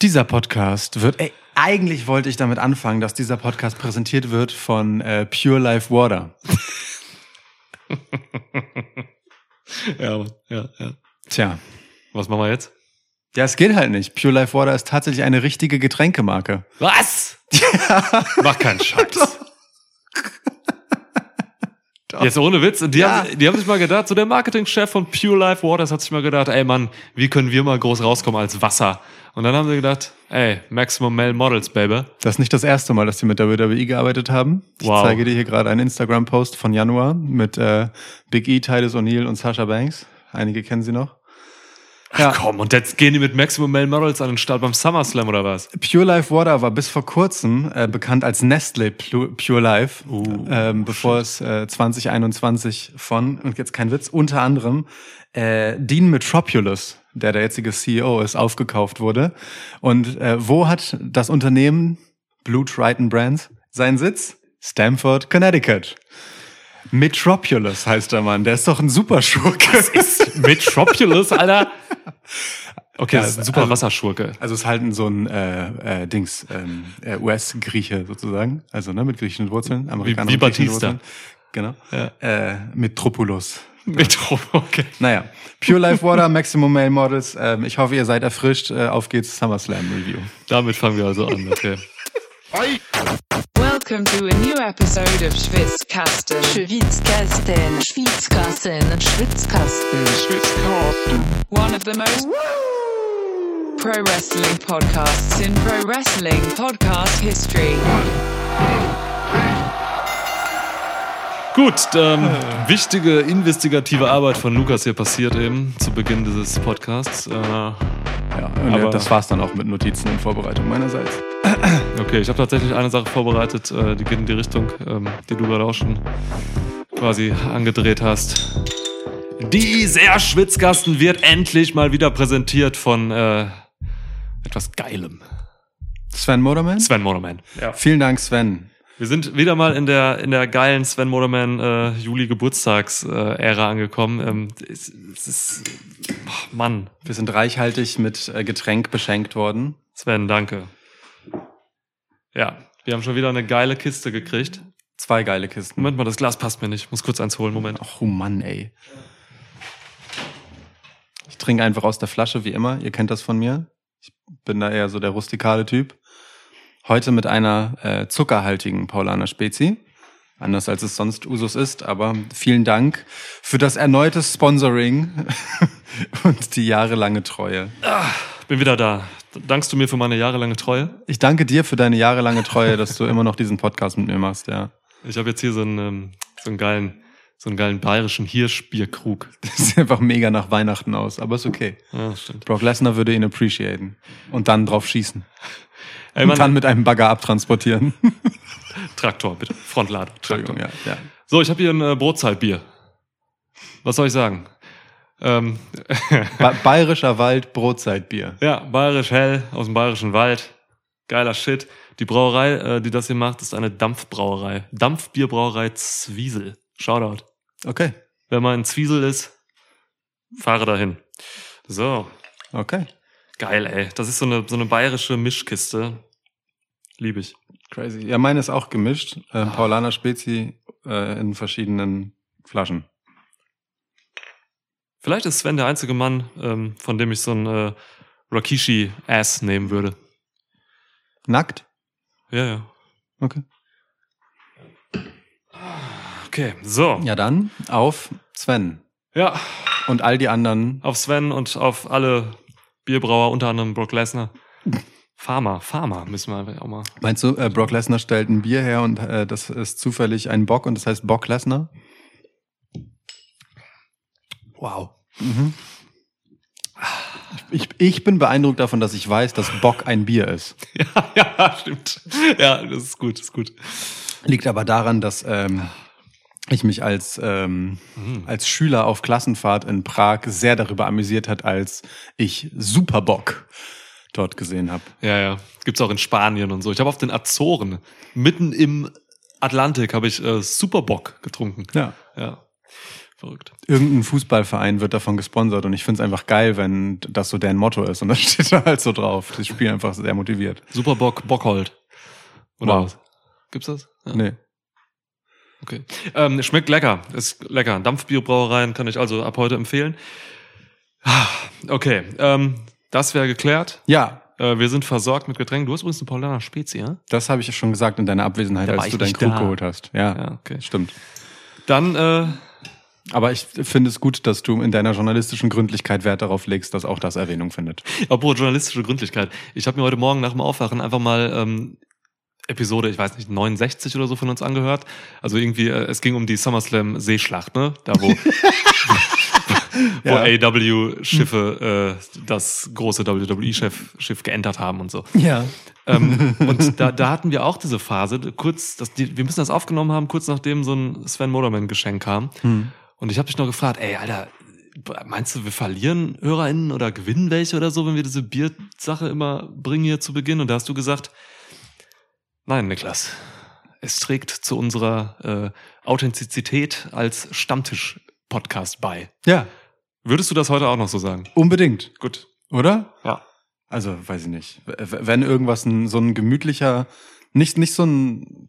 Dieser Podcast wird. Ey, eigentlich wollte ich damit anfangen, dass dieser Podcast präsentiert wird von äh, Pure Life Water. Ja, Mann. ja, ja. Tja. Was machen wir jetzt? Ja, es geht halt nicht. Pure Life Water ist tatsächlich eine richtige Getränkemarke. Was? Mach keinen Scheiß. Doch. Jetzt ohne Witz, die, Ja. haben, die haben sich mal gedacht, so der Marketingchef von Pure Life Waters hat sich mal gedacht, ey Mann, wie können wir mal groß rauskommen als Wasser? Und dann haben sie gedacht, ey, Maximum Male Models, Baby. Das ist nicht das erste Mal, dass die mit der WWE gearbeitet haben. Ich Wow. zeige dir hier gerade einen Instagram-Post von Januar mit äh, Big E, Titus O'Neill und Sasha Banks. Einige kennen sie noch. Ja. Komm, und jetzt gehen die mit Maximum Male Models an den Start beim SummerSlam oder was? Pure Life Water war bis vor kurzem äh, bekannt als Nestle Plu- Pure Life, ähm, bevor es äh, 2021 von, und jetzt kein Witz, unter anderem äh, Dean Metropoulos, der der jetzige CEO ist, aufgekauft wurde. Und äh, wo hat das Unternehmen Blue Triton Brands seinen Sitz? Stamford, Connecticut. Metropoulos heißt der Mann, der ist doch ein Superschurke. Metropolis, Alter. Okay, Ja, das ist ein super also- Wasserschurke. Also es ist halt so ein äh, äh, Dings, ähm, äh, US-Grieche sozusagen, also ne, mit griechischen Wurzeln, Amerikaner wie mit griechischen Batista. Wurzeln. Genau. Äh, mit Tropulus. Metro, okay. Naja, Pure Life Water, Maximum Male Models. Ähm, ich hoffe, ihr seid erfrischt. Äh, auf geht's, SummerSlam Review. Damit fangen wir also an, okay. Welcome to a new episode of Schwitzkasten. Schwitzkasten. Schwitzkasten. Schwitzkasten. Schwitzkasten. One of the most pro wrestling podcasts in pro wrestling podcast history. Gut, ähm, wichtige investigative Arbeit von Lukas hier passiert eben zu Beginn dieses Podcasts. Äh, Ja, und Aber- äh, das war's dann auch mit Notizen und Vorbereitung meinerseits. Okay, ich habe tatsächlich eine Sache vorbereitet, äh, die geht in die Richtung, ähm, die du gerade auch schon quasi angedreht hast. Dieser Schwitzkasten wird endlich mal wieder präsentiert von äh, etwas Geilem. Sven Moderman? Sven Monoman. Ja. Vielen Dank, Sven. Wir sind wieder mal in der in der geilen Sven Monoman äh, Juli Geburtstags äh, Ära angekommen. Ähm, es, es ist, ach, Mann, Wir sind reichhaltig mit äh, Getränk beschenkt worden. Sven, danke. Ja, wir haben schon wieder eine geile Kiste gekriegt. Zwei geile Kisten. Moment mal, das Glas passt mir nicht. Ich muss kurz eins holen. Moment. Ach, oh Mann, ey. Ich trinke einfach aus der Flasche, wie immer. Ihr kennt das von mir. Ich bin da eher so der rustikale Typ. Heute mit einer äh, zuckerhaltigen Paulaner Spezi. Anders als es sonst Usus ist, aber vielen Dank für das erneute Sponsoring und die jahrelange Treue. Bin wieder da. Dankst du mir für meine jahrelange Treue? Ich danke dir für deine jahrelange Treue, dass du immer noch diesen Podcast mit mir machst, ja. Ich habe jetzt hier so einen, ähm, so einen geilen, so einen geilen bayerischen Hirschbierkrug. Das sieht einfach mega nach Weihnachten aus, aber ist okay. Ja, stimmt. Brock Lesnar würde ihn appreciaten und dann drauf schießen. Ey, Und dann Mann, mit einem Bagger abtransportieren. Traktor, bitte. Frontlader. Traktor. Entschuldigung, ja. ja. So, ich habe hier ein äh, Brotzeitbier. Was soll ich sagen? Ähm, Ba Bayerischer Wald, Brotzeitbier. ja, bayerisch hell aus dem bayerischen Wald. Geiler Shit. Die Brauerei, äh, die das hier macht, ist eine Dampfbrauerei. Dampfbierbrauerei Zwiesel. Shoutout. Okay, Wenn man in Zwiesel ist, fahre dahin. So, okay. Geil, ey. Das ist so eine, so eine bayerische Mischkiste. Liebe ich. Crazy. Ja, meine ist auch gemischt. Äh, Paulaner Spezi äh, in verschiedenen Flaschen. Vielleicht ist Sven der einzige Mann, ähm, von dem ich so ein äh, Rakishi-Ass nehmen würde. Nackt? Ja, ja. Okay. Okay, so. Ja. Ja, dann auf Sven und all die anderen. auf Sven und auf alle Bierbrauer, unter anderem Brock Lesnar. Farmer, Farmer müssen wir auch mal. Meinst du, äh, Brock Lesnar stellt ein Bier her und äh, das ist zufällig ein Bock und das heißt Bock Lesnar? Wow. Mhm. Ich, ich bin beeindruckt davon, dass ich weiß, dass Bock ein Bier ist. Ja, ja, stimmt. Ja, das ist gut, das ist gut. Liegt aber daran, dass ähm, ich mich als, ähm, Mhm. als Schüler auf Klassenfahrt in Prag sehr darüber amüsiert hat, als ich Superbock dort gesehen habe. Ja, ja. Gibt's auch in Spanien und so. Ich habe auf den Azoren, mitten im Atlantik, habe ich äh, Superbock getrunken. Ja. Ja. Verrückt. Irgendein Fußballverein wird davon gesponsert und ich finde es einfach geil, wenn das so deren Motto ist und das steht da halt so drauf. Die spielen einfach sehr motiviert. Super Bock, Bockhold. Oder Wow. was? Gibt's das? Ja. Nee. Okay. Ähm, schmeckt lecker. Ist lecker. Dampfbierbrauereien kann ich also ab heute empfehlen. Ah, Okay. Ähm, das wäre geklärt. Ja, Äh, wir sind versorgt mit Getränken. Du hast übrigens eine Paulaner Spezi, ja? das habe ich ja schon gesagt in deiner Abwesenheit, Da war als ich du deinen nicht Krug da. geholt hast. Ja, Ja, okay. stimmt. Dann, äh, Aber ich finde es gut, dass du in deiner journalistischen Gründlichkeit Wert darauf legst, dass auch das Erwähnung findet. apropos journalistische Gründlichkeit. Ich habe mir heute Morgen nach dem Aufwachen einfach mal ähm, Episode, ich weiß nicht, 69 oder so von uns angehört. Also irgendwie, äh, es ging um die SummerSlam Seeschlacht, ne? Da wo, wo Ja. AW-Schiffe äh, das große WWE-Schiff geentert haben und so. Ja. ähm, und da, da hatten wir auch diese Phase, kurz, das, die, wir müssen das aufgenommen haben, kurz nachdem so ein Sven Moderman-Geschenk kam. Und ich habe dich noch gefragt, ey, Alter, meinst du, wir verlieren HörerInnen oder gewinnen welche oder so, wenn wir diese Biersache immer bringen hier zu Beginn? Und da hast du gesagt, nein, Niklas, es trägt zu unserer äh, Authentizität als Stammtisch-Podcast bei. Ja, Würdest du das heute auch noch so sagen? unbedingt, Gut. oder? Ja. Also, weiß ich nicht. W- w- Wenn irgendwas ein, so ein gemütlicher, nicht, nicht so ein,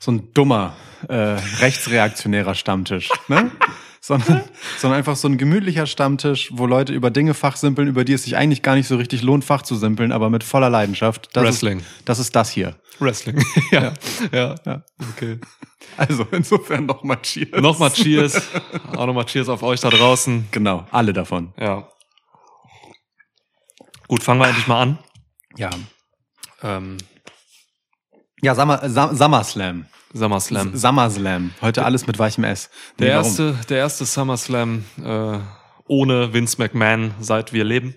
so ein dummer, äh, rechtsreaktionärer Stammtisch, ne? Sondern, sondern einfach so ein gemütlicher Stammtisch, wo Leute über Dinge fachsimpeln, über die es sich eigentlich gar nicht so richtig lohnt, Fach zu simpeln, aber mit voller Leidenschaft. Das Wrestling. Ist, das ist das hier. Wrestling. ja. ja. Ja. Okay. Also, insofern nochmal Cheers. Nochmal Cheers. Auch nochmal Cheers auf euch da draußen. Genau, alle davon. Ja. Gut, fangen wir endlich mal an. Ja. Ähm, Ja, Summer, Sum- SummerSlam. SummerSlam. um. S- SummerSlam. Heute alles mit weichem S. Nee, der, warum? erste, der erste SummerSlam äh, ohne Vince McMahon, seit wir leben.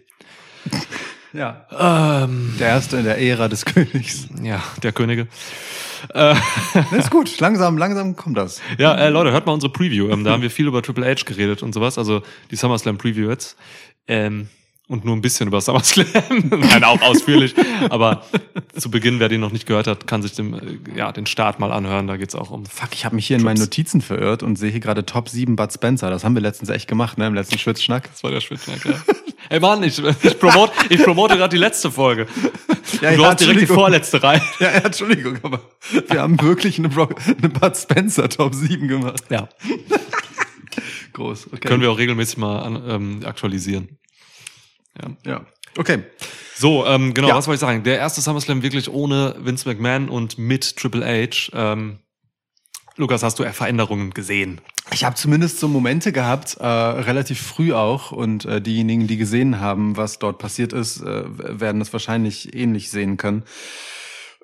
Ja. Ähm, Der erste in der Ära des Königs. ja, der Könige. Äh, Das ist gut. Langsam, langsam kommt das. ja, äh, Leute, hört mal unsere Preview. Ähm, da haben wir viel über Triple H geredet und sowas. Also die SummerSlam Preview jetzt. Ähm, und nur ein bisschen über SummerSlam. Nein, auch ausführlich. Aber zu Beginn, wer den noch nicht gehört hat, kann sich dem, äh, ja, den Start mal anhören. Da geht's auch um Fuck, ich habe mich hier in meinen Notizen verirrt und sehe hier gerade Top 7 Bud Spencer. Das haben wir letztens echt gemacht, ne? Im letzten Schwitzschnack. Das war der Schwitzschnack, ja. Ey Mann, ich, ich promote, ich promote gerade die letzte Folge. Ja, Und ja, du hast direkt die Entschuldigung. vorletzte Reihe. Ja, ja, Entschuldigung, aber wir haben wirklich eine, Bro eine Bud Spencer Top 7 gemacht. Ja. Groß. Okay. Können wir auch regelmäßig mal an, ähm, aktualisieren. Ja. Okay. So, ähm, genau, Ja. was wollte ich sagen? Der erste SummerSlam wirklich ohne Vince McMahon und mit Triple H. Ähm, Lukas, hast du äh, Veränderungen gesehen? Ich habe zumindest so Momente gehabt, äh, relativ früh auch. Und äh, diejenigen, die gesehen haben, was dort passiert ist, äh, werden es wahrscheinlich ähnlich sehen können.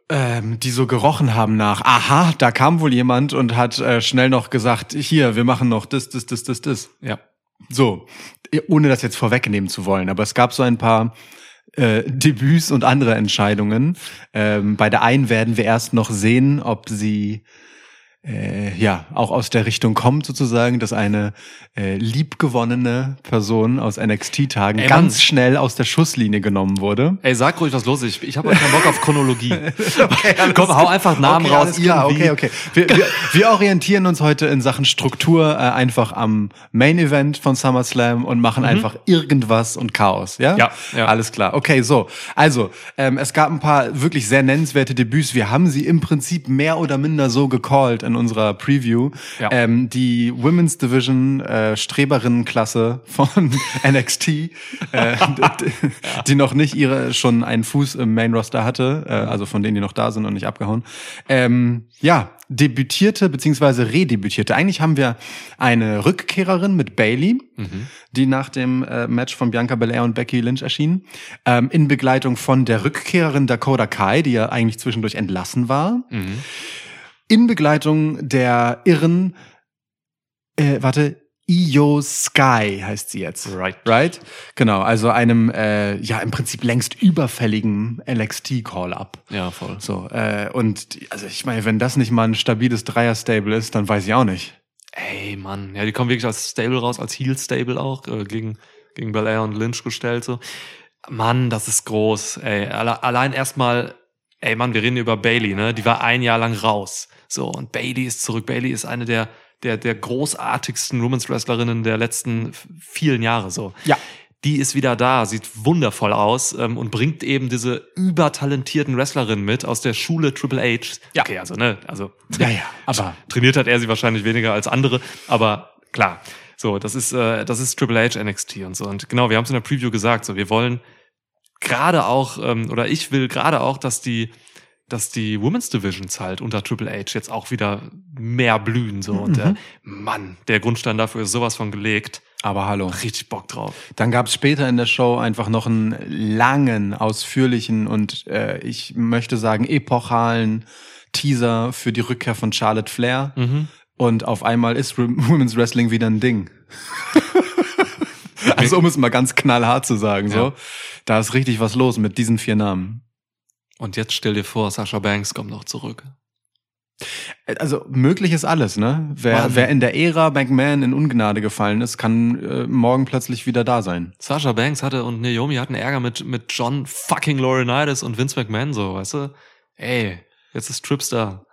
Ähm, die so gerochen haben nach, aha, da kam wohl jemand und hat äh, schnell noch gesagt, hier, wir machen noch das, das, das, das, das. Ja. So, eh, ohne das jetzt vorwegnehmen zu wollen, aber es gab so ein paar äh, Debüts und andere Entscheidungen. Ähm, bei der einen werden wir erst noch sehen, ob sie äh, ja auch aus der Richtung kommt, sozusagen, dass eine äh, liebgewonnene Person aus NXT-Tagen Ey, ganz Mann. schnell aus der Schusslinie genommen wurde. Ey, sag ruhig, was los ist. Ich, ich habe keinen Bock auf Chronologie. Komm, hau einfach Namen okay, raus. alles klar, irgendwie. okay, okay. Wir, wir, wir orientieren uns heute in Sachen Struktur äh, einfach am Main Event von SummerSlam und machen einfach irgendwas und Chaos, ja? Mhm. Ja, ja. Alles klar. Okay, so. Also, ähm, es gab ein paar wirklich sehr nennenswerte Debüts. Wir haben sie im Prinzip mehr oder minder so gecallt in unserer Preview. Ja. Ähm, die Women's Division äh, Streberinnenklasse von NXT, äh, d- die noch nicht ihre schon einen Fuß im Main Roster hatte, äh, also von denen die noch da sind und nicht abgehauen. Ähm, ja, debütierte beziehungsweise redebütierte. Eigentlich haben wir eine Rückkehrerin mit Bailey, die nach dem äh, Match von Bianca Belair und Becky Lynch erschien, ähm, in Begleitung von der Rückkehrerin Dakota Kai, die ja eigentlich zwischendurch entlassen war Mhm. in Begleitung der irren, äh, warte, Io Sky heißt sie jetzt. Right. Right? Genau, also einem, äh, ja, im Prinzip längst überfälligen LXT-Call-Up. Ja, voll. So, äh, und die, also ich meine, wenn das nicht mal ein stabiles Dreier-Stable ist, dann weiß ich auch nicht. Ey, Mann. Ja, die kommen wirklich als Stable raus, als Heel-Stable auch, äh, gegen, gegen Belair und Lynch gestellt, so. Mann, das ist groß, ey. Alle, allein erstmal, ey, Mann, wir reden über Bailey, ne? Die war ein Jahr lang raus. So, und Bailey ist zurück. Bailey ist eine der, der, der großartigsten Women's Wrestlerinnen der letzten vielen Jahre. So. Ja. Die ist wieder da, sieht wundervoll aus ähm, und bringt eben diese übertalentierten Wrestlerinnen mit aus der Schule Triple H. Ja. Okay, also, ne, also Ja, ja, aber trainiert hat er sie wahrscheinlich weniger als andere, aber klar. So, das ist äh, das ist Triple H NXT und so und genau, wir haben es in der Preview gesagt, so wir wollen gerade auch ähm, oder ich will gerade auch, dass die dass die Women's Divisions halt unter Triple H jetzt auch wieder mehr blühen so und der Mann, der Grundstein dafür ist sowas von gelegt. aber hallo. Richtig Bock drauf. Dann gab es später in der Show einfach noch einen langen, ausführlichen und äh, ich möchte sagen epochalen Teaser für die Rückkehr von Charlotte Flair. Mhm. Und auf einmal ist Re- Women's Wrestling wieder ein Ding. also um es mal ganz knallhart zu sagen, so. Ja. Da ist richtig was los mit diesen vier Namen. Und jetzt stell dir vor, Sasha Banks kommt noch zurück. Also möglich ist alles, ne? Wer, Wahnsinn. wer in der Ära McMahon in Ungnade gefallen ist, kann äh, morgen plötzlich wieder da sein. Sasha Banks hatte und Naomi hatten Ärger mit, mit John fucking Laurinaitis und Vince McMahon, so, weißt du? Ey, jetzt ist Trips da.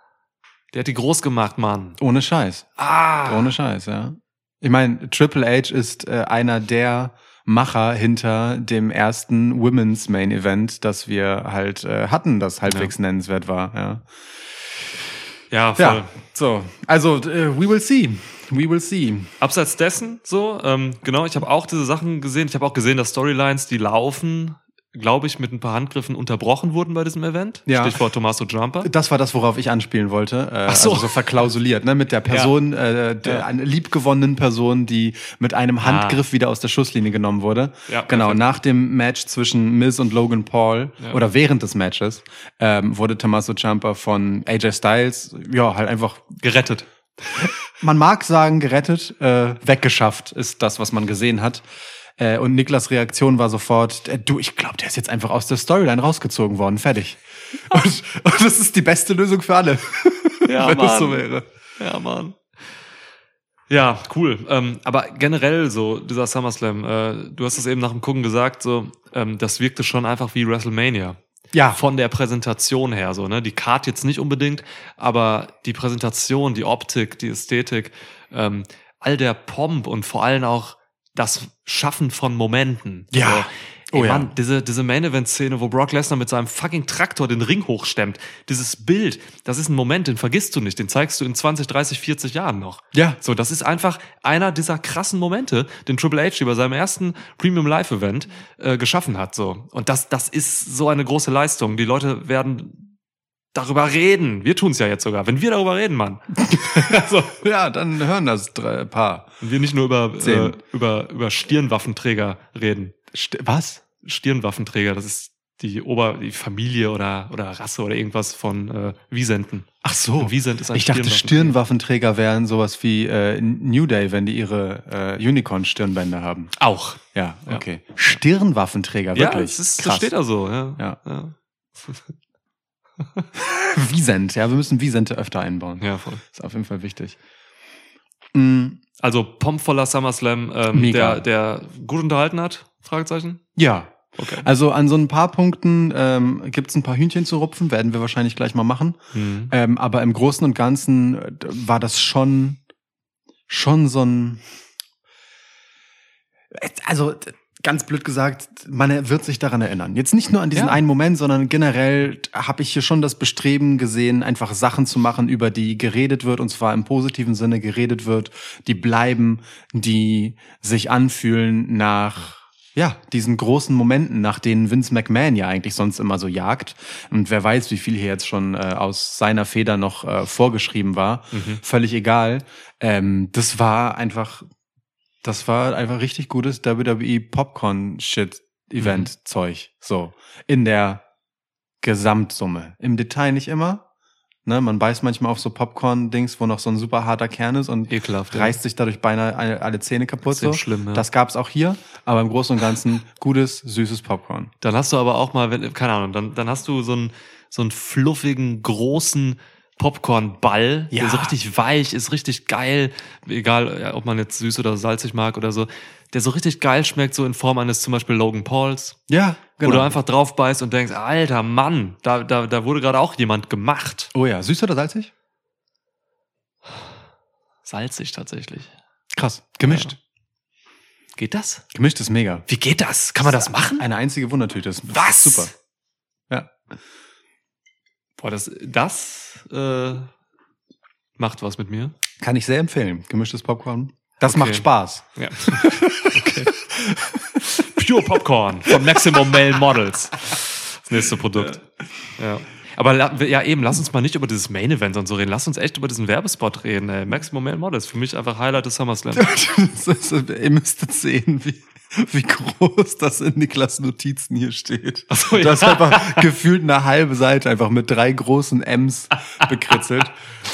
Der hat die groß gemacht, Mann. Ohne Scheiß. Ah! Ohne Scheiß, ja. Ich meine, Triple H ist äh, einer der Macher hinter dem ersten Women's Main Event, das wir halt äh, hatten, das halbwegs nennenswert war. Ja, Ja, voll. ja so. Also, äh, we will see. We will see. Abseits dessen, so, ähm, genau, ich habe auch diese Sachen gesehen. Ich habe auch gesehen, dass Storylines, die laufen, glaube ich, mit ein paar Handgriffen unterbrochen wurden bei diesem Event. Ja. Stichwort Tommaso Jumper. Das war das, worauf ich anspielen wollte. Äh, so. Also so verklausuliert, ne? Mit der Person, äh, der Ja. Ah. einer liebgewonnenen Person, die mit einem Handgriff wieder aus der Schusslinie genommen wurde. Ja, genau, perfekt. nach dem Match zwischen Miz und Logan Paul Ja. oder während des Matches ähm, wurde Tommaso Ciampa von AJ Styles, ja, halt einfach, Gerettet. man mag sagen, gerettet, äh, weggeschafft ist das, was man gesehen hat. Äh, und Niklas Reaktion war sofort, äh, du, ich glaube, der ist jetzt einfach aus der Storyline rausgezogen worden, fertig. Oh. Und, und das ist die beste Lösung für alle. Ja, wenn das Mann. so wäre. Ja, Mann. Ja, cool. Ähm, aber generell so, dieser SummerSlam, äh, du hast es eben nach dem Gucken gesagt, so, ähm, das wirkte schon einfach wie WrestleMania. Ja, Von der Präsentation her, so, ne? Die Card jetzt nicht unbedingt, aber die Präsentation, die Optik, die Ästhetik, ähm, all der Pomp und vor allem auch das Schaffen von Momenten. Ja. So, ey, Oh ja. Mann, diese, diese Main-Event-Szene, wo Brock Lesnar mit seinem fucking Traktor den Ring hochstemmt, dieses Bild, das ist ein Moment, den vergisst du nicht, den zeigst du in 20, 30, 40 Jahren noch. Ja. So, das ist einfach einer dieser krassen Momente, den Triple H über seinem ersten Premium Live Event äh, geschaffen hat. So. Und das, das ist so eine große Leistung. Die Leute werden darüber reden. Wir tun es ja jetzt sogar. Wenn wir darüber reden, Mann. also, ja, dann hören das drei Paar. und wir nicht nur über, äh, Zehn. über, über Stirnwaffenträger reden. St was? Stirnwaffenträger, das ist die Ober, die Familie oder, oder Rasse oder irgendwas von äh, Wiesenten. Ach so. Und Wiesent ist ein Ich dachte, Stirnwaffenträger. Stirnwaffenträger wären sowas wie äh, New Day, wenn die ihre äh, Unicorn-Stirnbänder haben. Auch. Ja, Ja. okay. Stirnwaffenträger, Ja, wirklich. das, ist, das steht da so. Ja. Ja. Ja. Wiesent, ja, wir müssen Wiesente öfter einbauen. ja, voll. Ist auf jeden Fall wichtig. Mm, Also pompvoller SummerSlam, ähm, Mega. der, der gut unterhalten hat? Fragezeichen? ja. Okay. Also an so ein paar Punkten ähm, gibt's ein paar Hühnchen zu rupfen, werden wir wahrscheinlich gleich mal machen. Mhm. Ähm, aber im Großen und Ganzen äh, d- war das schon, schon so ein, also d- ganz blöd gesagt, man wird sich daran erinnern. Jetzt nicht nur an diesen Ja. einen Moment, sondern generell habe ich hier schon das Bestreben gesehen, einfach Sachen zu machen, über die geredet wird, und zwar im positiven Sinne geredet wird, die bleiben, die sich anfühlen nach ja, diesen großen Momenten, nach denen Vince McMahon ja eigentlich sonst immer so jagt. Und wer weiß, wie viel hier jetzt schon äh, aus seiner Feder noch äh, vorgeschrieben war. Mhm. Völlig egal. Ähm, das war einfach, das war einfach richtig gutes WWE Popcorn-Shit-Event-Zeug. So. In der Gesamtsumme. Im Detail nicht immer. Ne, man beißt manchmal auf so Popcorn-Dings, wo noch so ein super harter Kern ist und Ekelhaft. reißt sich dadurch beinahe alle alle Zähne kaputt. Extrem So. schlimm, ja. Das gab's auch hier, aber im Großen und Ganzen gutes, süßes Popcorn. Dann hast du aber auch mal, wenn, keine Ahnung, dann, dann hast du so einen, so einen fluffigen, großen Popcornball, Ja. der so richtig weich ist, richtig geil, egal ja, ob man jetzt süß oder salzig mag oder so, der so richtig geil schmeckt, so in Form eines zum Beispiel Logan Pauls, Ja, wo du einfach drauf beißt und denkst, alter Mann, da, da, da wurde gerade auch jemand gemacht. oh ja, süß oder salzig? Salzig tatsächlich. Krass. Gemischt. Geht das? Gemischt ist mega. Wie geht das? Kann man das machen? Eine einzige Wundertüte. Das ist Was? Super. Ja. Boah, das, das äh, macht was mit mir. Kann ich sehr empfehlen. Gemischtes Popcorn. Das Okay. macht Spaß. Ja. Okay. Pure Popcorn von Maximum Male Models. Das nächste Produkt. Ja. Aber la- ja, eben, lass uns mal nicht über dieses Main Event und so reden. Lass uns echt über diesen Werbespot reden. Ey. Maximum Male Models. Für mich einfach Highlight des SummerSlam. Das ist, ihr müsstet sehen, wie, wie groß das in Niklas Notizen hier steht. so, ja. Du hast einfach gefühlt eine halbe Seite einfach mit drei großen M's bekritzelt.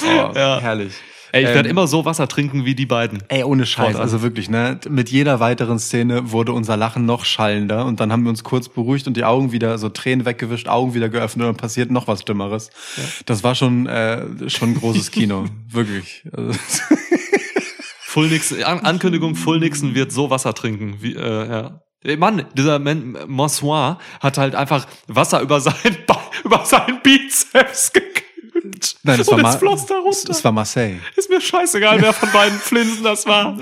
Oh, Ja. Herrlich. Ey, ich Ähm, werde immer so Wasser trinken wie die beiden. Ey, ohne Scheiß, Voll. also wirklich, ne? Mit jeder weiteren Szene wurde unser Lachen noch schallender und dann haben wir uns kurz beruhigt und die Augen wieder, so Tränen weggewischt, Augen wieder geöffnet und dann passiert noch was Dümmeres. Das war schon, äh, schon ein großes Kino. wirklich. Also, Full Nixon, An Ankündigung, Full Nixon wird so Wasser trinken. Wie, äh, ja. Ey, Mann, dieser Man Monsoir hat halt einfach Wasser über sein, Ba- über sein Bizeps gekühlt. nein, das war, Und Ma es floss da runter. das war Marseille. Ist mir scheißegal, wer von beiden Flinsen das war.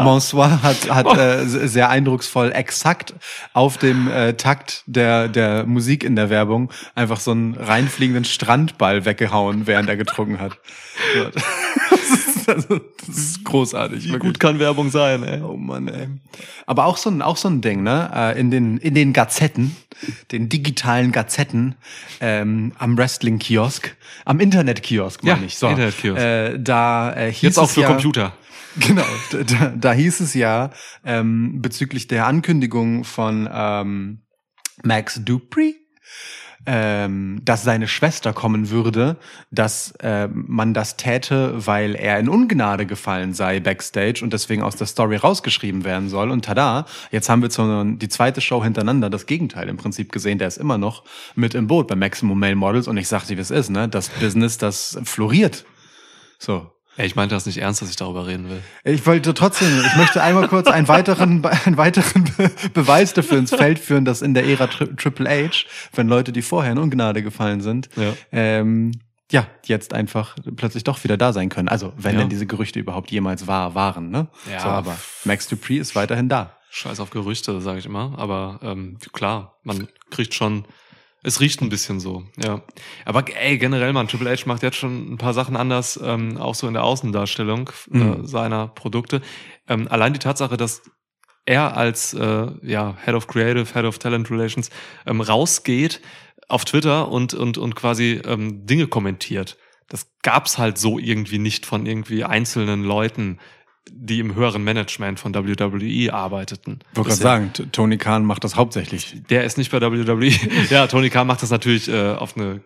Monsoir hat, hat äh, se- sehr eindrucksvoll exakt auf dem äh, Takt der, der Musik in der Werbung einfach so einen reinfliegenden Strandball weggehauen, während er getrunken hat. Ja. Das ist, also, das ist großartig. Wie wirklich. gut kann Werbung sein, ey. Oh Mann, ey. Aber auch so ein, auch so ein Ding, ne? Äh, In den, in den Gazetten, den digitalen Gazetten, ähm, am Wrestling-Kiosk, am Internet-Kiosk, meine Ja, ich. So, Internet-Kiosk. Äh, da äh, hieß Jetzt auch es für ja, Computer. Genau, da- da, da hieß es ja ähm, bezüglich der Ankündigung von ähm, Max Dupree, ähm, dass seine Schwester kommen würde, dass ähm, man das täte, weil er in Ungnade gefallen sei backstage und deswegen aus der Story rausgeschrieben werden soll. Und tada, jetzt haben wir so die zweite Show hintereinander das Gegenteil im Prinzip gesehen. Der ist immer noch mit im Boot bei Maximum Male Models und ich sag dir, wie es ist, ne? Das Business, das floriert. So. Ey, ich meinte das nicht ernst, dass ich darüber reden will. Ich wollte trotzdem, ich möchte einmal kurz einen weiteren, einen weiteren Be Beweis dafür ins Feld führen, dass in der Ära Tri Triple H, wenn Leute, die vorher in Ungnade gefallen sind, Ja. ähm, ja, jetzt einfach plötzlich doch wieder da sein können. Also, wenn Ja. denn diese Gerüchte überhaupt jemals wahr waren, ne? Ja. So, aber Max Dupree ist weiterhin da. Scheiß auf Gerüchte, sage ich immer. Aber ähm, klar, man kriegt schon. Es riecht ein bisschen so, ja. Aber ey, generell, man, Triple H macht jetzt schon ein paar Sachen anders, ähm, auch so in der Außendarstellung äh, Mhm. seiner Produkte. Ähm, allein die Tatsache, dass er als äh, ja, Head of Creative, Head of Talent Relations ähm, rausgeht auf Twitter und, und, und quasi ähm, Dinge kommentiert. Das gab's halt so irgendwie nicht von irgendwie einzelnen Leuten, die im höheren Management von WWE arbeiteten. Das- sagen, Tony Khan macht das hauptsächlich. Der ist nicht bei WWE. ja, Tony Khan macht das natürlich äh, auf eine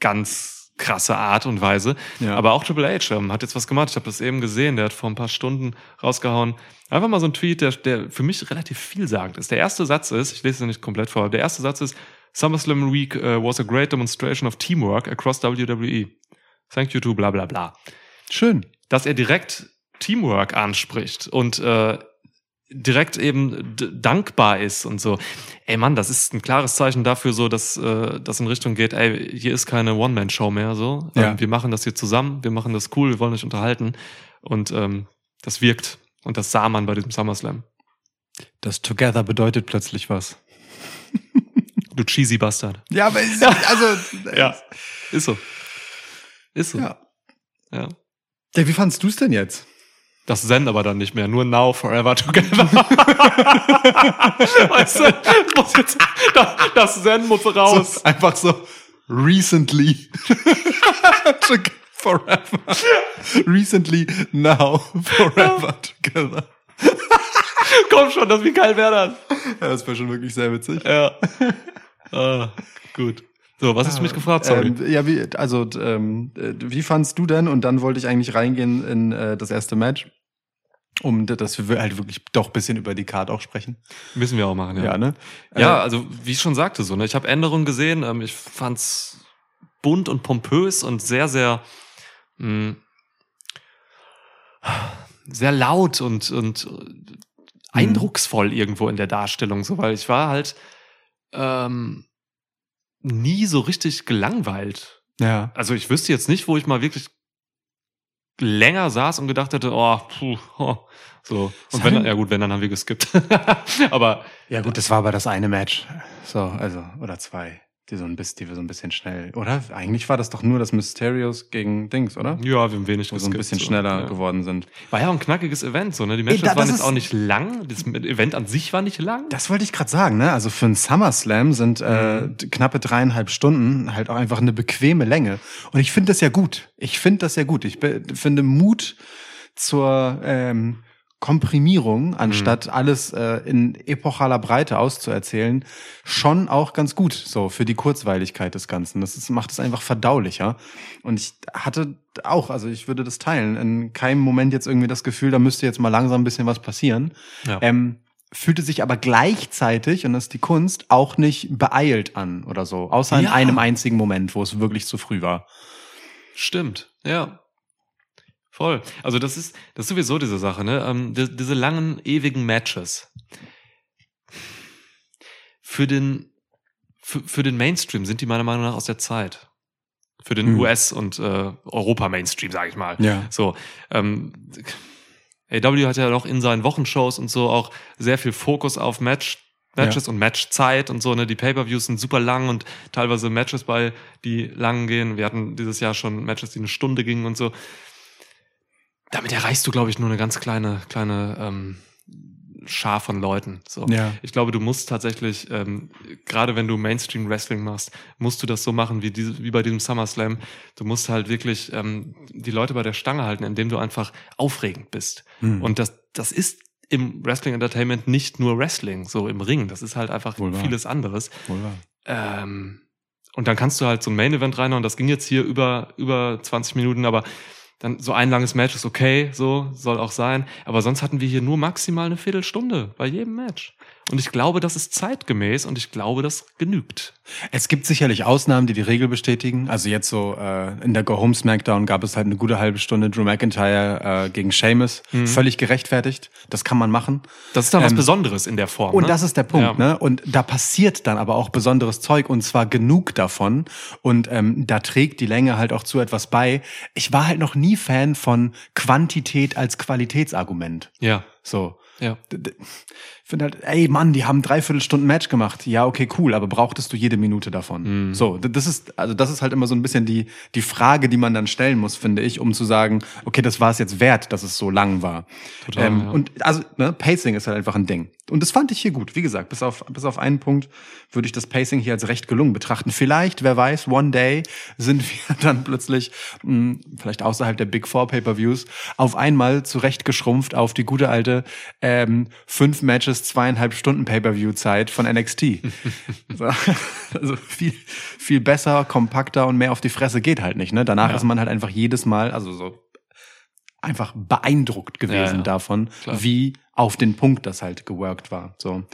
ganz krasse Art und Weise. Ja. Aber auch Triple H ähm, hat jetzt was gemacht. Ich habe das eben gesehen. Der hat vor ein paar Stunden rausgehauen. Einfach mal so ein Tweet, der, der für mich relativ vielsagend ist. Der erste Satz ist, ich lese es nicht komplett vor, aber der erste Satz ist, SummerSlam Week äh, was a great demonstration of teamwork across WWE. Thank you to bla bla bla Schön. dass er direkt Teamwork anspricht und äh, direkt eben d- dankbar ist und so. Ey Mann, das ist ein klares Zeichen dafür, so dass äh, das in Richtung geht, ey, hier ist keine One-Man-Show mehr so. Ja. Ähm, wir machen das hier zusammen, wir machen das cool, wir wollen euch unterhalten. Und ähm, das wirkt. Und das sah man bei diesem SummerSlam. Das Together bedeutet plötzlich was. Du cheesy Bastard. Ja, aber es- also, Ja. Ist so. Ist so. ja. ja. Ja, wie fandst du es denn jetzt? Das Zen aber dann nicht mehr, nur Now Forever Together. weißt du, muss jetzt, das, das Zen muss raus. So, einfach so recently. Together forever. Recently, now, forever together. Komm schon, das, wie geil wäre das? Äh, Ja, das wäre schon wirklich sehr witzig. Ja. Ah, gut. So, was hast du mich gefragt? Sorry. Ähm, ja, wie, also, d- ähm, äh, wie fandst du denn? Und dann wollte ich eigentlich reingehen in äh, das erste Match. Um, d- dass wir halt wirklich doch ein bisschen über die Card auch sprechen. Müssen wir auch machen, ja. ne? Ja, also wie ich schon sagte, so, ne, ich habe Änderungen gesehen. Ähm, ich fand's bunt und pompös und sehr, sehr, mh, sehr laut und, und äh, eindrucksvoll irgendwo in der Darstellung, so, weil ich war halt ähm, nie so richtig gelangweilt. Äh, Ja. Also ich wüsste jetzt nicht, wo ich mal wirklich länger saß und gedacht hätte, oh, puh, oh. so. Und wenn, Sollen- ja gut, wenn, dann haben wir geskippt. aber Ja gut, das war aber das eine Match. So, also, oder zwei, die so ein bisschen, die wir so ein bisschen schnell, oder? Eigentlich war das doch nur das Mysterios gegen Dings, oder? ja, wir haben wenig Wo so ein geskippt, bisschen so. schneller Ja. geworden sind. War ja auch ein knackiges Event, so, ne? Die Matches da- das waren jetzt ist- auch nicht lang. Das Event an sich war nicht lang. Das wollte ich gerade sagen, ne? Also für einen SummerSlam sind äh, d- knappe dreieinhalb Stunden halt auch einfach eine bequeme Länge. Und ich finde das ja gut. Ich finde das ja gut. Ich be- finde Mut zur ähm, Komprimierung, anstatt alles äh, in epochaler Breite auszuerzählen, schon auch ganz gut so für die Kurzweiligkeit des Ganzen. Das ist, macht es einfach verdaulicher. Und ich hatte auch, also ich würde das teilen, in keinem Moment jetzt irgendwie das Gefühl, da müsste jetzt mal langsam ein bisschen was passieren. Ja. Ähm, fühlte sich aber gleichzeitig, und das ist die Kunst, auch nicht beeilt an oder so. Außer in Ja. einem einzigen Moment, wo es wirklich zu früh war. Stimmt, ja. Voll. Also das ist, das ist sowieso diese Sache, ne? Ähm, die, diese langen, ewigen Matches. Für den, für, für den Mainstream sind die meiner Meinung nach aus der Zeit. Für den Mhm. US- und äh, Europa-Mainstream, sage ich mal. Ja. So, ähm, AW hat ja noch in seinen Wochenshows und so auch sehr viel Fokus auf Match, Matches und Matchzeit und so, ne? Die Pay-Per-Views sind super lang und teilweise Matches bei, die lang gehen. Wir hatten dieses Jahr schon Matches, die eine Stunde gingen und so. Damit erreichst du, glaube ich, nur eine ganz kleine, kleine ähm, Schar von Leuten. So. Ja. Ich glaube, du musst tatsächlich, ähm, gerade wenn du Mainstream Wrestling machst, musst du das so machen wie, diese, wie bei diesem SummerSlam. Du musst halt wirklich ähm, die Leute bei der Stange halten, indem du einfach aufregend bist. Hm. Und das, das ist im Wrestling Entertainment nicht nur Wrestling, so im Ring. Das ist halt einfach Wohl wahr. vieles anderes. Wohl wahr. Ähm, und dann kannst du halt so ein Main-Event reinhauen. Das ging jetzt hier über, über 20 Minuten, aber dann so ein langes Match ist okay, so soll auch sein. Aber sonst hatten wir hier nur maximal eine Viertelstunde bei jedem Match. Und ich glaube, das ist zeitgemäß und ich glaube, das genügt. Es gibt sicherlich Ausnahmen, die die Regel bestätigen. Also jetzt so äh, in der Go Home Smackdown gab es halt eine gute halbe Stunde Drew McIntyre äh, gegen Sheamus. Völlig gerechtfertigt. Das kann man machen. Das ist dann was Ähm, Besonderes in der Form. Und ne? das ist der Punkt, Ja. ne? Und da passiert dann aber auch besonderes Zeug und zwar genug davon. Und ähm, da trägt die Länge halt auch zu etwas bei. Ich war halt noch nie Fan von Quantität als Qualitätsargument. Ja, So. ja. D- d- Ich finde halt, ey Mann, die haben dreiviertel Stunden Match gemacht. Ja, okay, cool, aber brauchtest du jede Minute davon? Mhm. So, d- das ist, also das ist halt immer so ein bisschen die, die Frage, die man dann stellen muss, finde ich, um zu sagen, okay, das war es jetzt wert, dass es so lang war. Total, ähm, ja. Und also, ne, Pacing ist halt einfach ein Ding. Und das fand ich hier gut. Wie gesagt, bis auf, bis auf einen Punkt würde ich das Pacing hier als recht gelungen betrachten. Vielleicht, wer weiß, one day sind wir dann plötzlich, mh, vielleicht außerhalb der Big Four Pay-Per-Views, auf einmal zurechtgeschrumpft auf die gute alte ähm, fünf Matches, zweieinhalb Stunden Pay-Per-View-Zeit von NXT. so, also viel, viel besser, kompakter und mehr auf die Fresse geht halt nicht. Ne? Danach ist man halt einfach jedes Mal, also so einfach beeindruckt gewesen Ja, ja. davon, Klar. wie auf den Punkt das halt geworkt war. So,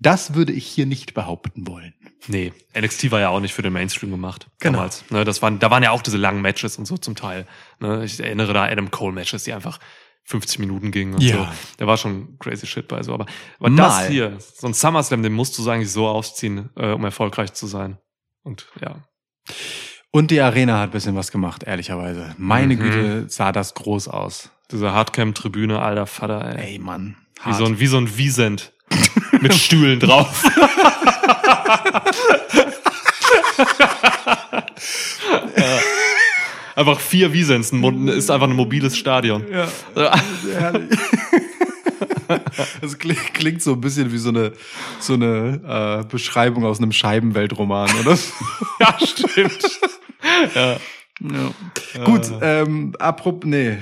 das würde ich hier nicht behaupten wollen. Nee, NXT war ja auch nicht für den Mainstream gemacht. Genau. Damals. Ne, das waren, da waren ja auch diese langen Matches und so zum Teil. Ne, ich erinnere da Adam Cole Matches, die einfach 50 Minuten gingen und Ja. so. Da war schon crazy shit bei so. Aber, aber Mal. das hier, so ein SummerSlam, den musst du eigentlich so ausziehen, äh, um erfolgreich zu sein. Und ja. Und die Arena hat ein bisschen was gemacht, ehrlicherweise. Meine Mhm. Güte, sah das groß aus. Diese Hardcam-Tribüne, alter Vater, ey. Ey, Mann. wie, hart. so ein, wie so ein Wiesent. Mit Stühlen drauf. Ja. Einfach vier Wiesents, ein Mo- ist einfach ein mobiles Stadion. Ja, herrlich. Das klingt, klingt so ein bisschen wie so eine, so eine äh, Beschreibung aus einem Scheibenweltroman, oder? Ja, stimmt. Gut, ähm, apropos, nee,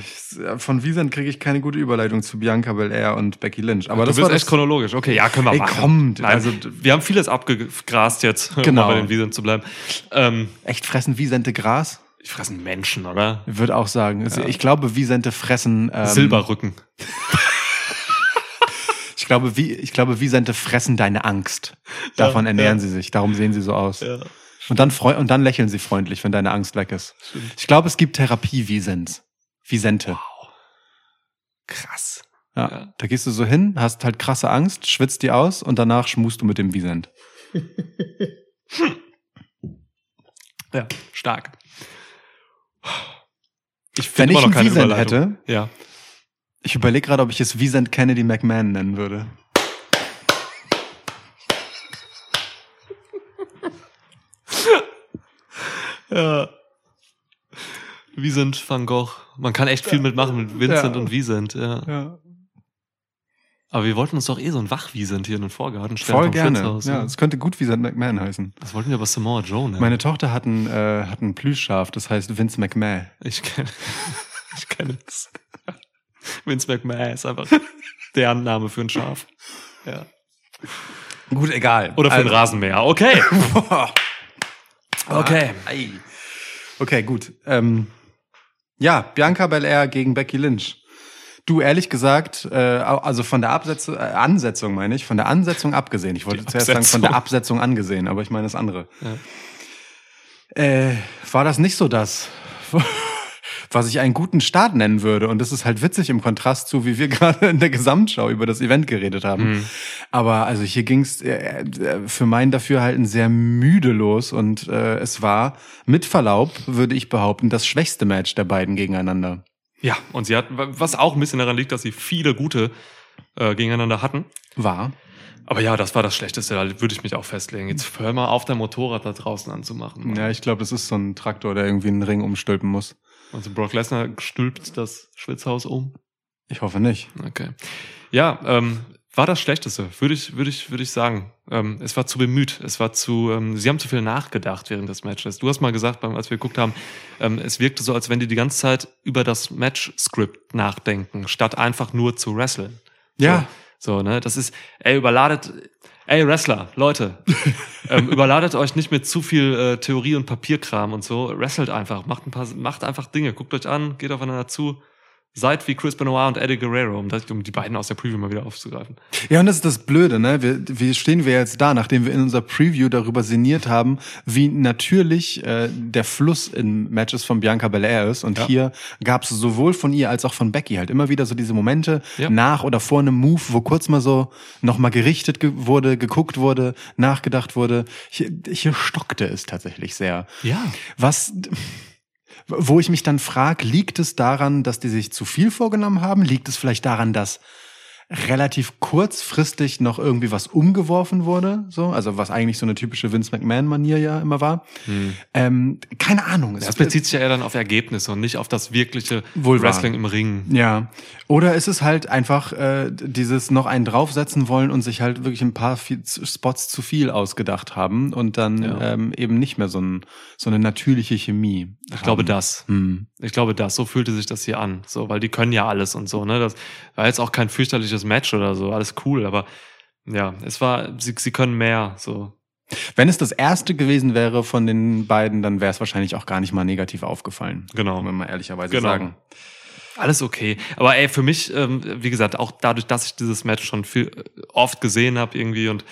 von Wiesent kriege ich keine gute Überleitung zu Bianca Belair und Becky Lynch. Aber Aber das das du bist war echt das, chronologisch. Okay, ja, können wir Ey, machen. komm, Nein, also- also, wir haben vieles abgegrast jetzt, Genau. um bei den Wiesent zu bleiben. Ähm, echt fressen Wiesente Gras? ich fresse einen Menschen, oder? Ich würde auch sagen. Also Ich glaube, Wiesente fressen. Ähm, Silberrücken. Ich glaube, wie, ich glaube, Wiesente fressen deine Angst. Davon Ja, ernähren ja. sie sich. Darum sehen sie so aus. Und dann freu und dann lächeln sie freundlich, wenn deine Angst weg ist. Ich glaube, es gibt Therapie Wiesent. Wiesente. Krass. Ja. Ja. Da gehst du so hin, hast halt krasse Angst, schwitzt die aus und danach schmust du mit dem Wiesent. Ja, stark. Ich Wenn ich finde immer noch einen keine Wiesent Überleitung. hätte, Ja. ich überlege gerade, ob ich es Wiesent Kennedy McMahon nennen würde. ja. Wiesent van Gogh. Man kann echt viel mitmachen mit Vincent Ja. und Wiesent, ja. Ja, Aber wir wollten uns doch eh so ein Wachwiesent hier in den Vorgarten stellen. voll vom gerne. Fritzhaus, ja, ne? es könnte gut Wiesent McMahon heißen. Das wollten wir aber Samoa Joe nennen. Meine Tochter hat ein, äh, hat ein Plüschschaf, das heißt Vince McMahon. Ich kenne, ich kenne es. Vince McMahon ist einfach der Name für ein Schaf. Ja. Gut, egal. Oder für ein Rasenmäher. Okay. Boah. Ah, Okay. Ei. Okay, gut. Ähm, ja, Bianca Belair gegen Becky Lynch. Du, ehrlich gesagt, äh, also von der Absetzung, äh, Ansetzung meine ich, von der Ansetzung abgesehen. Ich wollte Die zuerst sagen, von der Absetzung. Absetzung angesehen, aber ich meine das andere. Ja. Äh, war das nicht so das, was ich einen guten Start nennen würde? Und das ist halt witzig im Kontrast zu, wie wir gerade in der Gesamtschau über das Event geredet haben. Hm. Aber also hier ging's äh, äh, für mein Dafürhalten sehr müde los und äh, es war mit Verlaub, würde ich behaupten, das schwächste Match der beiden gegeneinander. ja, und sie hat, was auch ein bisschen daran liegt, dass sie viele gute äh, gegeneinander hatten. War. Aber ja, das war das Schlechteste, da würde ich mich auch festlegen. Jetzt hör mal auf, dein Motorrad da draußen anzumachen. Ja, ich glaube, das ist so ein Traktor, der irgendwie einen Ring umstülpen muss. Also Brock Lesnar stülpt das Schwitzhaus um. Ich hoffe nicht. Okay. Ja, ähm, war das Schlechteste, würde ich, würde ich, würde ich sagen. Ähm, es war zu bemüht, es war zu, ähm, sie haben zu viel nachgedacht während des Matches. Du hast mal gesagt, beim, als wir geguckt haben, ähm, es wirkte so, als wenn die die ganze Zeit über das Match-Script nachdenken, statt einfach nur zu wresteln. Ja. So, so ne, das ist, ey, überladet, ey, Wrestler, Leute, ähm, überladet euch nicht mit zu viel äh, Theorie und Papierkram und so, wrestelt einfach, macht ein paar, macht einfach Dinge, guckt euch an, geht aufeinander zu, Seid wie Chris Benoit und Eddie Guerrero, um, das, um die beiden aus der Preview mal wieder aufzugreifen. Ja, und das ist das Blöde, ne? Wir, wie stehen wir jetzt da, nachdem wir in unserer Preview darüber sinniert haben, wie natürlich äh, der Fluss in Matches von Bianca Belair ist. Und Ja. hier gab's sowohl von ihr als auch von Becky halt immer wieder so diese Momente Ja. nach oder vor einem Move, wo kurz mal so nochmal gerichtet ge wurde, geguckt wurde, nachgedacht wurde. Hier, hier stockte es tatsächlich sehr. Ja. Was, wo ich mich dann frage, liegt es daran, dass die sich zu viel vorgenommen haben? Liegt es vielleicht daran, dass relativ kurzfristig noch irgendwie was umgeworfen wurde? So, also was eigentlich so eine typische Vince McMahon-Manier ja immer war. Ähm, keine Ahnung. Es Hm. Das bezieht sich ja eher dann auf Ergebnisse und nicht auf das wirkliche Wohl wahr. Wrestling im Ring. Ja. Oder ist es halt einfach äh, dieses noch einen draufsetzen wollen und sich halt wirklich ein paar viel- Spots zu viel ausgedacht haben und dann Ja. ähm, eben nicht mehr so, ein, so eine natürliche Chemie. Ich glaube haben. das. Hm. Ich glaube das. So fühlte sich das hier an. So, weil die können ja alles und so. Ne, das war jetzt auch kein fürchterliches Match oder so. Alles cool, aber ja, es war. Sie, sie können mehr. So. Wenn es das erste gewesen wäre von den beiden, dann wäre es wahrscheinlich auch gar nicht mal negativ aufgefallen. Genau. Muss man mal ehrlicherweise Genau. sagen. Alles okay. Aber ey, für mich, ähm, wie gesagt, auch dadurch, dass ich dieses Match schon viel äh, oft gesehen habe irgendwie und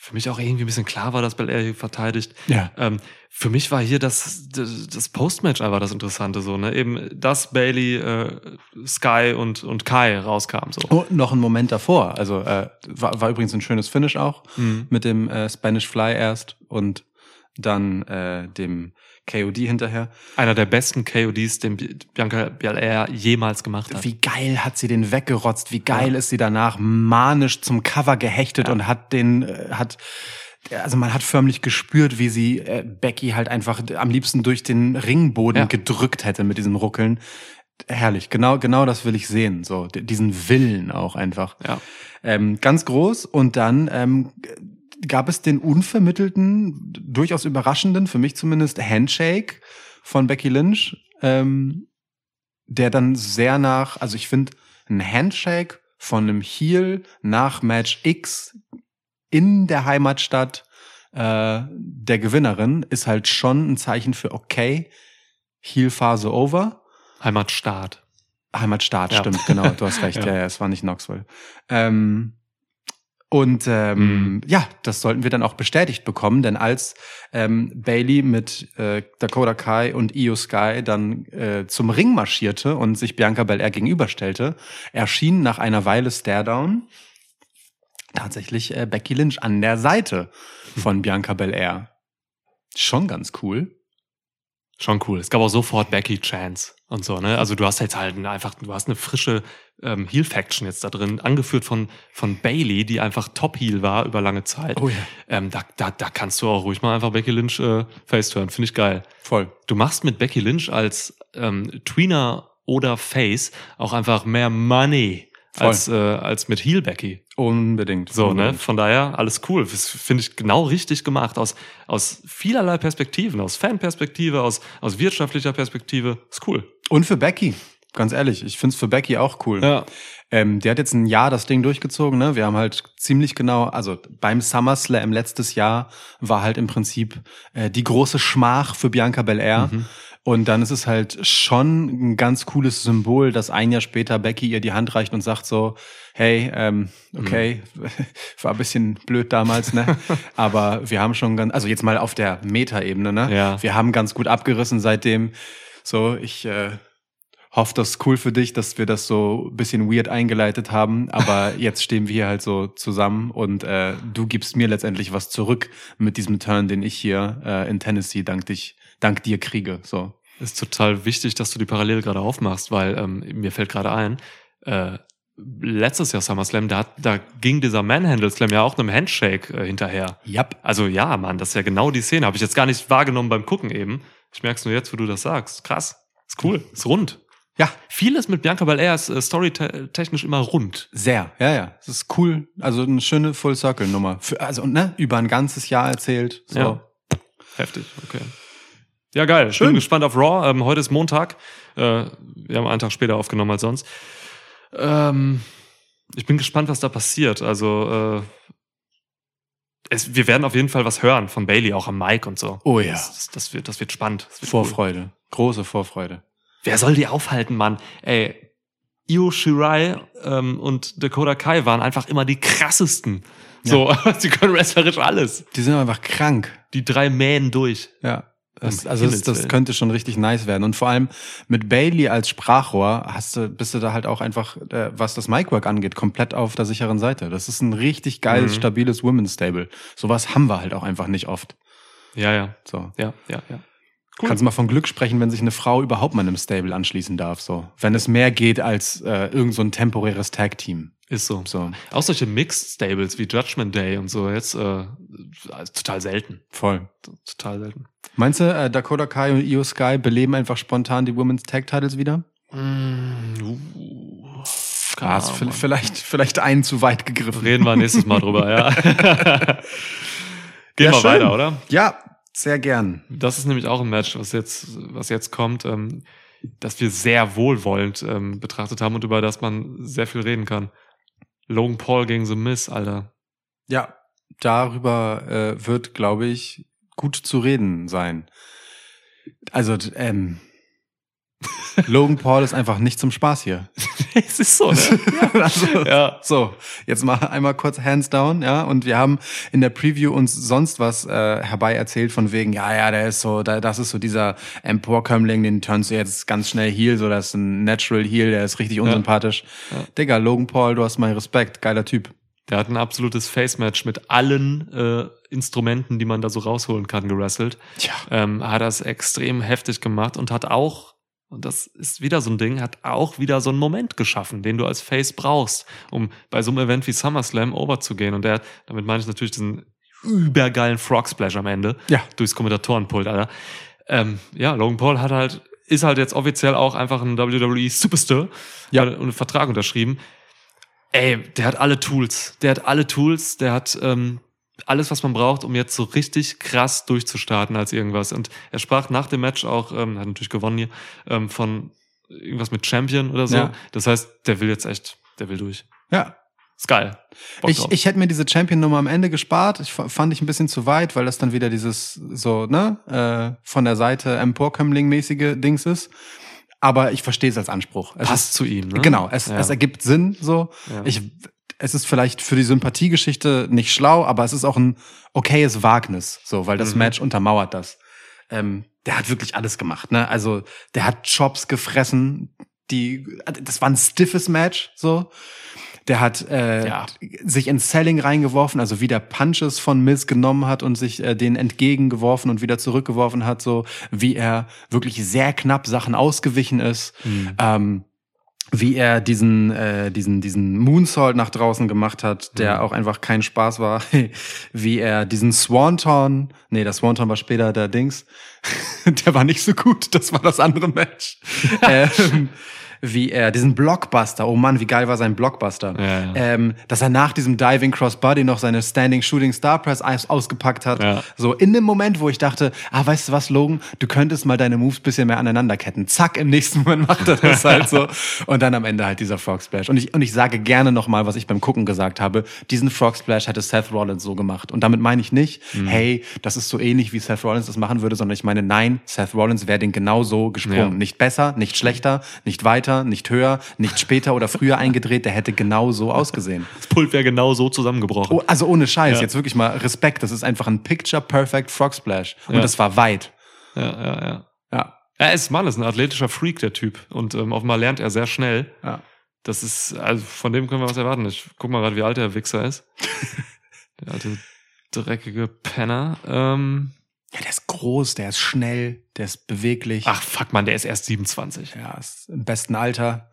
für mich auch irgendwie ein bisschen klar war, dass Belair hier verteidigt. Ja. Ähm, für mich war hier das, das Postmatch einfach das Interessante, so, ne? Eben, dass Bailey, äh, Sky und, und Kai rauskamen, so. Und noch einen Moment davor. Also äh, war, war übrigens ein schönes Finish auch Mhm. mit dem äh, Spanish Fly erst und dann äh, dem KOD hinterher. Einer der besten KODs, den Bi- Bianca Belair jemals gemacht hat. Wie geil hat sie den weggerotzt. Wie geil ist sie danach manisch zum Cover gehechtet und hat den äh, hat also man hat förmlich gespürt, wie sie äh, Becky halt einfach am liebsten durch den Ringboden Ja. gedrückt hätte mit diesem Ruckeln. Herrlich, genau, genau das will ich sehen, so d- diesen Willen auch einfach. Ja. Ähm, ganz groß und dann ähm, g- gab es den unvermittelten, d- durchaus überraschenden, für mich zumindest Handshake von Becky Lynch, ähm, der dann sehr nach, also ich finde, ein Handshake von einem Heel nach Match X in der Heimatstadt äh, der Gewinnerin ist halt schon ein Zeichen für okay, Heel-Phase over. Heimatstaat. Heimatstaat, Ja. stimmt, genau, du hast recht. ja. Ja. Ja, es war nicht Knoxville. Ähm, und ähm, Mhm. ja, das sollten wir dann auch bestätigt bekommen, denn als ähm, Bailey mit äh, Dakota Kai und Io Sky dann äh, zum Ring marschierte und sich Bianca Belair gegenüberstellte, erschien nach einer Weile Staredown tatsächlich äh, Becky Lynch an der Seite von Bianca Belair. Schon ganz cool. Schon cool. Es gab auch sofort Becky Chance und so, ne? Also du hast jetzt halt einfach, du hast eine frische ähm, Heel-Faction jetzt da drin, angeführt von, von Bailey, die einfach Top-Heel war über lange Zeit. Oh ja. Ähm, da, da, da kannst du auch ruhig mal einfach Becky Lynch äh, face turn. Finde ich geil. Voll. Du machst mit Becky Lynch als ähm, Tweener oder Face auch einfach mehr Money Voll. als, äh, als mit Heel Becky. Unbedingt. So, ne? Unbedingt. Von daher, alles cool. Das finde ich genau richtig gemacht. Aus, aus vielerlei Perspektiven, aus Fanperspektive, aus, aus wirtschaftlicher Perspektive. Ist cool. Und für Becky. Ganz ehrlich, ich find's für Becky auch cool. Ja. Ähm, die hat jetzt ein Jahr das Ding durchgezogen. Ne? Wir haben halt ziemlich genau, also beim SummerSlam letztes Jahr war halt im Prinzip äh, die große Schmach für Bianca Belair. Und dann ist es halt schon ein ganz cooles Symbol, dass ein Jahr später Becky ihr die Hand reicht und sagt so, hey, ähm, okay, war ein bisschen blöd damals, ne? Aber wir haben schon ganz, also jetzt mal auf der Meta-Ebene, ne? Ja. Wir haben ganz gut abgerissen seitdem. So, ich äh, hoffe, das ist cool für dich, dass wir das so ein bisschen weird eingeleitet haben. Aber jetzt stehen wir hier halt so zusammen und äh, du gibst mir letztendlich was zurück mit diesem Turn, den ich hier äh, in Tennessee dank dich, dank dir kriege. So. Ist total wichtig, dass du die Parallele gerade aufmachst, weil ähm, mir fällt gerade ein, äh, letztes Jahr SummerSlam, da, hat, da ging dieser Manhandle-Slam ja auch einem Handshake äh, hinterher. Yep. Also ja, Mann, das ist ja genau die Szene. Habe ich jetzt gar nicht wahrgenommen beim Gucken eben. Ich merk's nur jetzt, wo du das sagst. Krass. Ist cool. Ist rund. Ja, Vieles mit Bianca Belair ist äh, storytechnisch immer rund. sehr. Ja, ja. Es ist cool. Also eine schöne Full Circle Nummer. Für, also ne, über ein ganzes Jahr erzählt. So. Ja. Heftig, okay. Ja, geil. Schön. Bin gespannt auf Raw. Ähm, heute ist Montag. Äh, wir haben einen Tag später aufgenommen als sonst. Ähm, ich bin gespannt, was da passiert. Also, äh, es, wir werden auf jeden Fall was hören von Bailey, auch am Mic und so. Oh ja. Das, das, wird, das wird spannend. Das wird cool. Vorfreude. Große Vorfreude. Wer soll die aufhalten, Mann? Ey, Io Shirai ähm, und Dakota Kai waren einfach immer die krassesten. So, sie können wrestlerisch alles. Die sind einfach krank. Die drei Mähen durch. Ja. Das, Um also das, Himmels das Willen. könnte schon richtig nice werden. Und vor allem mit Bailey als Sprachrohr hast du, bist du da halt auch einfach, äh, was das Micwork angeht, komplett auf der sicheren Seite. Das ist ein richtig geiles, Mhm. stabiles Women's Stable. Sowas haben wir halt auch einfach nicht oft. Ja, ja, So. ja, ja, ja. Kannst mal von Glück sprechen, wenn sich eine Frau überhaupt mal einem Stable anschließen darf. So. Wenn es mehr geht als äh, irgend so ein temporäres Tag-Team. Ist so. So, Auch solche Mixed Stables wie Judgment Day und so jetzt äh, also total selten. voll. Total selten. Meinst du, äh, Dakota Kai und Io Sky beleben einfach spontan die Women's Tag Titles wieder? Mm, Ah, ist vi- vielleicht, vielleicht einen zu weit gegriffen. Reden wir nächstes Mal drüber, ja. Gehen Ja, wir schön. weiter, oder? Ja, sehr gern. Das ist nämlich auch ein Match, was jetzt, was jetzt kommt, ähm, das wir sehr wohlwollend ähm, betrachtet haben und über das man sehr viel reden kann. Logan Paul gegen The Miz, Alter. Ja, darüber äh, wird, glaube ich, gut zu reden sein. Also, d- ähm, Logan Paul ist einfach nicht zum Spaß hier. es ist so, ne? also, ja. So, jetzt mal einmal kurz hands down, ja. Und wir haben in der Preview uns sonst was äh, herbei erzählt von wegen, ja, ja, der ist so, da, das ist so dieser Emporkömmling, den turnst du jetzt ganz schnell Heal, so das ist ein Natural Heal, der ist richtig unsympathisch. Ja. Digga, Logan Paul, du hast meinen Respekt, geiler Typ. Der hat ein absolutes Face-Match mit allen äh, Instrumenten, die man da so rausholen kann, gerasselt. Tja. Ähm, hat das extrem heftig gemacht und hat auch, und das ist wieder so ein Ding, hat auch wieder so einen Moment geschaffen, den du als Face brauchst, um bei so einem Event wie SummerSlam over zu gehen. Und der, damit meine ich natürlich diesen übergeilen Frog Splash am Ende Ja. durchs Kommentatorenpult, Alter. Ähm, ja, Logan Paul hat halt, ist halt jetzt offiziell auch einfach ein WWE Superstar Ja. Hat einen Vertrag unterschrieben. Ey, der hat alle Tools. Der hat alle Tools, der hat ähm, alles, was man braucht, um jetzt so richtig krass durchzustarten als irgendwas. Und er sprach nach dem Match auch, ähm, hat natürlich gewonnen hier, ähm, von irgendwas mit Champion oder so. Ja. Das heißt, der will jetzt echt, der will durch. Ja, Ist geil. Bock Ich, drauf. ich hätte mir diese Champion-Nummer am Ende gespart. Ich fa- fand ich ein bisschen zu weit, weil das dann wieder dieses so, ne, äh, von der Seite Emporkömmling-mäßige Dings ist. Aber ich verstehe es als Anspruch. Es Passt zu ihm, ne? Ist, genau, es, Ja. es ergibt Sinn so. Ja. Ich, es ist vielleicht für die Sympathiegeschichte nicht schlau, aber es ist auch ein okayes Wagnis, so, weil das Mhm. Match untermauert das. Ähm, der hat wirklich alles gemacht, ne? Also der hat Chops gefressen, die, das war ein stiffes Match, so. Der hat äh, Ja. sich ins Selling reingeworfen, also wieder Punches von Miz genommen hat und sich äh, denen entgegengeworfen und wieder zurückgeworfen hat, so wie er wirklich sehr knapp Sachen ausgewichen ist. Hm. Ähm, wie er diesen, äh, diesen, diesen Moonsault nach draußen gemacht hat, Mhm. der auch einfach kein Spaß war. wie er diesen Swanton, nee, der Swanton war später der Dings, der war nicht so gut, das war das andere Match. ähm, wie er diesen Blockbuster, oh Mann, wie geil war sein Blockbuster. Ja, ja. Ähm, dass er nach diesem Diving Crossbody noch seine Standing Shooting Star Press aus- ausgepackt hat. Ja. So in dem Moment, wo ich dachte, ah, weißt du was, Logan, du könntest mal deine Moves bisschen mehr aneinanderketten. Zack, im nächsten Moment macht er das halt so. Und dann am Ende halt dieser Frog Splash. Und ich, und ich sage gerne nochmal, was ich beim Gucken gesagt habe, diesen Frog Splash hätte Seth Rollins so gemacht. Und damit meine ich nicht, hey, das ist so ähnlich, wie Seth Rollins das machen würde, sondern ich meine, nein, Seth Rollins wäre den genau so gesprungen. Ja. Nicht besser, nicht schlechter, nicht weiter, nicht höher, nicht später oder früher eingedreht, der hätte genau so ausgesehen. Das Pult wäre genau so zusammengebrochen. Oh, also ohne Scheiß, Ja. jetzt wirklich mal Respekt, das ist einfach ein Picture-Perfect Frog Splash. Und Ja. das war weit. Ja, ja, ja. Ja. Er ist Mann, ist ein athletischer Freak, der Typ. Und ähm, offenbar lernt er sehr schnell. Ja. Das ist, also von dem können wir was erwarten. Ich guck mal gerade, wie alt der Wichser ist. der alte dreckige Penner. Ähm, ja, der ist groß, der ist schnell, der ist beweglich. ach fuck, Mann, der ist erst 27. Ja, ist im besten Alter.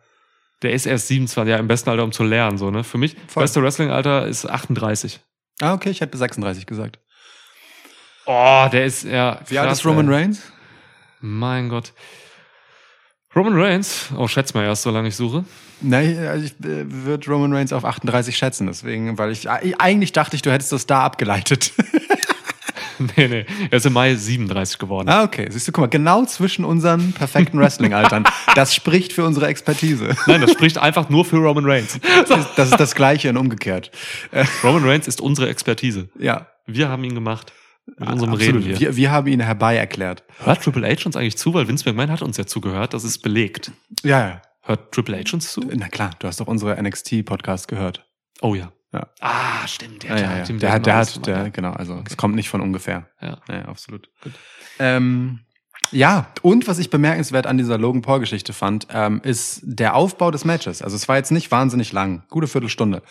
Der ist erst 27, ja, im besten Alter, um zu lernen, so, ne? Für mich, Voll. beste Wrestling-Alter ist 38. Ah, okay, ich hätte 36 gesagt. Oh, der ist, ja. Wie alt krass, ist Roman ey. Reigns? Mein Gott. Roman Reigns, oh, schätz mal erst, solange ich suche. Nein, also ich äh, würde Roman Reigns auf 38 schätzen, deswegen, weil ich äh, eigentlich dachte ich, du hättest das da abgeleitet. nee, nee, er ist im Mai 37 geworden. ah, okay. Siehst du, guck mal, genau zwischen unseren perfekten Wrestling-Altern. Das spricht für unsere Expertise. Nein, das spricht einfach nur für Roman Reigns. Das ist das Gleiche und umgekehrt. Roman Reigns ist unsere Expertise. Ja. Wir haben ihn gemacht. Mit unserem Ah, absolut. Reden hier. Wir, wir haben ihn herbei erklärt. Hört Triple H uns eigentlich zu? Weil Vince McMahon hat uns ja zugehört. Das ist belegt. Ja, ja. Hört Triple H uns zu? Na klar, du hast doch unsere NXT-Podcast gehört. Oh ja. Ja. Ah, stimmt. Der, Ja, hat ja, ja. stimmt, Der hat, der alles hat, gemacht, der, genau, also es kommt nicht von ungefähr. Ja. ja absolut. Ähm, ja, und was ich bemerkenswert an dieser Logan Paul-Geschichte fand, ähm, ist der Aufbau des Matches. Also es war jetzt nicht wahnsinnig lang, gute Viertelstunde.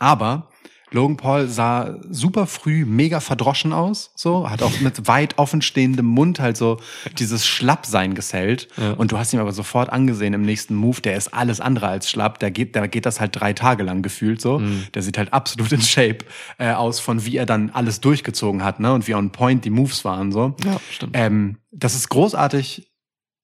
Aber Logan Paul sah super früh mega verdroschen aus, so, hat auch mit weit offenstehendem Mund halt so dieses Schlappsein gesellt. Ja. Und du hast ihm aber sofort angesehen im nächsten Move, der ist alles andere als schlapp, der geht, der geht das halt drei Tage lang gefühlt so. Mhm. Der sieht halt absolut in Shape äh, aus, von wie er dann alles durchgezogen hat, ne? Und wie on point die Moves waren so. Ja, stimmt. Ähm, das ist großartig,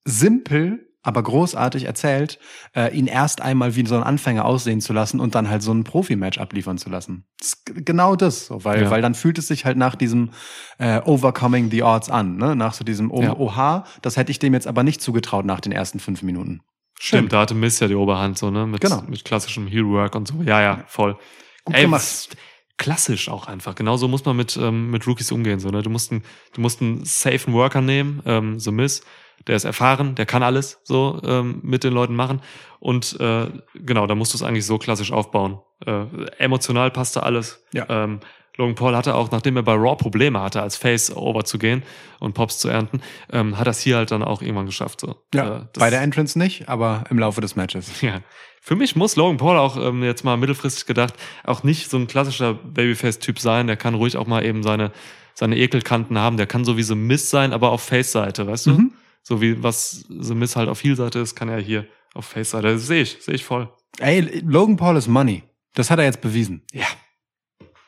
simpel, aber großartig erzählt, äh, ihn erst einmal wie so ein Anfänger aussehen zu lassen und dann halt so ein Profi-Match abliefern zu lassen. Das ist g- genau das, so, weil, Ja. weil dann fühlt es sich halt nach diesem äh, Overcoming the Odds an, ne? nach so diesem oh, Ja. Oha, das hätte ich dem jetzt aber nicht zugetraut nach den ersten fünf Minuten. stimmt, da hatte Miss ja die Oberhand, so, ne? Mit, Genau. mit klassischem Heel-Work und so. Ja, ja, voll. Gut Ey, gemacht. was- Klassisch auch einfach. Genauso muss man mit, ähm, mit Rookies umgehen. So, ne? du, musst einen, du musst einen safen Worker nehmen, ähm, The Miss. Der ist erfahren, der kann alles so ähm, mit den Leuten machen. Und äh, genau, da musst du es eigentlich so klassisch aufbauen. Äh, emotional passte alles. Ja. Ähm, Logan Paul hatte auch, nachdem er bei Raw Probleme hatte, als Face over zu gehen und Pops zu ernten, ähm, hat das hier halt dann auch irgendwann geschafft. So. Äh, Ja, das- bei der Entrance nicht, aber im Laufe des Matches. ja. Für mich muss Logan Paul auch ähm, jetzt mal mittelfristig gedacht auch nicht so ein klassischer Babyface-Typ sein. Der kann ruhig auch mal eben seine, seine Ekelkanten haben. Der kann so wie The Miss sein, aber auf Face-Seite, weißt du? Mhm. So wie was The Miss halt auf Heel-Seite ist, kann er hier auf Face-Seite. Das Sehe ich, sehe ich voll. Ey, Logan Paul ist Money. Das hat er jetzt bewiesen. Ja.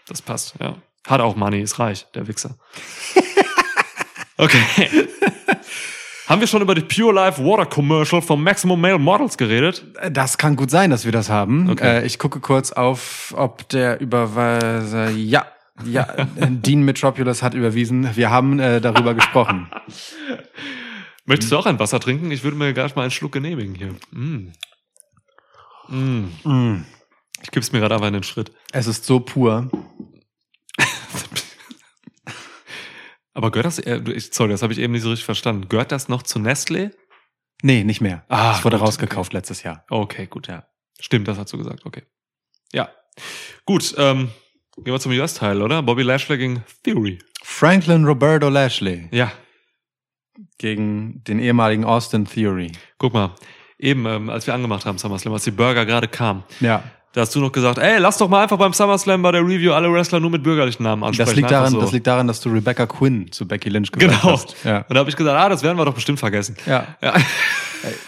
Das passt, ja. Hat auch Money, ist reich, der Wichser. Okay. Haben wir schon über die Pure Life Water Commercial von Maximum Male Models geredet? Äh, Das kann gut sein, dass wir das haben. Okay. Äh, ich gucke kurz auf, ob der Überweiser. Ja, ja, äh, Dean Metropolis hat überwiesen. Wir haben äh, darüber gesprochen. Möchtest Mhm. du auch ein Wasser trinken? Ich würde mir gerade mal einen Schluck genehmigen hier. Mm. Mm. Mm. Ich gib's mir gerade einfach in den Schritt. Es ist so pur. Aber gehört das, äh, ich, sorry, das habe ich eben nicht so richtig verstanden. Gehört das noch zu Nestlé? Nee, nicht mehr. Ah, es wurde gut, rausgekauft letztes Jahr. Okay, gut, ja. Stimmt, das hast du gesagt, okay. Ja. Gut, ähm, gehen wir zum US-Teil, oder? Bobby Lashley gegen Theory. Franklin Roberto Lashley Ja, gegen den ehemaligen Austin Theory. guck mal. Eben, ähm, als wir angemacht haben, SummerSlam, als die Burger gerade kamen, Ja. Da hast du noch gesagt, ey, lass doch mal einfach beim SummerSlam bei der Review alle Wrestler nur mit bürgerlichen Namen ansprechen. Das liegt, Einfach daran, so. das liegt daran, dass du Rebecca Quinn zu Becky Lynch gesagt Genau. hast. Ja. Und da habe ich gesagt, ah, das werden wir doch bestimmt vergessen. Ja.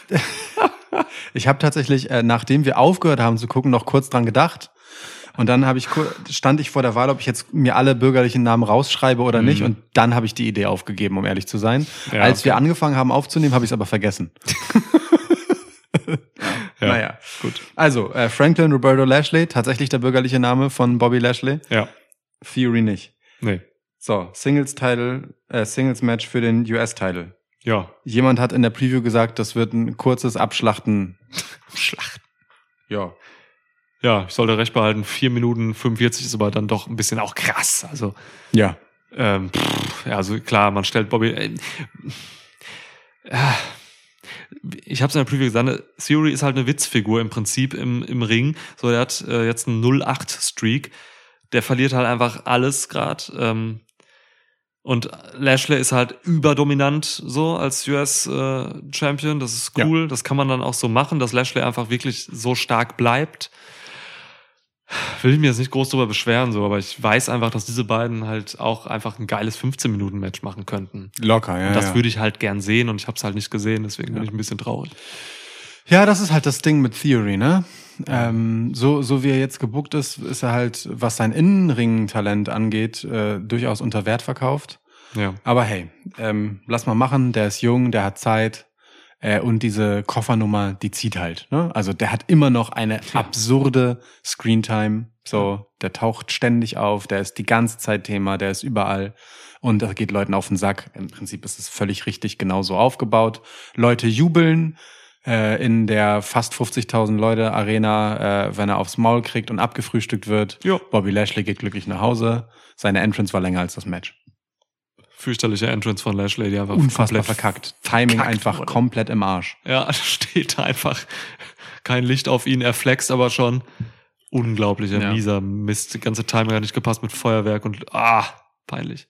Ich habe tatsächlich, äh, nachdem wir aufgehört haben zu gucken, noch kurz dran gedacht. Und dann habe ich kur- stand ich vor der Wahl, ob ich jetzt mir alle bürgerlichen Namen rausschreibe oder nicht. Und dann habe ich die Idee aufgegeben, um ehrlich zu sein. Ja, Als okay. wir angefangen haben aufzunehmen, habe ich es aber vergessen. Ja. Naja, gut. Also äh, Franklin Roberto Lashley, tatsächlich der bürgerliche Name von Bobby Lashley. Ja. Theory nicht. Nee. So, Singles-Title, äh, Singles-Match für den US-Title. Ja. Jemand hat in der Preview gesagt, das wird ein kurzes Abschlachten. Schlacht. Ja. Ja, ich sollte recht behalten. 4 Minuten 45 ist aber dann doch ein bisschen auch krass. Also, Ja. ähm, pff, ja, also klar, man stellt Bobby. Äh, ich habe es in der Preview gesagt, ne, Theory ist halt eine Witzfigur im Prinzip im, im Ring. So, der hat äh, jetzt einen 0-8-Streak. Der verliert halt einfach alles gerade. Ähm, und Lashley ist halt überdominant so als US-Champion. das ist cool. Das kann man dann auch so machen, dass Lashley einfach wirklich so stark bleibt. Will ich mir jetzt nicht groß drüber beschweren, so, aber ich weiß einfach, dass diese beiden halt auch einfach ein geiles 15-Minuten-Match machen könnten. Locker, ja. Und das ja. würde ich halt gern sehen und ich habe es halt nicht gesehen, deswegen bin Ja. ich ein bisschen traurig. Ja, das ist halt das Ding mit Theory, ne? Ähm, so, so wie er jetzt gebuckt ist, ist er halt, was sein Innenring-Talent angeht, äh, durchaus unter Wert verkauft. Ja. Aber hey, ähm, lass mal machen, der ist jung, der hat Zeit. Äh, und diese Koffernummer, die zieht halt. Ne? Also der hat immer noch eine absurde Screentime. So, der taucht ständig auf, der ist die ganze Zeit Thema, der ist überall. Und das geht Leuten auf den Sack. Im Prinzip ist es völlig richtig genauso aufgebaut. Leute jubeln äh, in der fast 50.000 Leute Arena, äh, wenn er aufs Maul kriegt und abgefrühstückt wird. Jo. Bobby Lashley geht glücklich nach Hause. Seine Entrance war länger als das Match Fürchterliche Entrance von Lashley, die einfach unfassbar komplett- verkackt. Timing verkackt einfach wurde. komplett im Arsch. Ja, da steht einfach kein Licht auf ihn, er flext aber schon. Unglaublicher, Ja. mieser Mist. Die ganze Timing hat nicht gepasst mit Feuerwerk und ah, peinlich.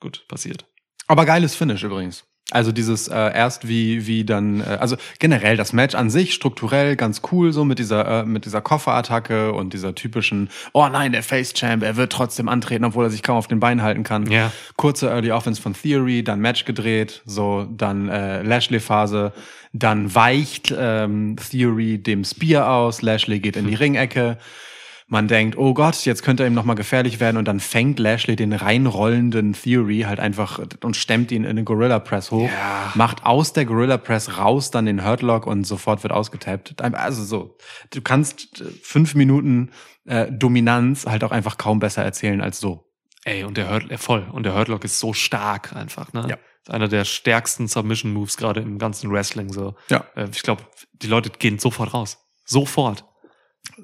Gut, passiert. Aber geiles Finish übrigens. Also dieses äh, erst wie wie dann äh, also generell das Match an sich strukturell ganz cool so mit dieser äh, mit dieser Kofferattacke und dieser typischen oh nein der Face Champ er wird trotzdem antreten obwohl er sich kaum auf den Beinen halten kann Ja. kurze Early Offense von Theory dann Match gedreht so dann äh, Lashley Phase dann weicht ähm, Theory dem Spear aus Lashley geht in die Ringecke Man denkt, oh Gott, jetzt könnte er ihm nochmal gefährlich werden und dann fängt Lashley den reinrollenden Theory halt einfach und stemmt ihn in eine Gorilla Press hoch, macht aus der Gorilla Press raus dann den Hurtlock und sofort wird ausgetappt. Also so, du kannst äh, fünf Minuten äh, Dominanz halt auch einfach kaum besser erzählen als so. Ey, und der Hurt, äh, voll. Und der Hurtlock ist so stark einfach, ne? Ja. Ist einer der stärksten Submission-Moves gerade im ganzen Wrestling, so. Ja. Äh, Ich glaube, die Leute gehen sofort raus. Sofort.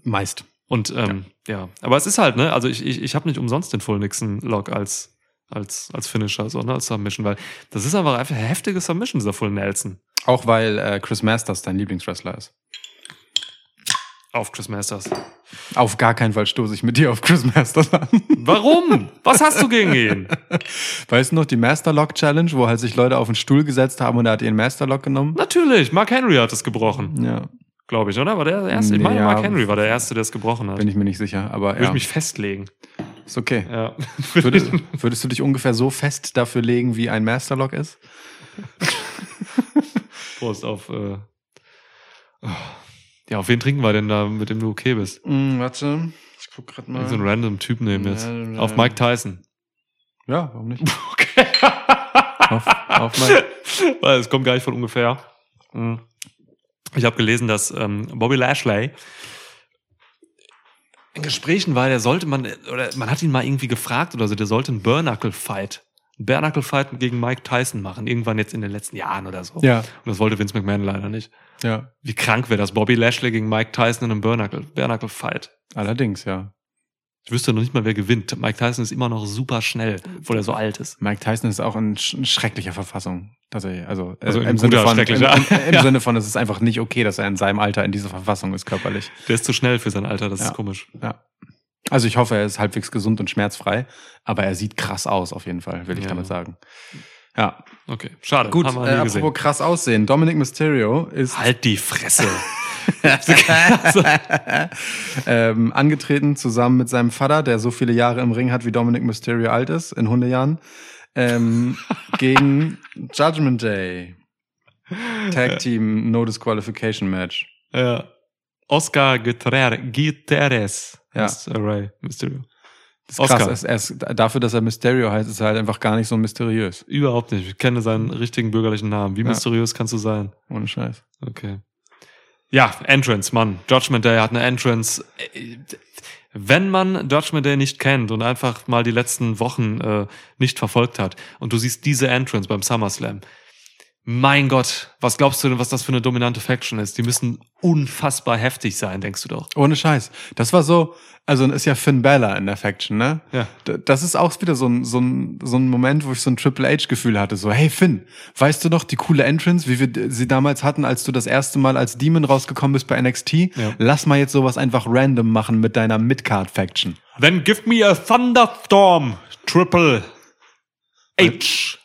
Meist. Und ähm, ja. aber es ist halt, ne? Also ich, ich, ich habe nicht umsonst den Full Nixon Lock als als als Finisher so, ne, als Submission, weil das ist einfach einfach heftige Submission dieser Full Nelson Auch weil äh, Chris Masters dein Lieblingswrestler ist. auf Chris Masters. Auf gar keinen Fall stoße ich mit dir auf Chris Masters an. Warum? Was hast du gegen ihn? Weißt du noch die Masterlock Challenge, wo halt sich Leute auf den Stuhl gesetzt haben und er hat ihren Masterlock genommen? Natürlich, Mark Henry hat es gebrochen, Ja. glaube ich, oder? War der erste? Ich meine, Ja. Mark Henry war der erste, der es gebrochen hat. Bin ich mir nicht sicher, aber Würde ja. ich mich festlegen. ist okay. Ja. Würdest, würdest du dich ungefähr so fest dafür legen, wie ein Masterlock ist? Prost auf. Äh, oh. ja, auf wen trinken wir denn da, mit dem du okay bist? Mm, warte, ich guck grad Irgend So einen random Typ nehmen jetzt. Ja, Auf ja. Mike Tyson. Ja, warum nicht? Okay. Auf, auf mein Weil es kommt gar nicht von ungefähr. Ich habe gelesen, dass ähm, Bobby Lashley in Gesprächen war, der sollte man, oder man hat ihn mal irgendwie gefragt oder so, der sollte einen Burnacle-Fight, einen Burnacle-Fight gegen Mike Tyson machen, irgendwann jetzt in den letzten Jahren oder so. ja, Und das wollte Vince McMahon leider nicht. ja. Wie krank wäre das, Bobby Lashley gegen Mike Tyson in einem Burnacle- Burnacle-Fight? Allerdings, ja. Ich wüsste noch nicht mal, wer gewinnt. Mike Tyson ist immer noch super schnell, obwohl er so alt ist. Mike Tyson ist auch in sch schrecklicher Verfassung. Tatsächlich. Also, äh, Also in im, Sinne guter, von, im, schrecklicher. im, im Ja. Sinne von, es ist einfach nicht okay, dass er in seinem Alter in dieser Verfassung ist, körperlich. Der ist zu schnell für sein Alter, das Ja. ist komisch. Also ich hoffe, er ist halbwegs gesund und schmerzfrei, aber er sieht krass aus, auf jeden Fall, will ich Ja. damit sagen. Ja, Okay, schade. gut. Äh, Haben wir nie apropos gesehen. krass aussehen. Dominic Mysterio ist Halt die Fresse. ähm, angetreten zusammen mit seinem Vater, der so viele Jahre im Ring hat, wie Dominic Mysterio alt ist, in Hundejahren, ähm, gegen Judgment Day. Tag Team No Disqualification Match. Ja. Oscar Guterre- Guterres. Ja. heißt, äh, Ray Mysterio. Das ist krass. Er ist, er ist, dafür, dass er Mysterio heißt, ist er halt einfach gar nicht so mysteriös. Überhaupt nicht. Ich kenne seinen richtigen bürgerlichen Namen. Wie Ja. mysteriös kannst du sein? Ohne Scheiß. Okay. Ja, Entrance, Mann. Judgment Day hat eine Entrance. Äh, Wenn man Judgment Day nicht kennt und einfach mal die letzten Wochen äh, nicht verfolgt hat und du siehst diese Entrance beim SummerSlam, mein Gott, was glaubst du denn, was das für eine dominante Faction ist? Die müssen unfassbar heftig sein, denkst du doch. Ohne Scheiß. Das war so, also ist ja Finn Balor in der Faction, ne? Ja. D- Das ist auch wieder so ein, so ein, so ein Moment, wo ich so ein Triple H-Gefühl hatte. So, hey Finn, weißt du noch die coole Entrance, wie wir d- sie damals hatten, als du das erste Mal als Demon rausgekommen bist bei NXT? Ja. Lass mal jetzt sowas einfach random machen mit deiner Midcard-Faction. Then give me a thunderstorm, Triple H.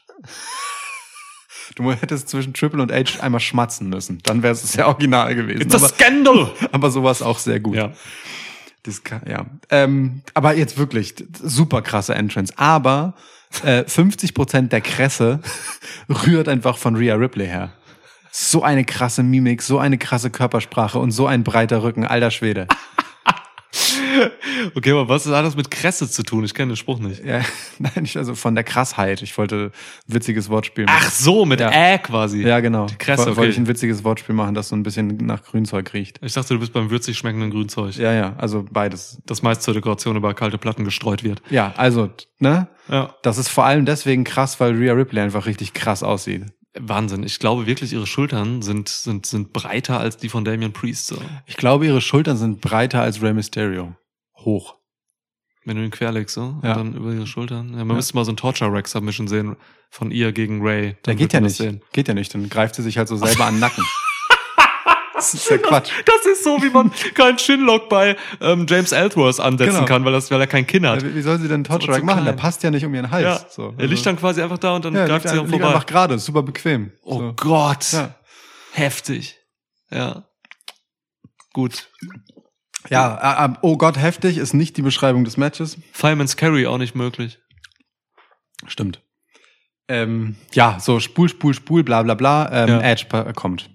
Du hättest zwischen Triple und H einmal schmatzen müssen. Dann wäre es ja original gewesen. It's a Aber, scandal. aber sowas auch sehr gut. Ja. Das kann, ja. Ähm, aber jetzt wirklich, d- super krasse Entrance. Aber äh, 50% der Kresse rührt einfach von Rhea Ripley her. So eine krasse Mimik, so eine krasse Körpersprache und so ein breiter Rücken, alter Schwede. Ah! Okay, aber was hat das mit Kresse zu tun? Ich kenne den Spruch nicht. Ja, nein, ich, also von der Krassheit. Ich wollte ein witziges Wortspiel machen. Ach so, mit Ja. Ä quasi. ja, genau. Die Kresse, Woll- okay. Wollte ich ein witziges Wortspiel machen, das so ein bisschen nach Grünzeug riecht. Ich dachte, du bist beim würzig schmeckenden Grünzeug, Ja, ja, also beides. das meist zur Dekoration über kalte Platten gestreut wird. Ja, also, ne? Ja. Das ist vor allem deswegen krass, weil Rhea Ripley einfach richtig krass aussieht. Wahnsinn. Ich glaube wirklich, ihre Schultern sind, sind, sind breiter als die von Damian Priest. So. Ich glaube, ihre Schultern sind breiter als Rey Mysterio. Hoch. Wenn du ihn querlegst, so. Ja. Und dann über ihre Schultern. Ja, man Ja. müsste mal so ein Torture-Rack-Submission sehen von ihr gegen Ray. Der Dann geht wird ja man nicht. das Sehen. Geht ja nicht. Dann greift sie sich halt so selber an den Nacken. Das ist ja Quatsch. Das ist so, wie man keinen Shinlock bei ähm, James Ellsworth ansetzen Genau. kann, weil, das, weil er kein Kinn hat. Wie wie soll sie denn einen Touchtrack zu machen? Der klein. passt ja nicht um ihren Hals. Ja. So, Also, er liegt dann quasi einfach da und dann greift sie auch liegt vorbei. einfach gerade. Super bequem. Oh so. Gott. ja. Heftig. Ja. Gut. ja, ah, ah, oh Gott, heftig ist nicht die Beschreibung des Matches. Fireman's Carry auch nicht möglich. Stimmt. Ähm, ja, so spul, spul, spul, bla bla bla. Ähm, Ja. Edge pa- kommt.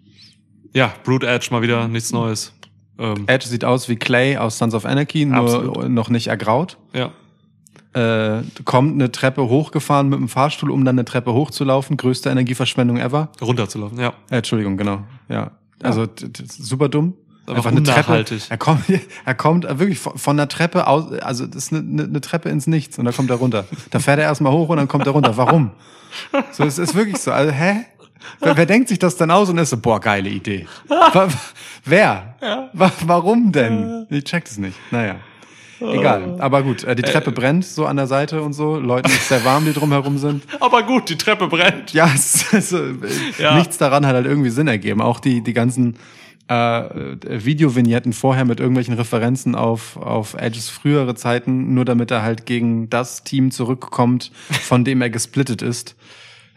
Ja, Brute Edge mal wieder, nichts Neues. Ähm, Edge sieht aus wie Clay aus Sons of Anarchy, nur Absolut. noch nicht ergraut. ja. äh, kommt eine Treppe hochgefahren mit dem Fahrstuhl, um dann eine Treppe hochzulaufen. Größte Energieverschwendung ever. Runterzulaufen, ja. Äh, Entschuldigung, genau. Ja. Also d- d- super dumm. Einfach unnachhaltig. Er kommt, er kommt wirklich von, von der Treppe aus, also das ist eine, eine, eine Treppe ins Nichts und dann kommt er runter. Da fährt er erstmal hoch und dann kommt er runter. Warum? So, es ist wirklich so. Also, hä? Wer, wer denkt sich das dann aus und ist so, boah, geile Idee. Wa- wa- wer? Wa- Warum denn? Ich check das nicht. Naja. Egal. Aber gut, äh, die Treppe brennt so an der Seite und so. Leuten ist sehr warm, die drumherum sind. Aber gut, die Treppe brennt. Ja, es, es, äh, Ja. nichts daran hat halt irgendwie Sinn ergeben. Auch die, die ganzen äh, äh, Videovignetten vorher mit irgendwelchen Referenzen auf, auf Edges frühere Zeiten, nur damit er halt gegen das Team zurückkommt, von dem er gesplittet ist.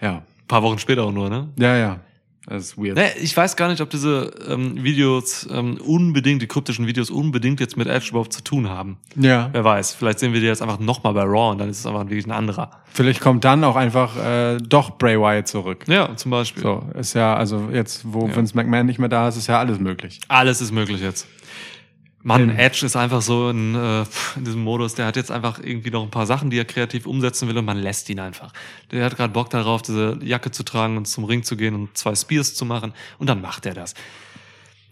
Ja, Ein paar Wochen später auch nur, ne? ja, ja. Das ist weird. Ne, ich weiß gar nicht, ob diese ähm, Videos ähm, unbedingt, die kryptischen Videos unbedingt jetzt mit Edge überhaupt zu tun haben. Ja, Wer weiß, vielleicht sehen wir die jetzt einfach nochmal bei Raw und dann ist es einfach wirklich ein anderer. vielleicht kommt dann auch einfach äh, doch Bray Wyatt zurück. Ja, zum Beispiel. So, ist ja, also jetzt, wo Ja. Vince McMahon nicht mehr da ist, ist ja alles möglich. Alles ist möglich jetzt. Mann, Edge ist einfach so in, äh, pf, in diesem Modus, der hat jetzt einfach irgendwie noch ein paar Sachen, die er kreativ umsetzen will und man lässt ihn einfach. Der hat gerade Bock darauf, diese Jacke zu tragen und zum Ring zu gehen und zwei Spears zu machen und dann macht er das.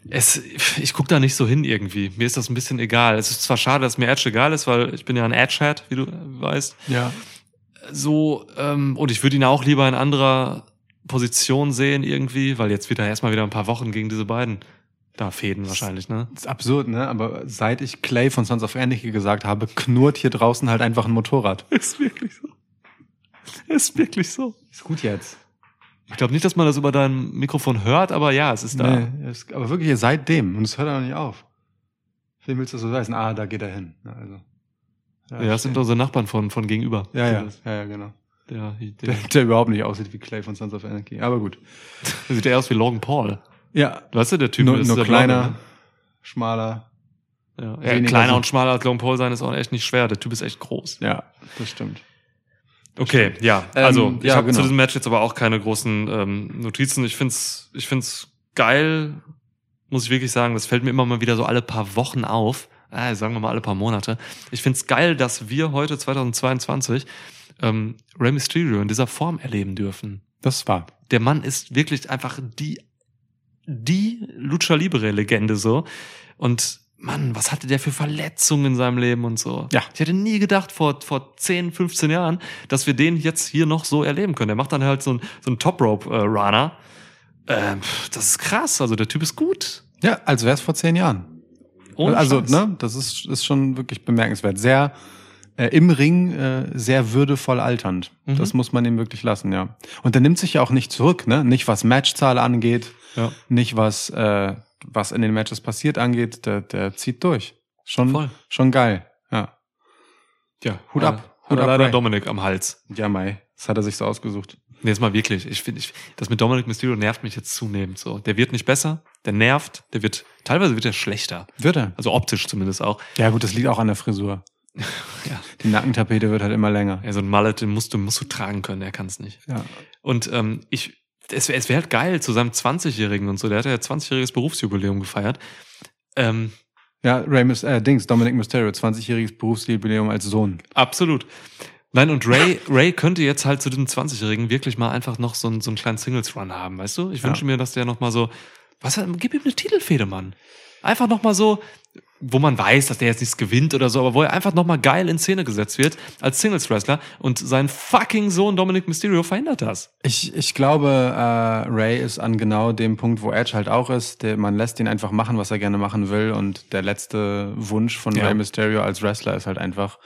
Es, pf, ich gucke da nicht so hin irgendwie. Mir ist das ein bisschen egal. Es ist zwar schade, dass mir Edge egal ist, weil ich bin ja ein Edge-Hat, wie du äh, weißt Ja. so, ähm, und ich würde ihn auch lieber in anderer Position sehen irgendwie, weil jetzt wird er erstmal wieder ein paar Wochen gegen diese beiden da fäden wahrscheinlich, ne? ist absurd, ne? Aber seit ich Clay von Sons of Anarchy gesagt habe, knurrt hier draußen halt einfach ein Motorrad. Ist wirklich so. Ist wirklich so. Ist gut jetzt. Ich glaube nicht, dass man das über dein Mikrofon hört, aber ja, es ist da. Nee, es- aber wirklich seitdem. Und es hört auch nicht auf. Wem willst du so weisen? Ah, da geht er hin. Ja, also. ja, das sind stimmt. unsere Nachbarn von, von gegenüber. ja, ja, ja, ja, genau. Der, der, Der, der überhaupt nicht aussieht wie Clay von Sons of Anarchy. Aber gut. der sieht eher aus wie Logan Paul. Ja, Weißt du, der Typ nur, ist nur der kleiner, Blonde, ne? schmaler. Ja, ja Weniger kleiner sind- und schmaler als Long Paul sein ist auch echt nicht schwer. Der Typ ist echt groß. Ja, das stimmt. Okay, ja. Ähm, Also ich ja, habe genau. zu diesem Match jetzt aber auch keine großen ähm, Notizen. Ich find's, ich find's geil, muss ich wirklich sagen. Das fällt mir immer mal wieder so alle paar Wochen auf. Äh, sagen wir mal alle paar Monate. Ich find's geil, dass wir heute 2022 ähm, Rey Mysterio in dieser Form erleben dürfen. Das war. Der Mann ist wirklich einfach die die Lucha Libre Legende so und Mann, was hatte der für Verletzungen in seinem Leben und so. Ja. Ich hätte nie gedacht vor, vor 10, 15 Jahren, dass wir den jetzt hier noch so erleben können. Der macht dann halt so einen so einen Top-Rope-Runner. äh, Ähm, pff, das ist krass. Also der Typ ist gut. Ja, als wär's vor zehn Jahren. Ohne also, Scheiß. ne, das ist, ist schon wirklich bemerkenswert. Sehr äh, im Ring, äh, sehr würdevoll alternd. Mhm. Das muss man ihm wirklich lassen, ja. Und der nimmt sich ja auch nicht zurück, ne? Nicht was Matchzahl angeht, Ja. nicht was, äh, was in den Matches passiert angeht, der, der zieht durch. Schon, Voll. schon geil. Ja. Ja, Hut Ja, äh, ab. Hat Hut er ab. leider Ray. Dominik am Hals. ja, Mai. Das hat er sich so ausgesucht. Nee, jetzt mal wirklich. Ich finde, ich, das mit Dominic Mysterio nervt mich jetzt zunehmend so. Der wird nicht besser, der nervt, der wird, teilweise wird er schlechter. Wird er. Also optisch zumindest auch. Ja, gut, das liegt auch an der Frisur. Ja. Die Nackentapete wird halt immer länger. Ja, so ein Mallet, den musst du, musst du tragen können, er kann es nicht. Ja. Und ähm, ich, es, wär- es wäre halt geil, zu seinem 20-Jährigen und so, der hat ja 20-jähriges Berufsjubiläum gefeiert. Ähm, Ja, Ray Mys äh, Dings, Dominic Mysterio, 20-jähriges Berufsjubiläum als Sohn. absolut. Nein, und Ray, Ray könnte jetzt halt zu diesem 20-Jährigen wirklich mal einfach noch so, einen- so einen kleinen Singles-Run haben, weißt du? Ich Ja. wünsche mir, dass der nochmal so, was, hat- gib ihm eine Titelfehde, Mann. Einfach nochmal so, wo man weiß, dass der jetzt nichts gewinnt oder so, aber wo er einfach nochmal geil in Szene gesetzt wird als Singles-Wrestler und sein fucking Sohn Dominic Mysterio verhindert das. Ich, ich glaube, äh, Ray ist an genau dem Punkt, wo Edge halt auch ist. Der, man lässt ihn einfach machen, was er gerne machen will. Und der letzte Wunsch von Ja. Ray Mysterio als Wrestler ist halt einfach,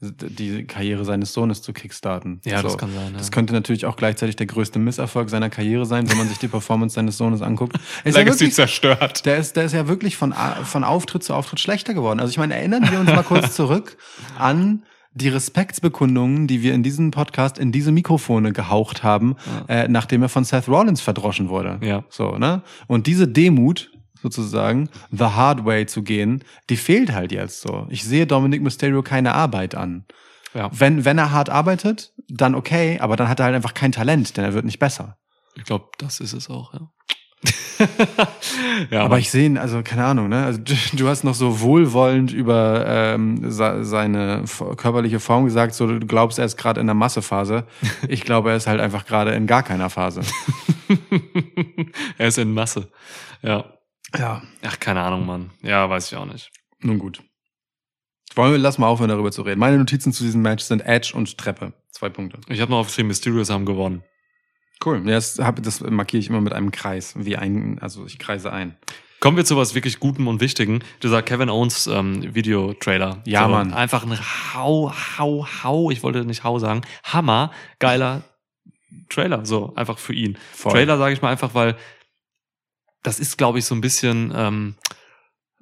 die Karriere seines Sohnes zu kickstarten. Ja, So. das kann sein. Ja. Das könnte natürlich auch gleichzeitig der größte Misserfolg seiner Karriere sein, wenn man sich die Performance seines Sohnes anguckt. Er Ist ja wirklich, zerstört. der, ist, der ist ja wirklich von, A- von Auftritt zu Auftritt schlechter geworden. Also ich meine, erinnern wir uns mal kurz zurück an die Respektsbekundungen, die wir in diesem Podcast in diese Mikrofone gehaucht haben, äh, nachdem er von Seth Rollins verdroschen wurde. Ja. So, ne? Und diese Demut sozusagen, the hard way zu gehen, die fehlt halt jetzt so. Ich sehe Dominic Mysterio keine Arbeit an. Ja. Wenn, wenn er hart arbeitet, dann okay, aber dann hat er halt einfach kein Talent, denn er wird nicht besser. Ich glaube, das ist es auch, ja. ja, Aber ich sehe ihn, also keine Ahnung, ne? Also, du, du hast noch so wohlwollend über ähm, se- seine f- körperliche Form gesagt, so du glaubst, er ist gerade in der Massephase. Ich glaube, er ist halt einfach gerade in gar keiner Phase. er ist in Masse. Ja. Ja, Ach, keine Ahnung, Mann. Ja, weiß ich auch nicht. nun gut. Wollen wir, lass mal aufhören, darüber zu reden. Meine Notizen zu diesem Match sind Edge und Treppe. Zwei Punkte. Ich habe noch aufgeschrieben, Mysterios haben gewonnen. Cool. Ja, das, hab, das markiere ich immer mit einem Kreis, wie ein, also ich kreise ein. Kommen wir zu was wirklich Gutem und Wichtigen. Dieser Kevin Owens ähm, Videotrailer. Ja, Mann. Einfach ein Hau, Hau, Hau. Ich wollte nicht Hau sagen. Hammer, geiler Trailer. So, einfach für ihn. Voll. Trailer sage ich mal einfach, weil das ist, glaube ich, so ein bisschen ähm,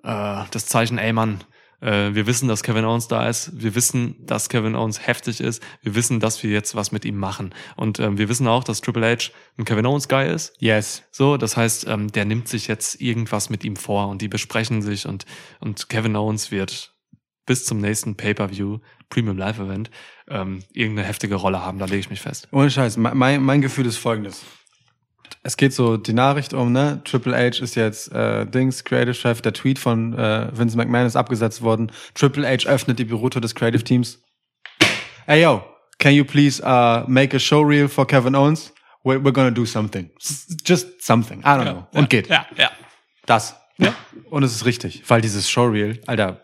äh, das Zeichen, ey Mann, äh, wir wissen, dass Kevin Owens da ist, wir wissen, dass Kevin Owens heftig ist, wir wissen, dass wir jetzt was mit ihm machen. Und ähm, wir wissen auch, dass Triple H ein Kevin Owens-Guy ist. Yes. So, das heißt, ähm, der nimmt sich jetzt irgendwas mit ihm vor und die besprechen sich und, und Kevin Owens wird bis zum nächsten Pay-Per-View, Premium Live Event, ähm, irgendeine heftige Rolle haben, da lege ich mich fest. Ohne Scheiß, me- mein, mein Gefühl ist folgendes. Es geht so die Nachricht um, ne? Triple H ist jetzt äh, Dings, Creative Chef. Der Tweet von äh, Vince McMahon ist abgesetzt worden. Triple H öffnet die Bürotür des Creative Teams. Hey yo, can you please uh, make a showreel for Kevin Owens? We're, we're gonna do something. S- Just something. I don't know. Und geht. Ja, ja. Das. Ja. Und es ist richtig, weil dieses Showreel, Alter,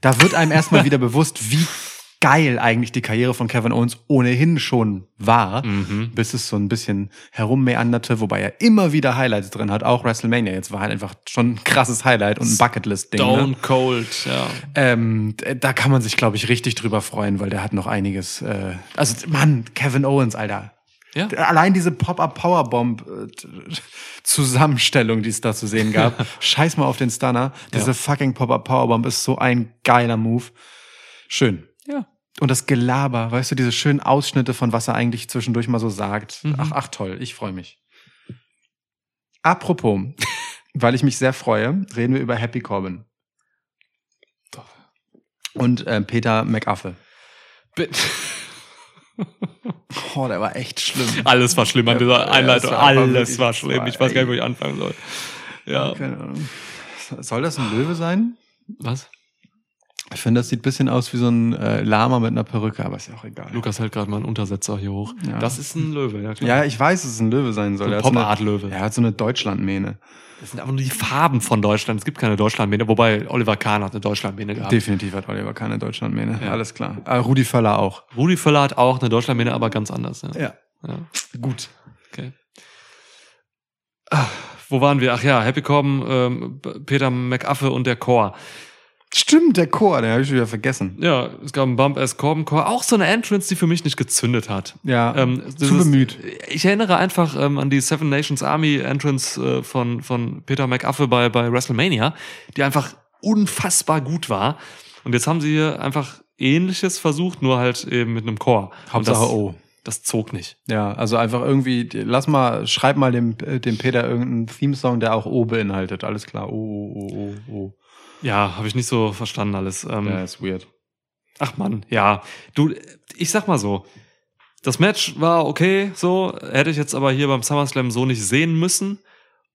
da wird einem erstmal wieder bewusst, wie geil eigentlich die Karriere von Kevin Owens ohnehin schon war, Mhm. bis es so ein bisschen herummeanderte, wobei er immer wieder Highlights drin hat, auch WrestleMania. Jetzt war halt einfach schon ein krasses Highlight und ein Bucketlist-Ding. Ne? Stone Cold, ja. Ähm, d- da kann man sich, glaube ich, richtig drüber freuen, weil der hat noch einiges. Äh, also, Mann, Kevin Owens, Alter. Ja. D- Allein diese Pop-Up-Powerbomb-Zusammenstellung, die es da zu sehen gab. Scheiß mal auf den Stunner. Diese fucking Pop-Up-Powerbomb ist so ein geiler Move. Schön. Ja. Und das Gelaber, weißt du, diese schönen Ausschnitte von was er eigentlich Mhm. zwischendurch mal so sagt. Ach, ach toll, ich freue mich. Apropos, weil ich mich sehr freue, reden wir über Happy Corbin. Und äh, Peter McAffe. Bitte. Oh, der war echt schlimm. Alles war schlimm an dieser Einleitung. war aber Alles wirklich- war schlimm. Ich weiß gar nicht, wo ich anfangen soll. Ja. Keine Ahnung. Soll das ein Löwe sein? Was? Ich finde, das sieht ein bisschen aus wie so ein äh, Lama mit einer Perücke, aber ist ja auch egal. Lukas hält gerade mal einen Untersetzer hier hoch. Ja. Das ist ein Löwe, ja klar. Ja, ich weiß, dass es ein Löwe sein soll. Er hat So ein so eine- Pop-Art-Löwe. Er hat so eine Deutschlandmähne. Das sind aber nur die Farben von Deutschland. Es gibt keine Deutschlandmähne, wobei Oliver Kahn hat eine Deutschlandmähne gehabt. Definitiv hat Oliver keine Deutschlandmähne. Ja. Alles klar. Ah, Rudi Völler auch. Rudi Völler hat auch eine Deutschlandmähne, aber ganz anders. Ja. Ja, Ja. gut. Okay. Ah, Wo waren wir? Ach ja, Happy Corbin, ähm, B- Peter McAffe und der Chor. Stimmt, der Chor, den habe ich schon wieder vergessen. Ja, es gab einen Bump S Corbin Chor. Auch so eine Entrance, die für mich nicht gezündet hat. Ja, Ähm, das zu ist- bemüht. Ich erinnere einfach ähm, an die Seven Nations Army Entrance äh, von, von Peter McAfee bei, bei WrestleMania, die einfach unfassbar gut war. Und jetzt haben sie hier einfach ähnliches versucht, nur halt eben mit einem Chor. Und Hauptsache das, O. Das zog nicht. Ja, also einfach irgendwie, die- lass mal, schreib mal dem, äh, dem Peter irgendeinen Theme-Song, der auch O beinhaltet. Alles klar. O, O, O, O, O. Ja, habe ich nicht so verstanden alles. Ähm, Ja, ist weird. Ach Mann, ja. Du, ich sag mal so. Das Match war okay, so. Hätte ich jetzt aber hier beim SummerSlam so nicht sehen müssen.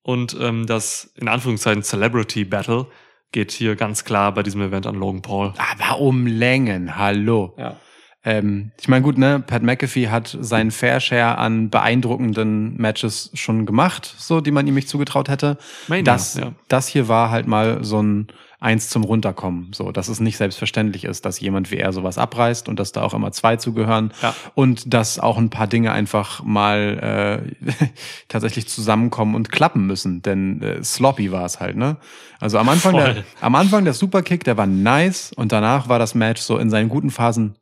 Und ähm, das, in Anführungszeichen, Celebrity Battle geht hier ganz klar bei diesem Event an Logan Paul. Aber um Längen, hallo. Ja. Ähm, ich meine, gut, ne, Pat McAfee hat seinen Fair Share an beeindruckenden Matches schon gemacht, so, die man ihm nicht zugetraut hätte. Mania, das, ja. das hier war halt mal so ein Eins zum Runterkommen, so, dass es nicht selbstverständlich ist, dass jemand wie er sowas abreißt und dass da auch immer zwei zugehören Ja. und dass auch ein paar Dinge einfach mal äh, tatsächlich zusammenkommen und klappen müssen, denn äh, sloppy war es halt, ne? Also am Anfang, Voll. der, am Anfang der Superkick, der war nice und danach war das Match so in seinen guten Phasen,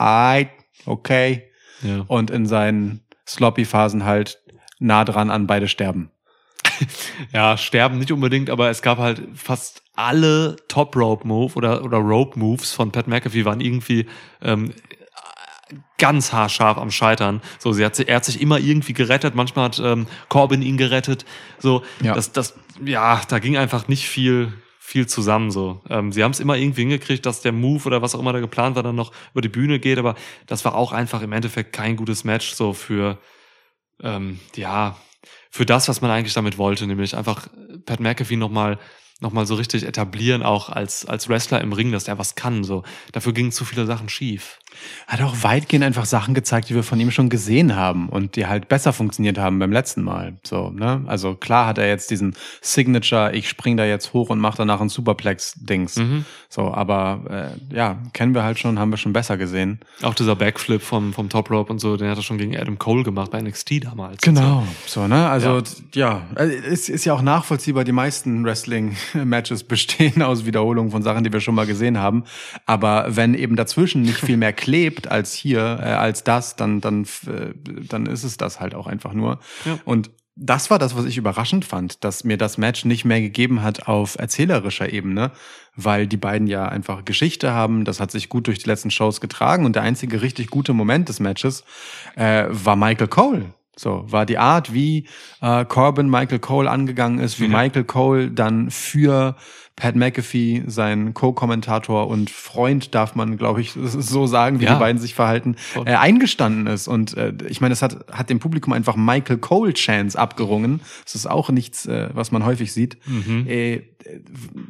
I, okay, ja. und in seinen sloppy Phasen halt nah dran an beide sterben. Ja, sterben nicht unbedingt, aber es gab halt fast alle Top Rope Move oder, oder Rope Moves von Pat McAfee waren irgendwie ähm, ganz haarscharf am Scheitern. So, sie hat, sie- er hat sich immer irgendwie gerettet. Manchmal hat ähm, Corbin ihn gerettet. So, Ja. das, das, ja, da ging einfach nicht viel, viel zusammen. So, ähm, sie haben es immer irgendwie hingekriegt, dass der Move oder was auch immer da geplant war, dann noch über die Bühne geht. Aber das war auch einfach im Endeffekt kein gutes Match so für, ähm, ja, für das, was man eigentlich damit wollte, nämlich einfach äh, Pat McAfee nochmal noch mal so richtig etablieren, auch als, als Wrestler im Ring, dass der was kann. So. Dafür gingen zu viele Sachen schief. hat auch weitgehend einfach Sachen gezeigt, die wir von ihm schon gesehen haben und die halt besser funktioniert haben beim letzten Mal. So, ne? Also klar hat er jetzt diesen Signature, ich spring da jetzt hoch und mache danach ein Superplex-Dings. So, aber äh, ja, kennen wir halt schon, haben wir schon besser gesehen. Auch dieser Backflip vom, vom Top Rope und so, den hat er schon gegen Adam Cole gemacht bei NXT damals. So, ne? Also ja, ja ist, ist ja auch nachvollziehbar, die meisten Wrestling-Matches bestehen aus Wiederholungen von Sachen, die wir schon mal gesehen haben. Aber wenn eben dazwischen nicht viel mehr klebt als hier, äh, als das, dann, dann, f- äh, dann ist es das halt auch einfach nur. Ja. Und das war das, was ich überraschend fand, dass mir das Match nicht mehr gegeben hat auf erzählerischer Ebene, weil die beiden ja einfach Geschichte haben. Das hat sich gut durch die letzten Shows getragen und der einzige richtig gute Moment des Matches äh, war Michael Cole. So, war die Art, wie äh, Corbin Michael Cole angegangen ist, wie Ja. Michael Cole dann für Pat McAfee, sein Co-Kommentator und Freund, darf man, glaube ich, so sagen, wie Ja. die beiden sich verhalten, Voll. äh, eingestanden ist. Und äh, ich meine, es hat, hat dem Publikum einfach Michael Cole Chance abgerungen. Das ist auch nichts, äh, was man häufig sieht. Mhm. Äh, äh,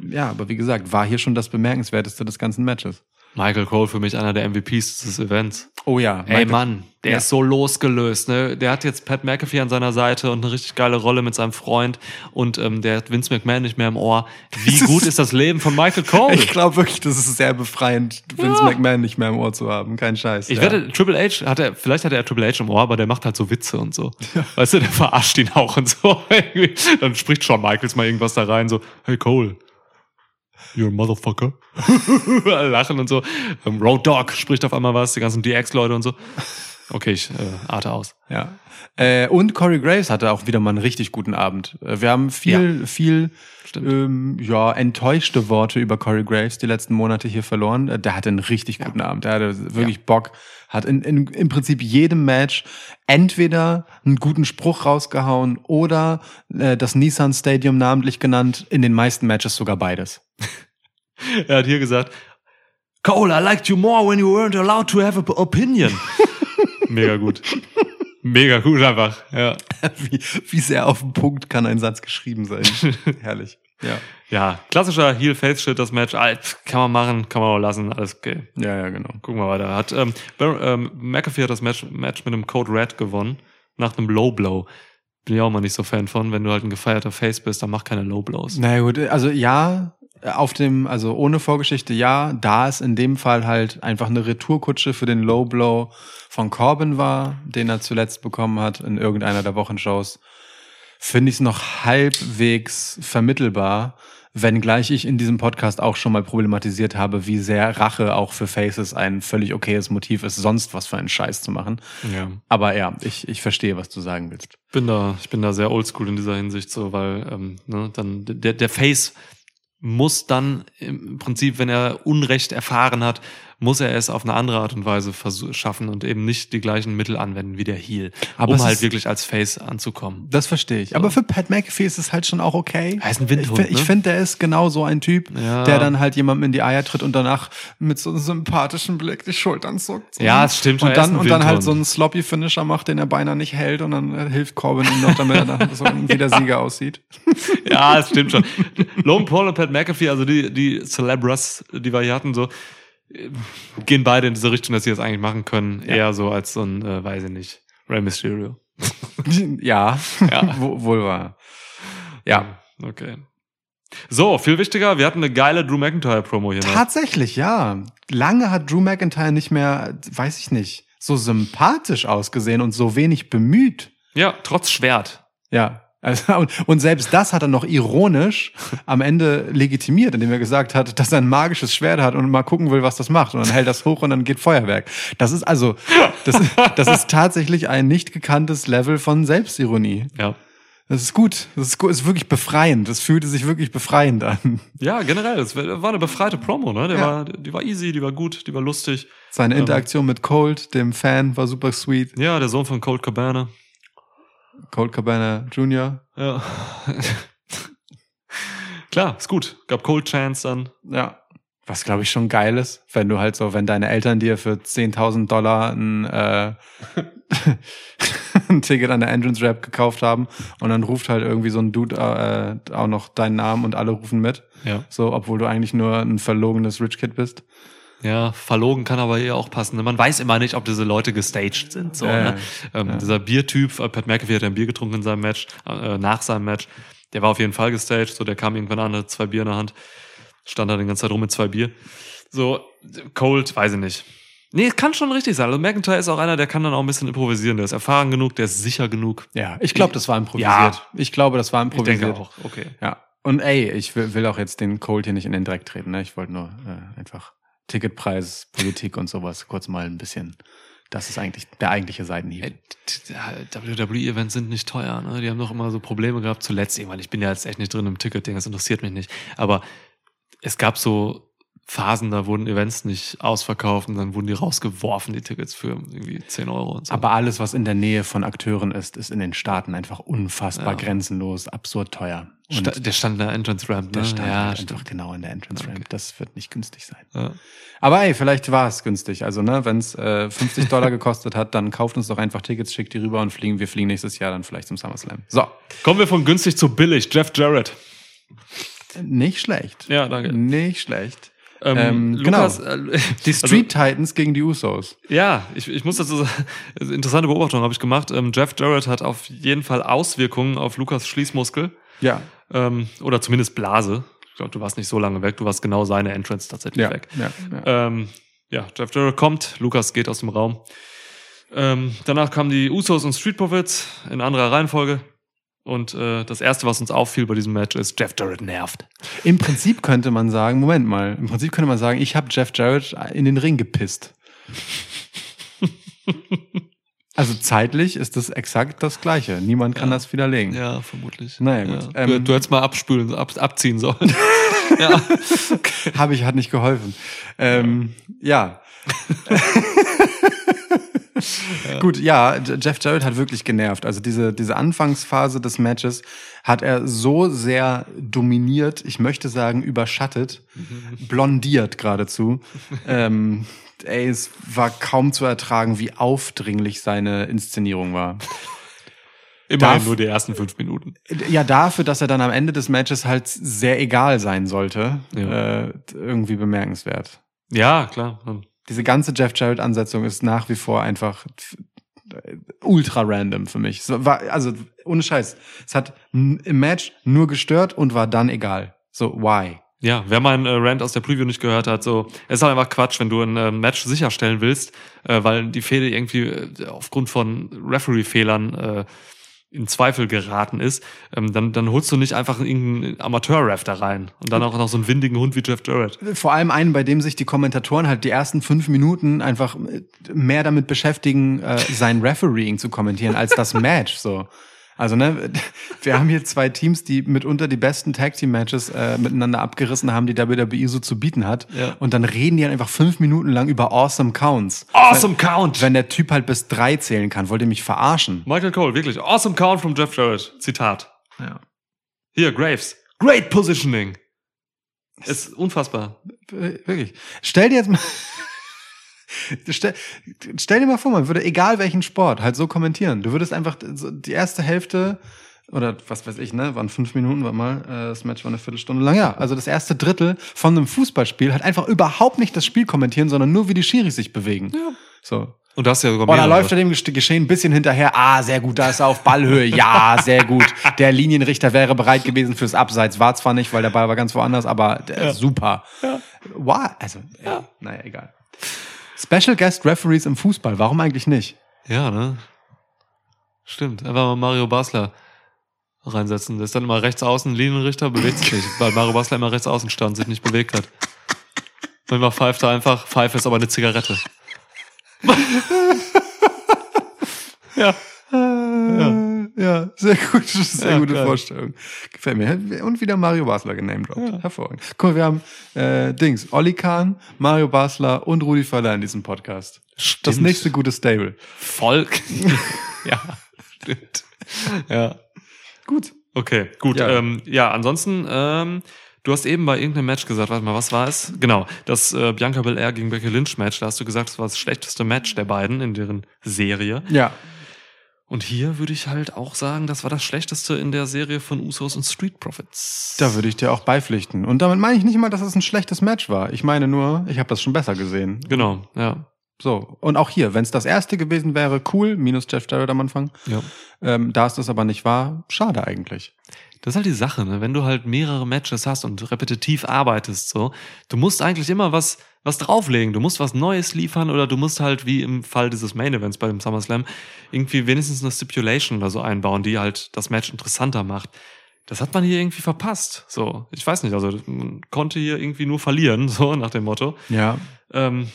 ja, aber wie gesagt, war hier schon das Bemerkenswerteste des ganzen Matches. Michael Cole für mich einer der MVPs des Events. Oh ja, Ey Michael- Mann, der Ja. ist so losgelöst. Ne? Der hat jetzt Pat McAfee an seiner Seite und eine richtig geile Rolle mit seinem Freund und ähm, der hat Vince McMahon nicht mehr im Ohr. Wie gut ist das Leben von Michael Cole? Ich glaube wirklich, das ist sehr befreiend, Vince McMahon nicht mehr im Ohr zu haben. Kein Scheiß. Ich ja. wette, Triple H hat er, vielleicht hat er Triple H im Ohr, aber der macht halt so Witze und so. Weißt du, der verarscht ihn auch und so. Irgendwie. Dann spricht Shawn Michaels mal irgendwas da rein, so, hey Cole, you're a motherfucker. Alle Lachen und so. Ähm, Road Dog spricht auf einmal was, die ganzen DX-Leute und so. Okay, ich äh, arte aus. Ja. Äh, und Corey Graves hatte auch wieder mal einen richtig guten Abend. Äh, Wir haben viel, viel Stimmt. ähm, ja, enttäuschte Worte über Corey Graves die letzten Monate hier verloren. Äh, Der hatte einen richtig guten Abend. Der hatte wirklich Bock. Hat in, in, im Prinzip jedem Match entweder einen guten Spruch rausgehauen oder äh, das Nissan Stadium namentlich genannt. In den meisten Matches sogar beides. Er hat hier gesagt, Cole, I liked you more when you weren't allowed to have an opinion. Mega gut. Mega gut einfach. Ja, wie, wie sehr auf den Punkt kann ein Satz geschrieben sein. Herrlich. Ja. ja klassischer Heel-Face-Shit, das Match. Ah, pf, Kann man machen, kann man auch lassen, alles okay. Ja, ja, genau. Gucken wir weiter. Hat, ähm, Bar ähm, McAfee hat das Match, Match mit einem Code Red gewonnen, nach einem Low Blow. Bin ich auch mal nicht so Fan von. Wenn du halt ein gefeierter Face bist, dann mach keine Low Blows. Na gut, also ja, auf dem, also ohne Vorgeschichte ja, da es in dem Fall halt einfach eine Retourkutsche für den Low Blow von Corbin war, den er zuletzt bekommen hat in irgendeiner der Wochenshows, finde ich es noch halbwegs vermittelbar, wenngleich ich in diesem Podcast auch schon mal problematisiert habe, wie sehr Rache auch für Faces ein völlig okayes Motiv ist, sonst was für einen Scheiß zu machen. Ja. Aber ja, ich, ich verstehe, was du sagen willst. Bin da, ich bin da sehr oldschool in dieser Hinsicht, so, weil ähm, ne, dann der, der Face muss dann im Prinzip, wenn er Unrecht erfahren hat, muss er es auf eine andere Art und Weise versu- schaffen und eben nicht die gleichen Mittel anwenden wie der Heel, Aber um es halt ist- wirklich als Face anzukommen. Das verstehe ich. Aber für Pat McAfee ist es halt schon auch okay. Er ist ein Windhund, Ich, fi- ich ne? finde, der ist genau so ein Typ, Ja. der dann halt jemandem in die Eier tritt und danach mit so einem sympathischen Blick die Schultern zuckt. Ja, es stimmt schon, Und er ist dann, ein und dann halt Windhund. so einen sloppy Finisher macht, den er beinahe nicht hält und dann äh, hilft Corbin ihm noch, damit er dann so wie der Sieger aussieht. Ja, das stimmt schon. Lone Paul und Pat McAfee, also die, die Celebras, die wir hier hatten, so, äh, gehen beide in diese Richtung, dass sie das eigentlich machen können. Eher so als so ein, äh, weiß ich nicht, Rey Mysterio. ja, Ja. Wo- wohl wahr. Ja. Hm, Okay. So, viel wichtiger, wir hatten eine geile Drew McIntyre-Promo hier. ne? Tatsächlich, ja. Lange hat Drew McIntyre nicht mehr, äh, weiß ich nicht, so sympathisch ausgesehen und so wenig bemüht. Ja, trotz Schwert. Ja. Also, und, und selbst das hat er noch ironisch am Ende legitimiert, indem er gesagt hat, dass er ein magisches Schwert hat und mal gucken will, was das macht. Und dann hält das hoch und dann geht Feuerwerk. Das ist also, das, das ist tatsächlich ein nicht gekanntes Level von Selbstironie. Ja. Das ist gut. Das ist gut. Das ist wirklich befreiend. Das fühlte sich wirklich befreiend an. Ja, generell, es war eine befreite Promo, ne? Der Ja. war, die war easy, die war gut, die war lustig. Seine Interaktion mit Cold, dem Fan, war super sweet. Ja, der Sohn von Colt Cabana. Cold Cabana Jr. Ja. Klar, ist gut. Gab Cold Chance dann. Ja. Was, glaube ich, schon geil ist, wenn du halt so, wenn deine Eltern dir für 10.000 Dollar ein, äh, ein Ticket an der Entrance Rap gekauft haben und dann ruft halt irgendwie so ein Dude äh, auch noch deinen Namen und alle rufen mit. Ja. So, obwohl du eigentlich nur ein verlogenes Rich Kid bist. Ja, verlogen kann aber eher auch passen. ne? Man weiß immer nicht, ob diese Leute gestaged sind. So, Ja, ne? ähm, Dieser Biertyp, äh, Pat McAfee hat ja ein Bier getrunken in seinem Match, äh, nach seinem Match. Der war auf jeden Fall gestaged. So, der kam irgendwann an, hat zwei Bier in der Hand, stand da die ganze Zeit rum mit zwei Bier. So, cold, weiß ich nicht. Nee, es kann schon richtig sein. Also McIntyre ist auch einer, der kann dann auch ein bisschen improvisieren. Der ist erfahren genug, der ist sicher genug. Ja, ich glaube, das war improvisiert. Ja. Ich glaube, das war Ich improvisiert. denke auch, okay. Ja. Und ey, ich will, will auch jetzt den Cold hier nicht in den Dreck treten. Ne? Ich wollte nur äh, einfach Ticketpreis, Politik und sowas kurz mal ein bisschen. Das ist eigentlich der eigentliche Seitenhieb. Ey, WWE-Events E sind nicht teuer, ne? Die haben doch immer so Probleme gehabt, zuletzt irgendwann. Ich bin ja jetzt echt nicht drin im Ticket-Ding, das interessiert mich nicht. Aber es gab so Phasen, da wurden Events nicht ausverkauft und dann wurden die rausgeworfen, die Tickets für irgendwie 10 Euro und so. Aber alles, was in der Nähe von Akteuren ist, ist in den Staaten einfach unfassbar Ja. grenzenlos, absurd teuer. Und Sta der stand in der Entrance Ramp, ne? der stand ja, halt stimmt. einfach genau in der Entrance Ramp. Das wird nicht günstig sein. Ja. Aber ey, vielleicht war es günstig. Also, ne, wenn es äh, 50 Dollar gekostet hat, dann kauft uns doch einfach Tickets, schickt die rüber und fliegen. Wir fliegen nächstes Jahr dann vielleicht zum SummerSlam. So, Kommen wir von günstig zu billig. Jeff Jarrett. nicht schlecht. Ja, danke. Nicht schlecht. Ähm, Ähm, Lukas, genau. äh, Die Street Titans gegen die Usos. Ja, ich, ich muss dazu sagen, also interessante Beobachtung habe ich gemacht. Ähm, Jeff Jarrett hat auf jeden Fall Auswirkungen auf Lukas Schließmuskel. Ja. Ähm, oder zumindest Blase. Ich glaube, du warst nicht so lange weg. Du warst genau seine Entrance tatsächlich Ja. weg. ja, ja. Ähm, ja, Jeff Jarrett kommt, Lukas geht aus dem Raum. Ähm, danach kamen die Usos und Street Profits in anderer Reihenfolge. Und äh, das Erste, was uns auffiel bei diesem Match, ist, Jeff Jarrett nervt. Im Prinzip könnte man sagen, Moment mal, im Prinzip könnte man sagen, ich habe Jeff Jarrett in den Ring gepisst. Also zeitlich ist das exakt das Gleiche. Niemand kann Ja. das widerlegen. Ja, vermutlich. Naja, ja. gut. Du- Ähm, du hättest mal abspülen, ab, abziehen sollen. ja. Habe ich, hat nicht geholfen. Ähm, ja. Gut, ja, J- Jeff Jarrett hat wirklich genervt. Also diese, diese Anfangsphase des Matches hat er so sehr dominiert, ich möchte sagen überschattet, blondiert geradezu. ähm, ey, es war kaum zu ertragen, wie aufdringlich seine Inszenierung war. Immerhin Darf- nur die ersten fünf Minuten. Ja, dafür, dass er dann am Ende des Matches halt sehr egal sein sollte, Ja. äh, irgendwie bemerkenswert. Ja, klar. Hm. diese ganze Jeff Jarrett-Ansetzung ist nach wie vor einfach f- ultra random für mich. Es war, also ohne Scheiß. Es hat n- im Match nur gestört und war dann egal. So, why? Ja, wer meinen äh, Rant aus der Preview nicht gehört hat, so, es ist halt einfach Quatsch, wenn du ein äh, Match sicherstellen willst, äh, weil die Fehde irgendwie äh, aufgrund von Referee-Fehlern äh, in Zweifel geraten ist, ähm, dann, dann holst du nicht einfach irgendeinen Amateur-Ref da rein und dann auch noch so einen windigen Hund wie Jeff Jarrett. Vor allem einen, bei dem sich die Kommentatoren halt die ersten fünf Minuten einfach äh, mehr damit beschäftigen, äh, sein Refereeing zu kommentieren, als das Match. So. Also, ne, wir haben hier zwei Teams, die mitunter die besten Tag-Team-Matches äh, miteinander abgerissen haben, die WWE so zu bieten hat. Ja. Und dann reden die halt einfach fünf Minuten lang über Awesome Counts. Awesome Count! Wenn der Typ halt bis drei zählen kann, wollt ihr mich verarschen? Michael Cole, wirklich. Awesome Count from Jeff Jarrett. Zitat. Ja. Hier, Graves. Great Positioning. Ist unfassbar. Wirklich. Stell dir jetzt mal. Stell, stell dir mal vor, man würde egal welchen Sport halt so kommentieren. Du würdest einfach so die erste Hälfte oder was weiß ich, ne, waren fünf Minuten, war mal, äh, das Match war eine Viertelstunde lang. Ja, also das erste Drittel von einem Fußballspiel halt einfach überhaupt nicht das Spiel kommentieren, sondern nur wie die Schiris sich bewegen. Ja. So. Und das ist ja sogar Und da mehrere. läuft er dem Gest- Geschehen ein bisschen hinterher. Ah, sehr gut, da ist er auf Ballhöhe. Ja, sehr gut. Der Linienrichter wäre bereit gewesen fürs Abseits. War zwar nicht, weil der Ball war ganz woanders, aber der, super. Wow, also, ja. naja, egal. Special Guest Referees im Fußball, warum eigentlich nicht? Ja, ne? Stimmt. Einfach mal Mario Basler reinsetzen. Der ist dann immer rechts außen, Linienrichter, bewegt sich nicht, weil Mario Basler immer rechts außen stand, sich nicht bewegt hat. Wenn man pfeift er einfach, pfeife ist aber eine Zigarette. ja. Äh, Ja, ja sehr gut, sehr Ja, gute geil. Vorstellung. Gefällt mir. Und wieder Mario Basler genamedroppt. Hervorragend. Guck mal, wir haben äh, Dings, Olli Kahn, Mario Basler und Rudi Völler in diesem Podcast. Das Stimmt. nächste gute Stable. Voll. ja, stimmt. Ja. Gut. Okay, gut. Ja. Ja, ähm, ja ansonsten, ähm, du hast eben bei irgendeinem Match gesagt, warte mal, was war es? Genau, das äh, Bianca Belair gegen Becky Lynch Match, da hast du gesagt, das war das schlechteste Match der beiden in deren Serie. Ja, Und hier würde ich halt auch sagen, das war das schlechteste in der Serie von Usos und Street Profits. Da würde ich dir auch beipflichten. Und damit meine ich nicht mal, dass es ein schlechtes Match war. Ich meine nur, ich habe das schon besser gesehen. Genau, ja. So, und auch hier, wenn es das erste gewesen wäre, cool, minus Jeff Jarrett am Anfang. ja. Ähm, da es das aber nicht war, schade eigentlich. Das ist halt die Sache, ne? wenn du halt mehrere Matches hast und repetitiv arbeitest, so, du musst eigentlich immer was, was drauflegen. Du musst was Neues liefern oder du musst halt, wie im Fall dieses Main Events bei dem SummerSlam, irgendwie wenigstens eine Stipulation oder so einbauen, die halt das Match interessanter macht. Das hat man hier irgendwie verpasst. So, ich weiß nicht, also man konnte hier irgendwie nur verlieren, so nach dem Motto. Ja. Ähm,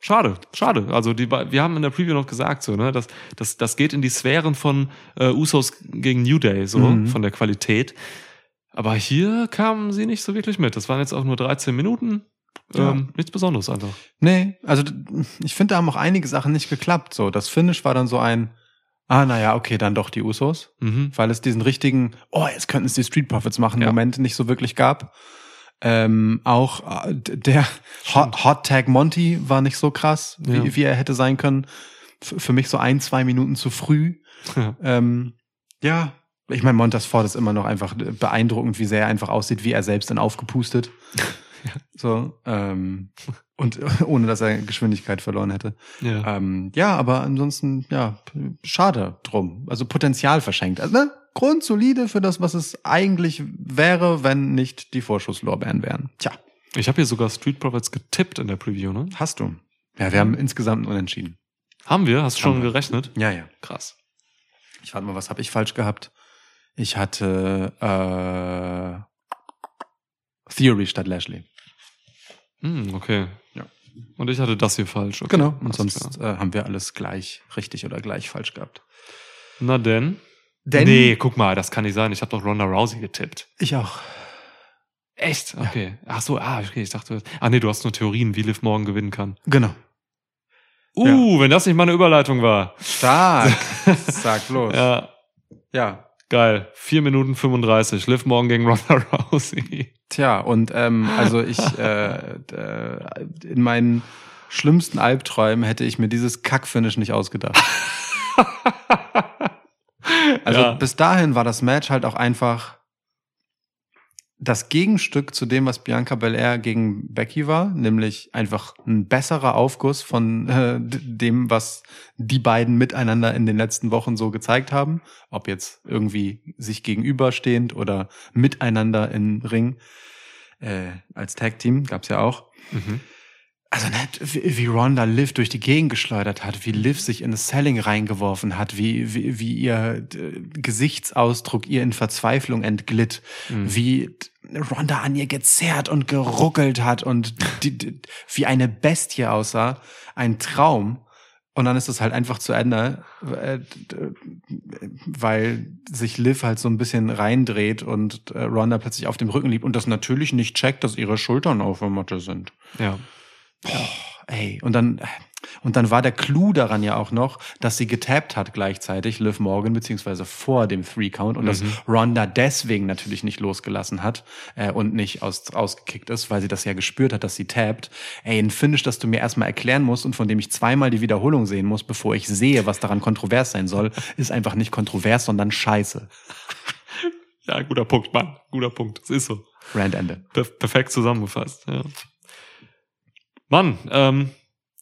schade, schade. Also die, be- wir haben in der Preview noch gesagt, so, ne, das, das, das geht in die Sphären von äh, Usos gegen New Day, so Mhm. von der Qualität. Aber hier kamen sie nicht so wirklich mit. Das waren jetzt auch nur 13 Minuten. Ja. Ähm, nichts Besonderes einfach. Nee, also d- ich finde, da haben auch einige Sachen nicht geklappt. So, das Finish war dann so ein, ah, naja, okay, dann doch die Usos. Mhm. weil es diesen richtigen, oh, jetzt könnten es die Street Profits machen, Ja. Moment nicht so wirklich gab. Ähm, auch äh, d- der Hot, Hot Tag Monty war nicht so krass, wie, Ja. wie er hätte sein können. F für mich so ein, zwei Minuten zu früh. Ja. Ähm, ja, ich meine, Montas Ford ist immer noch einfach beeindruckend, wie sehr er einfach aussieht, wie er selbst dann aufgepustet. So, ähm, und ohne dass er Geschwindigkeit verloren hätte. Ja. Ähm, ja, aber ansonsten, ja, p- schade drum. Also Potenzial verschenkt. Also, ne? Grundsolide für das, was es eigentlich wäre, wenn nicht die Vorschusslorbeeren wären. Tja, Ich habe hier sogar Street Profits getippt in der Preview, ne? hast du. Ja, wir Mhm. haben insgesamt unentschieden. Haben wir? Hast du schon Haben wir. gerechnet? Ja, ja. Krass. Ich warte mal, was habe ich falsch gehabt? Ich hatte äh, Theory statt Lashley. Hm, okay. Ja. Und ich hatte das hier falsch. Okay, Genau. Und alles sonst klar. äh, haben wir alles gleich richtig oder gleich falsch gehabt. Na denn? Denn Nee, guck mal, das kann nicht sein. Ich habe doch Ronda Rousey getippt. ich auch. Echt? Okay. Ach so, ah, okay, ich dachte. Ah nee, du hast nur Theorien, wie Liv morgen gewinnen kann. Genau. Uh, wenn das nicht mal eine Überleitung war. Stark. Sag bloß. Ja. Ja, geil. 4 Minuten 35. Liv morgen gegen Ronda Rousey. Tja, und ähm, also ich äh, d- äh, in meinen schlimmsten Albträumen hätte ich mir dieses Kackfinish nicht ausgedacht. Also Ja. bis dahin war das Match halt auch einfach das Gegenstück zu dem, was Bianca Belair gegen Becky war, nämlich einfach ein besserer Aufguss von äh, d- dem, was die beiden miteinander in den letzten Wochen so gezeigt haben, ob jetzt irgendwie sich gegenüberstehend oder miteinander im Ring äh, als Tag Team gab's ja auch. Mhm. Also nicht, wie wie Ronda Liv durch die Gegend geschleudert hat, wie Liv sich in das Selling reingeworfen hat, wie, wie, wie ihr äh, Gesichtsausdruck ihr in Verzweiflung entglitt, Mhm. wie t- Ronda an ihr gezerrt und geruckelt hat und die, die, wie eine Bestie aussah, ein Traum. Und dann ist es halt einfach zu Ende, äh, d- äh, weil sich Liv halt so ein bisschen reindreht und äh, Ronda plötzlich auf dem Rücken liegt und das natürlich nicht checkt, dass ihre Schultern auf der Matte sind. Ja. Ey, und dann, und dann war der Clou daran ja auch noch, dass sie getappt hat gleichzeitig, Liv Morgan, beziehungsweise vor dem Three-Count und dass Ronda deswegen natürlich nicht losgelassen hat äh, und nicht aus, ausgekickt ist, weil sie das ja gespürt hat, dass sie tappt. Ey, ein Finish, das du mir erstmal erklären musst und von dem ich zweimal die Wiederholung sehen muss, bevor ich sehe, was daran kontrovers sein soll, ist einfach nicht kontrovers, sondern scheiße. Ja, guter Punkt, Mann. Guter Punkt. Das ist so. Rand Ende. Per perfekt zusammengefasst. Ja. Mann, ähm,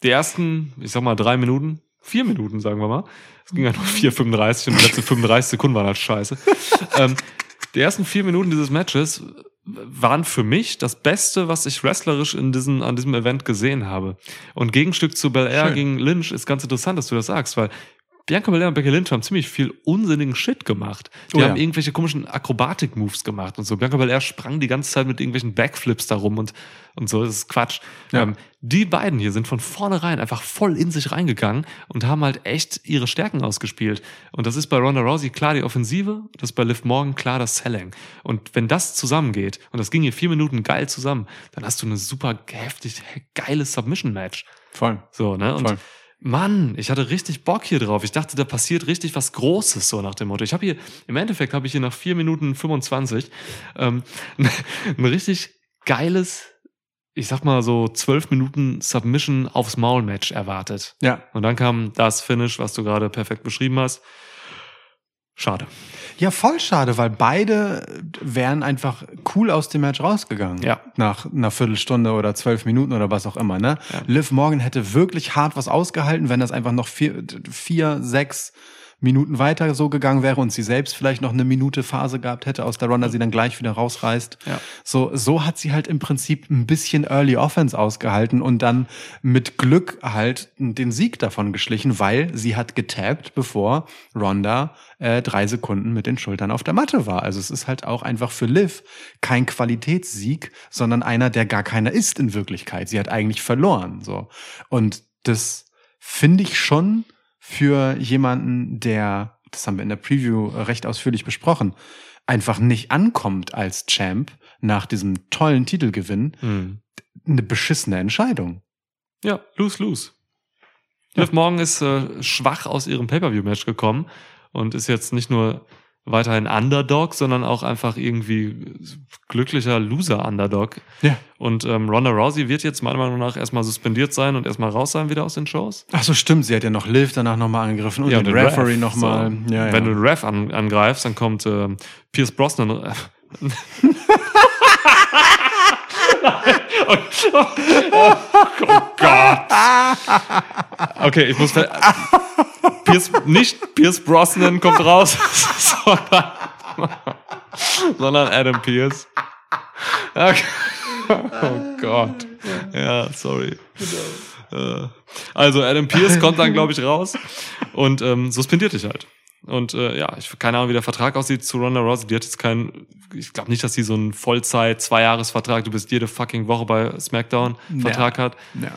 die ersten, ich sag mal, drei Minuten, vier Minuten, sagen wir mal. Es ging ja nur 4,35 und die letzten 35 Sekunden waren halt scheiße. ähm, die ersten vier Minuten dieses Matches waren für mich das Beste, was ich wrestlerisch in diesen, an diesem Event gesehen habe. Und Gegenstück zu Bel Air Schön. gegen Lynch ist ganz interessant, dass du das sagst, weil Bianca Belair und Becky Lynch haben ziemlich viel unsinnigen Shit gemacht. Die Oh ja. haben irgendwelche komischen Akrobatik-Moves gemacht und so. Bianca Belair sprang die ganze Zeit mit irgendwelchen Backflips da rum und, und so. Das ist Quatsch. Ja. Ähm, die beiden hier sind von vornherein einfach voll in sich reingegangen und haben halt echt ihre Stärken ausgespielt. Und das ist bei Ronda Rousey klar die Offensive, das ist bei Liv Morgan klar das Selling. Und wenn das zusammengeht, und das ging hier vier Minuten geil zusammen, dann hast du eine super heftig geiles Submission-Match. Voll. So, ne? Und Voll. Mann, ich hatte richtig Bock hier drauf. Ich dachte, da passiert richtig was Großes, so nach dem Motto. Ich habe hier, im Endeffekt habe ich hier nach 4 Minuten 25 ähm, ein richtig geiles, ich sag mal so 12 Minuten Submission aufs Maul-Match erwartet. Ja, Und dann kam das Finish, was du gerade perfekt beschrieben hast. Schade. Ja, voll schade, weil beide wären einfach cool aus dem Match rausgegangen. Ja. Nach einer Viertelstunde oder zwölf Minuten oder was auch immer, ne? Ja. Liv Morgan hätte wirklich hart was ausgehalten, wenn das einfach noch vier, vier sechs Minuten weiter so gegangen wäre und sie selbst vielleicht noch eine Minute Phase gehabt hätte, aus der Ronda sie dann gleich wieder rausreißt. Ja. So, so hat sie halt im Prinzip ein bisschen Early Offense ausgehalten und dann mit Glück halt den Sieg davon geschlichen, weil sie hat getappt, bevor Ronda äh, drei Sekunden mit den Schultern auf der Matte war. Also es ist halt auch einfach für Liv kein Qualitätssieg, sondern einer, der gar keiner ist in Wirklichkeit. Sie hat eigentlich verloren. So. Und das finde ich schon für jemanden, der, das haben wir in der Preview recht ausführlich besprochen, einfach nicht ankommt als Champ nach diesem tollen Titelgewinn, Hm. eine beschissene Entscheidung. Ja, lose, lose. Liv Morgan ist äh, schwach aus ihrem Pay-Per-View-Match gekommen und ist jetzt nicht nur weiterhin Underdog, sondern auch einfach irgendwie glücklicher Loser-Underdog. Ja. Und ähm, Ronda Rousey wird jetzt meiner Meinung nach erstmal suspendiert sein und erstmal raus sein wieder aus den Shows. Ach so, stimmt. Sie hat ja noch Liv danach nochmal angegriffen und Ja, den, und den Referee Ref, nochmal. so. Ja, ja. Wenn du den Ref an, angreifst, dann kommt ähm, Pierce Brosnan. Äh, Oh Okay, ich muss. ver- Pierce, nicht Pierce Brosnan kommt raus, sondern, sondern Adam Pierce. Okay. Oh Gott. Ja, sorry. Äh, Also Adam Pierce kommt dann, glaube ich, raus und ähm, suspendiert dich halt. Und äh, ja, ich keine Ahnung, wie der Vertrag aussieht zu Ronda Rousey. Die hat jetzt keinen, ich glaube nicht, dass sie so einen Vollzeit, Zweijahresvertrag, du bist jede fucking Woche bei SmackDown, Vertrag hat. ja.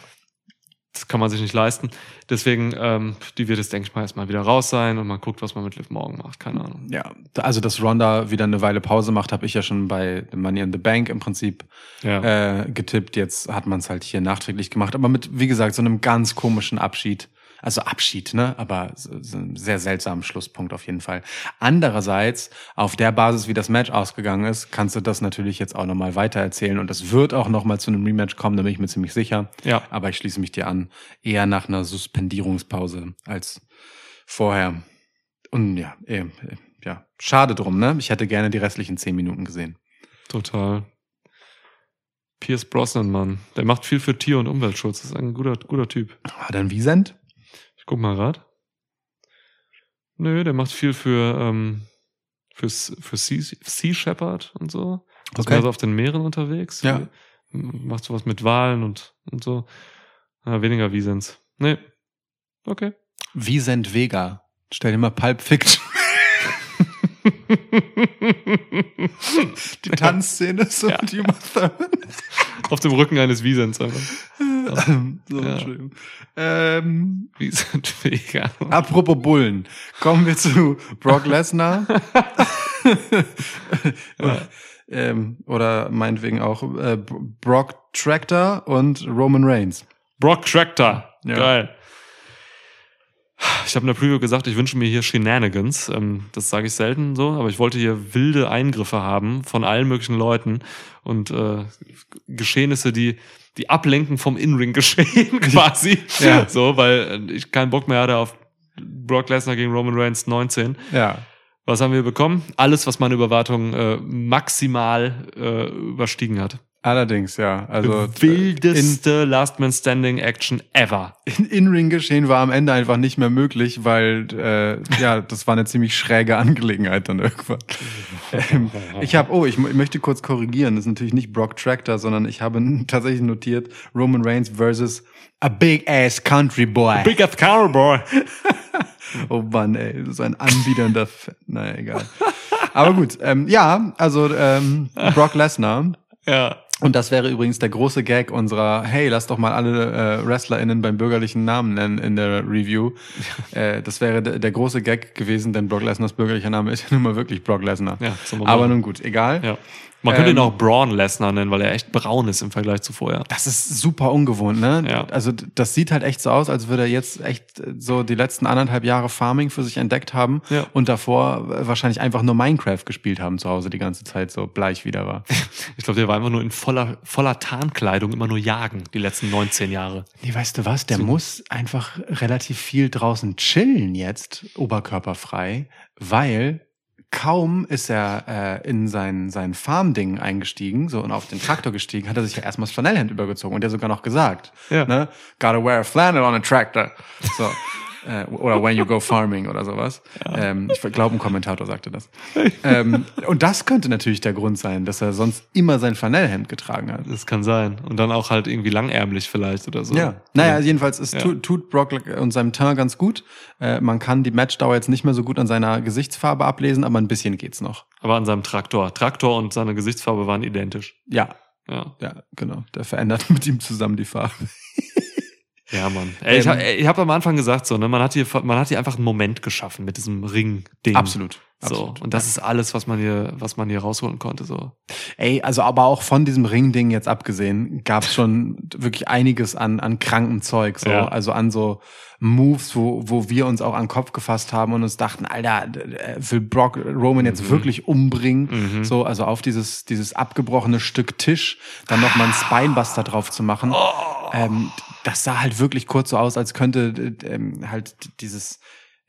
das kann man sich nicht leisten. Deswegen, ähm, die wird jetzt, denke ich mal, erstmal wieder raus sein und man guckt, was man mit Liv Morgan macht. Keine Ahnung. Ja, also dass Ronda wieder eine Weile Pause macht, habe ich ja schon bei The Money in the Bank im Prinzip Ja. äh, getippt. Jetzt hat man es halt hier nachträglich gemacht, aber mit, wie gesagt, so einem ganz komischen Abschied. Also Abschied, ne? Aber so, so einem sehr seltsamen Schlusspunkt auf jeden Fall. Andererseits, auf der Basis, wie das Match ausgegangen ist, kannst du das natürlich jetzt auch nochmal weitererzählen. Und es wird auch nochmal zu einem Rematch kommen, da bin ich mir ziemlich sicher. Ja. Aber ich schließe mich dir an. Eher nach einer Suspendierungspause als vorher. Und ja, eh, eh, ja, schade drum, ne? Ich hätte gerne die restlichen zehn Minuten gesehen. Total. Pierce Brosnan, Mann. Der macht viel für Tier- und Umweltschutz. Das ist ein guter, guter Typ. War dann Wiesent? Ich guck mal grad. Nö, der macht viel für, ähm, für, für sea, sea Shepherd und so. Ist mehr so auf den Meeren unterwegs. Ja. M- Macht sowas mit Wahlen und, und so. Ja, weniger Wiesens. Nee. Okay. Wiesent Vega. Stell dir mal Pulp Fiction. Die Tanzszene so Ja. mit Uma Thurman. auf dem Rücken eines Wiesens einfach. so, Ja. Entschuldigung. Ähm, Wiesent, egal. apropos Bullen. Kommen wir zu Brock Lesnar. Ja. ähm, oder meinetwegen auch äh, Brock Tractor und Roman Reigns. Brock Tractor. Ja. Geil. Ich habe in der Preview gesagt, ich wünsche mir hier Shenanigans. Ähm, das sage ich selten so, aber ich wollte hier wilde Eingriffe haben von allen möglichen Leuten und äh, Geschehnisse, die die ablenken vom In-Ring-Geschehen quasi. Ja. So, weil äh, ich keinen Bock mehr hatte auf Brock Lesnar gegen Roman Reigns 19. Ja. Was haben wir bekommen? Alles, was meine Überwartungen äh, maximal äh, überstiegen hat. Allerdings, ja. Also äh, in- Wildeste Last Man Standing Action ever. In- In-Ring-Geschehen war am Ende einfach nicht mehr möglich, weil äh, ja, das war eine ziemlich schräge Angelegenheit dann irgendwann. Ähm, ich habe, oh, ich, mo- ich möchte kurz korrigieren, das ist natürlich nicht Brock Tractor, sondern ich habe n- tatsächlich notiert Roman Reigns versus a big ass country boy. Big of Cowboy. Oh Mann, ey, so ein anbiedernder. F naja, egal. Aber gut, ähm, ja, also ähm, Brock Lesnar. Ja. Und das wäre übrigens der große Gag unserer, hey, lass doch mal alle äh, WrestlerInnen beim bürgerlichen Namen nennen in der Review. Äh, das wäre der, der große Gag gewesen, denn Brock Lesnars bürgerlicher Name ist ja nun mal wirklich Brock Lesnar. Ja, soll man Aber machen. nun gut, egal. ja. Man könnte Ähm. ihn auch Braun Lesnar nennen, weil er echt braun ist im Vergleich zu vorher. Das ist super ungewohnt, ne? Ja. Also d- das sieht halt echt so aus, als würde er jetzt echt äh, so die letzten anderthalb Jahre Farming für sich entdeckt haben Ja. und davor äh, wahrscheinlich einfach nur Minecraft gespielt haben zu Hause die ganze Zeit, so bleich wieder war. Ich glaube, der war einfach nur in voller, voller Tarnkleidung immer nur jagen, die letzten 19 Jahre. Nee, weißt du was? Der muss einfach relativ viel draußen chillen jetzt, oberkörperfrei, weil kaum ist er äh, in sein, sein Farmding eingestiegen, so und auf den Traktor gestiegen, hat er sich ja erstmal das Flanellhemd übergezogen und der sogar noch gesagt, Ja. ne? Gotta wear a flannel on a tractor. So. Äh, oder when you go farming oder sowas. Ähm, ich glaube, ein Kommentator sagte das. ähm, und das könnte natürlich der Grund sein, dass er sonst immer sein Flanellhemd getragen hat. Das kann sein. Und dann auch halt irgendwie langärmlich vielleicht oder so. Ja, naja, jedenfalls es Ja. tu- tut Brock und seinem Turn ganz gut. Äh, man kann die Matchdauer jetzt nicht mehr so gut an seiner Gesichtsfarbe ablesen, aber ein bisschen geht's noch. Aber an seinem Traktor. Traktor und seine Gesichtsfarbe waren identisch. Ja, Ja. ja, genau. Der verändert mit ihm zusammen die Farbe. Ja, Mann. Ey, ich Ähm. habe ich hab am Anfang gesagt so, ne, man hat hier, man hat hier einfach einen Moment geschaffen mit diesem Ring-Ding. So. Absolut. Und das ist alles, was man hier, was man hier rausholen konnte, so. Ey, also aber auch von diesem Ring-Ding jetzt abgesehen, gab es schon wirklich einiges an, an kranken Zeug. So. Ja. Also an so Moves, wo, wo wir uns auch an den Kopf gefasst haben und uns dachten, Alter, d- d- will Brock Roman jetzt wirklich umbringen? So, also auf dieses, dieses abgebrochene Stück Tisch dann nochmal einen Spinebuster drauf zu machen. Ähm, das sah halt wirklich kurz so aus, als könnte d- d- ähm, halt dieses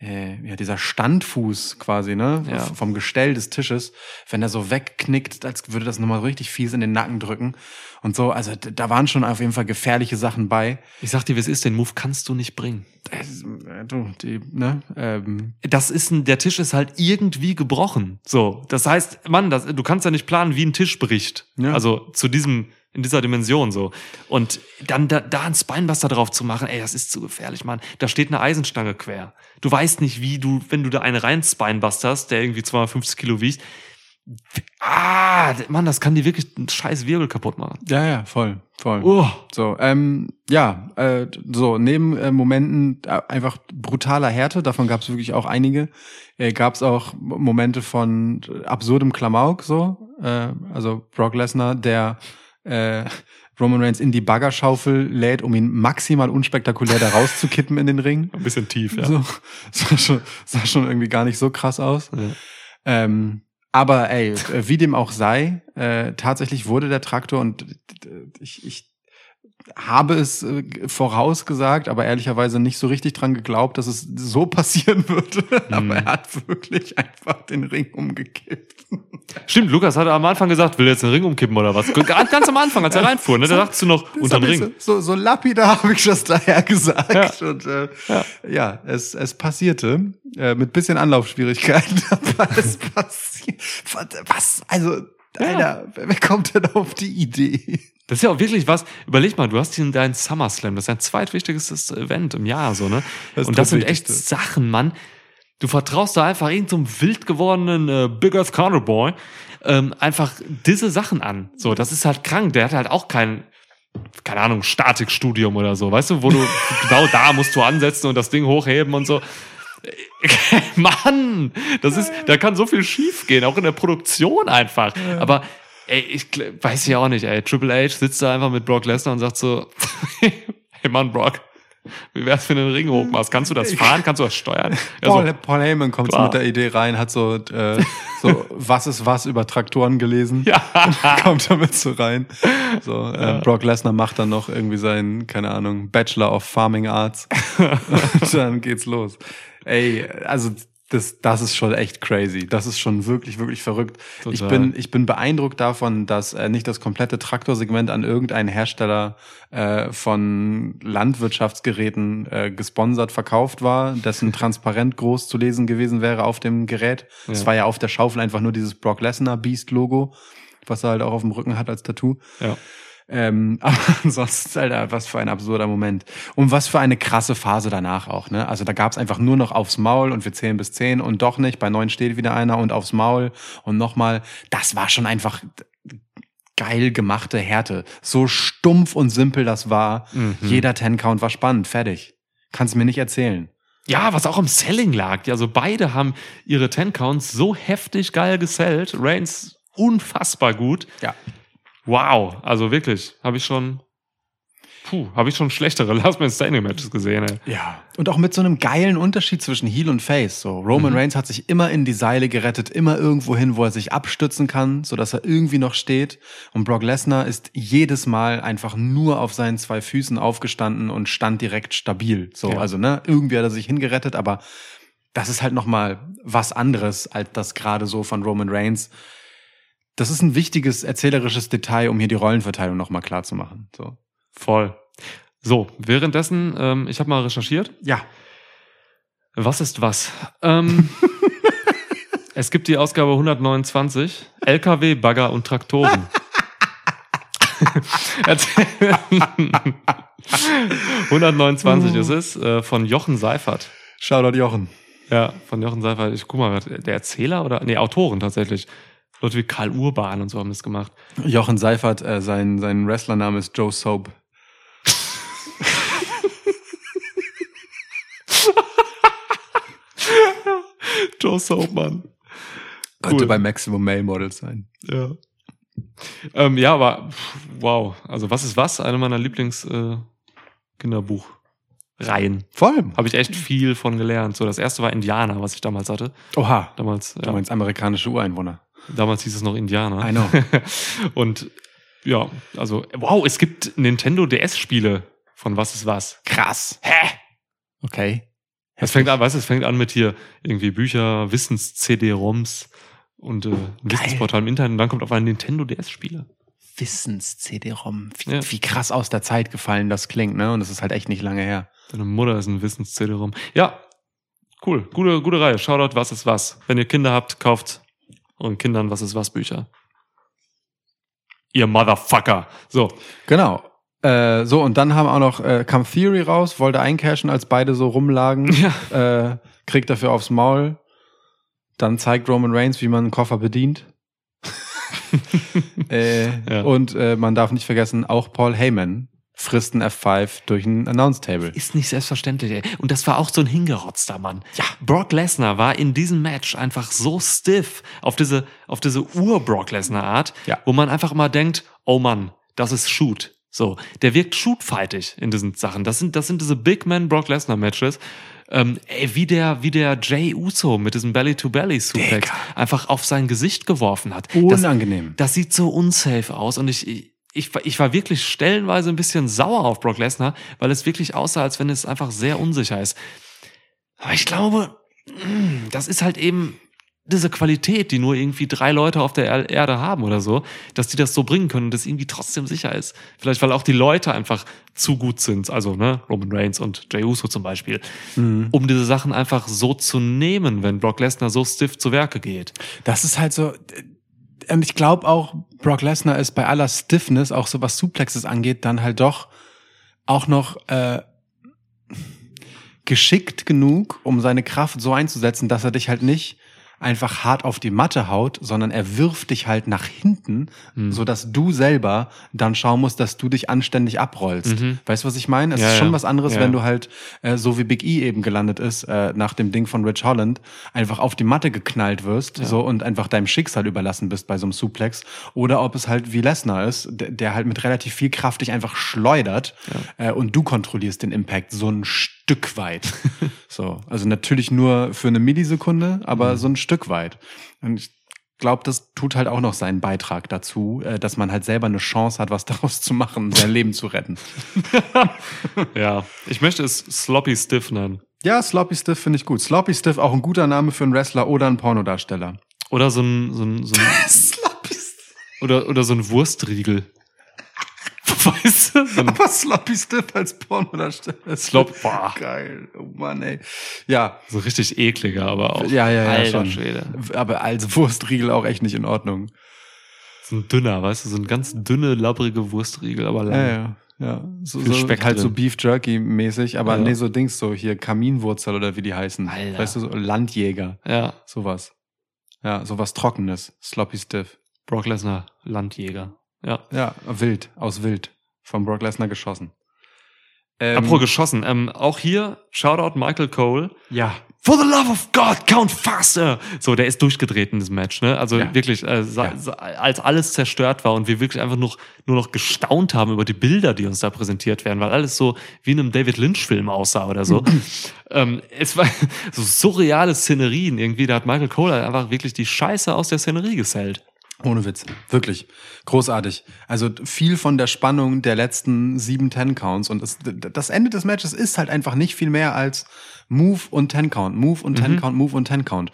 äh, ja, dieser Standfuß quasi, ne? Ja. Vom Gestell des Tisches, wenn er so wegknickt, als würde das nochmal richtig fies in den Nacken drücken. Und so, also d- da waren schon auf jeden Fall gefährliche Sachen bei. Ich sag dir, wie es ist, den Move kannst du nicht bringen. Äh, Du, die, ne? Ähm, Das ist ein, der Tisch ist halt irgendwie gebrochen. So, das heißt, Mann, das, du kannst ja nicht planen, wie ein Tisch bricht. Ja. Also zu diesem, in dieser Dimension so. Und dann da, da einen Spinebuster drauf zu machen, ey, das ist zu gefährlich, Mann. Da steht eine Eisenstange quer. Du weißt nicht, wie du, wenn du da einen rein Spinebusterst, der irgendwie 250 Kilo wiegt, ah, ah, Mann, das kann die wirklich einen scheiß Wirbel kaputt machen. Ja, ja, voll, voll. Oh. So, ähm, ja, äh, so, neben äh, Momenten äh, einfach brutaler Härte, davon gab es wirklich auch einige, äh, gab es auch Momente von absurdem Klamauk, so, äh, also Brock Lesnar, der äh, Roman Reigns in die Baggerschaufel lädt, um ihn maximal unspektakulär da rauszukippen in den Ring. Ein bisschen tief, ja. So, sah schon, sah schon irgendwie gar nicht so krass aus. Ja. Ähm, aber ey, äh, wie dem auch sei, äh, tatsächlich wurde der Traktor und äh, ich, ich habe es äh, vorausgesagt, aber ehrlicherweise nicht so richtig dran geglaubt, dass es so passieren würde. Aber er hat wirklich einfach den Ring umgekippt. Stimmt, Lukas hat am Anfang gesagt, will er jetzt den Ring umkippen oder was? Ganz ganz am Anfang, als er reinfuhr, ne? Da sagst du noch, Das unter den hab ich Ring. So, so, so lapidar habe ich das daher gesagt. Ja. Und äh, Ja. ja, es, es passierte. Äh, mit bisschen Anlaufschwierigkeiten, aber es passiert. Was? Also, Alter, wer wer kommt denn auf die Idee? Das ist ja auch wirklich was. Überleg mal, du hast hier deinen SummerSlam. Das ist dein zweitwichtigstes Event im Jahr, so, ne? Das Und das sind echt drittwichtigste. Sachen, Mann. Du vertraust da einfach irgendeinem wild gewordenen äh, Big Earth Corner Boy ähm, einfach diese Sachen an. So, das ist halt krank. Der hat halt auch kein, keine Ahnung, Statikstudium oder so. Weißt du, wo du genau da musst du ansetzen und das Ding hochheben und so. Mann, das ist, da kann so viel schief gehen, auch in der Produktion einfach. Aber ey, ich gl- weiß ja auch nicht, ey. Triple H sitzt da einfach mit Brock Lesnar und sagt so: Hey Mann, Brock, wie wär's für den Ring hochmachst? Kannst du das fahren? Kannst du das steuern? Er so, Paul, Paul Heyman kommt Klar. mit der Idee rein, hat so, äh, so was ist was über Traktoren gelesen. ja. Kommt damit so rein. So, äh, Brock Lesnar macht dann noch irgendwie seinen, keine Ahnung, Bachelor of Farming Arts. Und dann geht's los. Ey, also das, das ist schon echt crazy. Das ist schon wirklich, wirklich verrückt. Ich Total. bin, ich bin beeindruckt davon, dass äh, nicht das komplette Traktorsegment an irgendeinen Hersteller äh, von Landwirtschaftsgeräten äh, gesponsert verkauft war, dessen transparent groß zu lesen gewesen wäre auf dem Gerät. Es Ja. war ja auf der Schaufel einfach nur dieses Brock Lesnar Beast-Logo, was er halt auch auf dem Rücken hat als Tattoo. ja. Ähm, aber ansonsten, Alter, was für ein absurder Moment. Und was für eine krasse Phase danach auch, ne? Also da gab's einfach nur noch aufs Maul und wir zählen bis zehn und doch nicht, bei neun steht wieder einer und aufs Maul und nochmal. Das war schon einfach geil gemachte Härte. So stumpf und simpel das war. Jeder Ten-Count war spannend, fertig. Kannst mir nicht erzählen. Ja, was auch im Selling lag. Ja, Also beide haben ihre Ten Counts so heftig geil gesellt. Reigns unfassbar gut. Ja. Wow, also wirklich, habe ich schon. Puh, habe ich schon schlechtere Last Man Standing Matches gesehen. Ey. Ja. Und auch mit so einem geilen Unterschied zwischen Heel und Face. So, Roman Reigns hat sich immer in die Seile gerettet, immer irgendwo hin, wo er sich abstützen kann, sodass er irgendwie noch steht. Und Brock Lesnar ist jedes Mal einfach nur auf seinen zwei Füßen aufgestanden und stand direkt stabil. So, Ja. also, ne, irgendwie hat er sich hingerettet, aber das ist halt nochmal was anderes als das gerade so von Roman Reigns. Das ist ein wichtiges erzählerisches Detail, um hier die Rollenverteilung nochmal klar zu machen. So. Voll. So, währenddessen, ähm, ich habe mal recherchiert. Ja. Was ist was? Ähm, es gibt die Ausgabe 129. LKW, Bagger und Traktoren. Erzähl- 129 ist es, äh, von Jochen Seifert. Shoutout Jochen. Ja, von Jochen Seifert. Ich guck mal, der Erzähler oder? Nee, Autoren tatsächlich. Leute wie Karl Urban und so haben das gemacht. Jochen Seifert, äh, sein, sein Wrestlername ist Joe Soap. Joe Soapmann. Könnte Cool. bei Maximum Male Models sein. Ja. Ähm, ja, aber pff, wow. Also, was ist was? Eine meiner äh, Lieblings-Kinderbuchreihen. Voll. Habe ich echt viel von gelernt. So, das erste war Indianer, was ich damals hatte. Oha. Damals, Du ja, meinst amerikanische Ureinwohner. damals hieß es noch Indianer. I know. Und ja, also, wow, es gibt Nintendo DS-Spiele von Was ist was. Krass. Hä? Okay. Es fängt an, weißt du, es fängt an mit hier irgendwie Bücher, Wissens-CD-ROMs und äh, ein Wissensportal im Internet und dann kommt auf einen Nintendo DS-Spieler. Wissens-CD-ROM. Wie, Ja. wie krass aus der Zeit gefallen das klingt, ne? Und das ist halt echt nicht lange her. Deine Mutter ist ein Wissens-CD-ROM. Ja, cool. Gute, gute Reihe. Shoutout, was ist was. Wenn ihr Kinder habt, kauft euren Kindern was ist was Bücher. Ihr Motherfucker. So. Genau. Äh, so, und dann haben auch noch äh, Come Theory raus, wollte eincashen, als beide so rumlagen. Ja. äh, kriegt dafür aufs Maul. Dann zeigt Roman Reigns, wie man einen Koffer bedient. äh, Ja. Und äh, man darf nicht vergessen, auch Paul Heyman frisst ein F5 durch ein Announce Table. Ist nicht selbstverständlich, ey. Und das war auch so ein hingerotzter Mann. Ja. Brock Lesnar war in diesem Match einfach so stiff auf diese, auf diese Ur-Brock Lesnar-Art, Ja. wo man einfach immer denkt, oh Mann, das ist Shoot. So, der wirkt shootfightig in diesen Sachen. Das sind, das sind diese Big Man Brock Lesnar Matches. Ähm, ey, wie der, wie der Jay Uso mit diesem Belly-to-Belly-Suplex einfach auf sein Gesicht geworfen hat. Das- Unangenehm. das sieht so unsafe aus und ich, ich, ich, war- ich war wirklich stellenweise ein bisschen sauer auf Brock Lesnar, weil es wirklich aussah, als wenn es einfach sehr unsicher ist. Aber ich glaube, mm, das ist halt eben diese Qualität, die nur irgendwie drei Leute auf der Er- Erde haben oder so, dass die das so bringen können und das irgendwie trotzdem sicher ist. Vielleicht, weil auch die Leute einfach zu gut sind, also ne, Roman Reigns und Jey Uso zum Beispiel, Mhm. um diese Sachen einfach so zu nehmen, wenn Brock Lesnar so stiff zu Werke geht. Das ist halt so. äh, Und ich glaube auch, Brock Lesnar ist bei aller Stiffness, auch so was Suplexes angeht, dann halt doch auch noch äh, geschickt genug, um seine Kraft so einzusetzen, dass er dich halt nicht einfach hart auf die Matte haut, sondern er wirft dich halt nach hinten, Hm. so dass du selber dann schauen musst, dass du dich anständig abrollst. Mhm. Weißt du, was ich meine? Es Ja, ist schon ja. was anderes, Ja, wenn ja. du halt äh, so wie Big E eben gelandet ist, äh, nach dem Ding von Rich Holland, einfach auf die Matte geknallt wirst so und einfach deinem Schicksal überlassen bist bei so einem Suplex. Oder ob es halt wie Lesnar ist, der, der halt mit relativ viel Kraft dich einfach schleudert äh, und du kontrollierst den Impact so ein Stück weit. so, also natürlich nur für eine Millisekunde, aber so ein Stück weit. Und ich glaube, das tut halt auch noch seinen Beitrag dazu, äh, dass man halt selber eine Chance hat, was daraus zu machen, sein Leben zu retten. Ja, ich möchte es Sloppy Stiff nennen. Ja, Sloppy Stiff finde ich gut. Sloppy Stiff auch ein guter Name für einen Wrestler oder einen Pornodarsteller. Oder so ein, so ein, so ein Sloppy Stiff. oder, oder so ein Wurstriegel. Weißt du? So ein Aber Sloppy Stiff als Pornodarsteller. Slop, boah, Geil. Oh Mann, ey. Ja, so richtig ekliger, aber auch. ja, ja, ja. Alter schon. Schwede. Aber als Wurstriegel auch echt nicht in Ordnung. So ein dünner, weißt du, so ein ganz dünne, labbrige Wurstriegel, aber lang. Ja, ja. Ja, so, Viel so Speck halt so drin. Beef Jerky mäßig, aber Ja. nee, so Dings, so hier Kaminwurzel oder wie die heißen. Alter. Weißt du, so Landjäger, Ja, sowas. Ja, sowas Trockenes, Sloppy Stiff. Brock Lesnar, Landjäger. Ja. Ja, wild, aus wild, von Brock Lesnar geschossen. Ähm, Apro geschossen. Ähm, auch hier, Shoutout Michael Cole. Ja. For the love of God, count faster! So, der ist durchgedreht in diesem Match, ne? Also Ja. wirklich, äh, sa- Ja. sa- als alles zerstört war und wir wirklich einfach noch, nur noch gestaunt haben über die Bilder, die uns da präsentiert werden, weil alles so wie in einem David Lynch-Film aussah oder so. ähm, es war so surreale Szenerien irgendwie. Da hat Michael Kohler einfach wirklich die Scheiße aus der Szenerie gesellt. Ohne Witz. Wirklich. Großartig. Also viel von der Spannung der letzten sieben Ten-Counts. Und das, das Ende des Matches ist halt einfach nicht viel mehr als Move und Ten-Count, Move und Ten-Count, Move und Ten-Count.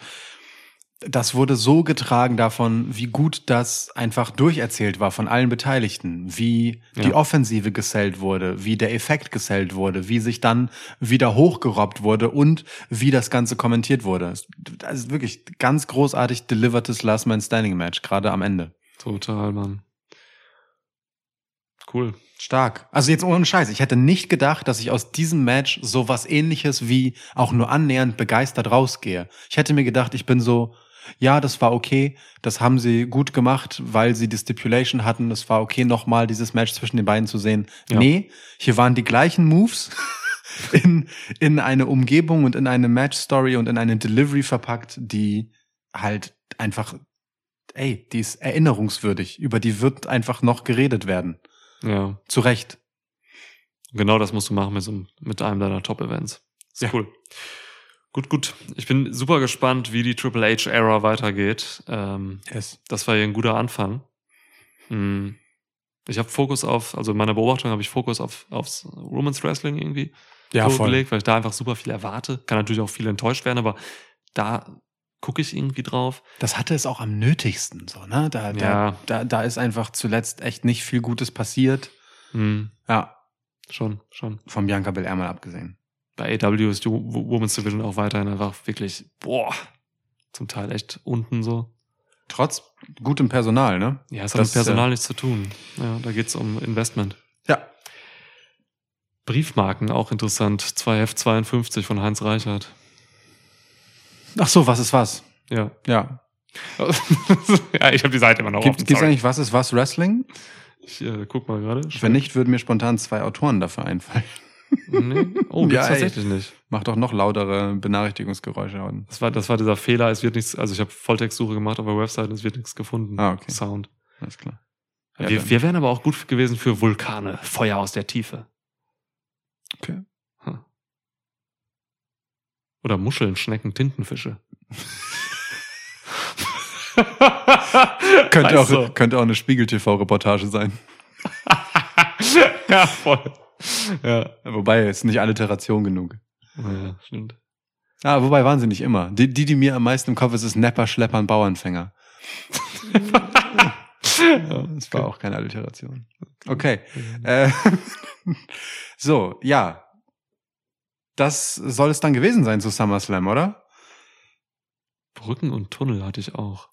Das wurde so getragen davon, wie gut das einfach durcherzählt war von allen Beteiligten, wie die Ja. Offensive gesellt wurde, wie der Effekt gesellt wurde, wie sich dann wieder hochgerobbt wurde und wie das Ganze kommentiert wurde. Das ist wirklich ganz großartig delivertes Last Man Standing Match, gerade am Ende. Total, Mann. Cool. Stark. Also jetzt ohne Scheiß. Ich hätte nicht gedacht, dass ich aus diesem Match so was ähnliches wie auch nur annähernd begeistert rausgehe. Ich hätte mir gedacht, ich bin so, ja, das war okay, das haben sie gut gemacht, weil sie die Stipulation hatten, es war okay, nochmal dieses Match zwischen den beiden zu sehen. Ja. Nee, hier waren die gleichen Moves in, in eine Umgebung und in eine Match-Story und in eine Delivery verpackt, die halt einfach, ey, die ist erinnerungswürdig. Über die wird einfach noch geredet werden. Ja. Zu Recht. Genau das musst du machen mit, so, einem- mit einem deiner Top-Events. Ist Ja. cool. Gut, gut. Ich bin super gespannt, wie die Triple H-Era weitergeht. Ähm, Yes. das war hier ein guter Anfang. Hm. Ich habe Fokus auf, also in meiner Beobachtung habe ich Fokus auf, aufs Women's Wrestling irgendwie Ja, so voll. gelegt, weil ich da einfach super viel erwarte. Kann natürlich auch viel enttäuscht werden, aber da gucke ich irgendwie drauf. Das hatte es auch am nötigsten, so, ne? Da, Ja. da, da, da ist einfach zuletzt echt nicht viel Gutes passiert. Hm. Ja, Schon, schon. von Bianca Belair mal abgesehen. bei AW ist die Wo- Women's Division auch weiterhin einfach wirklich, boah, zum Teil echt unten so. Trotz gutem Personal, ne? Ja, es hat Das, mit Personal nichts zu tun. Ja, da geht's um Investment. Ja. Briefmarken, auch interessant. 2F52 von Heinz Reichert. Ach so, was ist was? Ja, Ja. ja, ich habe die Seite immer noch Gibt offen. es sorry. eigentlich Was ist was Wrestling? Ich äh, guck mal gerade. Wenn nicht, würden mir spontan zwei Autoren dafür einfallen. Nee. Oh, gibt's Ja, ey. tatsächlich nicht. Mach doch noch lautere Benachrichtigungsgeräusche an. Das war, das war dieser Fehler, es wird nichts, also ich habe Volltextsuche gemacht auf der Website und es wird nichts gefunden. Ah, okay. Sound. Alles klar. Ja, Wir, dann. wir wären aber auch gut gewesen für Vulkane, Feuer aus der Tiefe. Okay. Hm. Oder Muscheln, Schnecken, Tintenfische. Könnte auch, Also. könnte auch eine Spiegel-TV-Reportage sein. ja, voll. Ja. Wobei, ist nicht Alliteration genug. ja, stimmt. Ah, wobei waren sie nicht immer. Die, die, die mir am meisten im Kopf ist, ist Nepper, Schleppern, Bauernfänger. Ja, Das war auch keine Alliteration. Okay. Äh, so, ja. Das soll es dann gewesen sein zu SummerSlam, oder? Brücken und Tunnel hatte ich auch.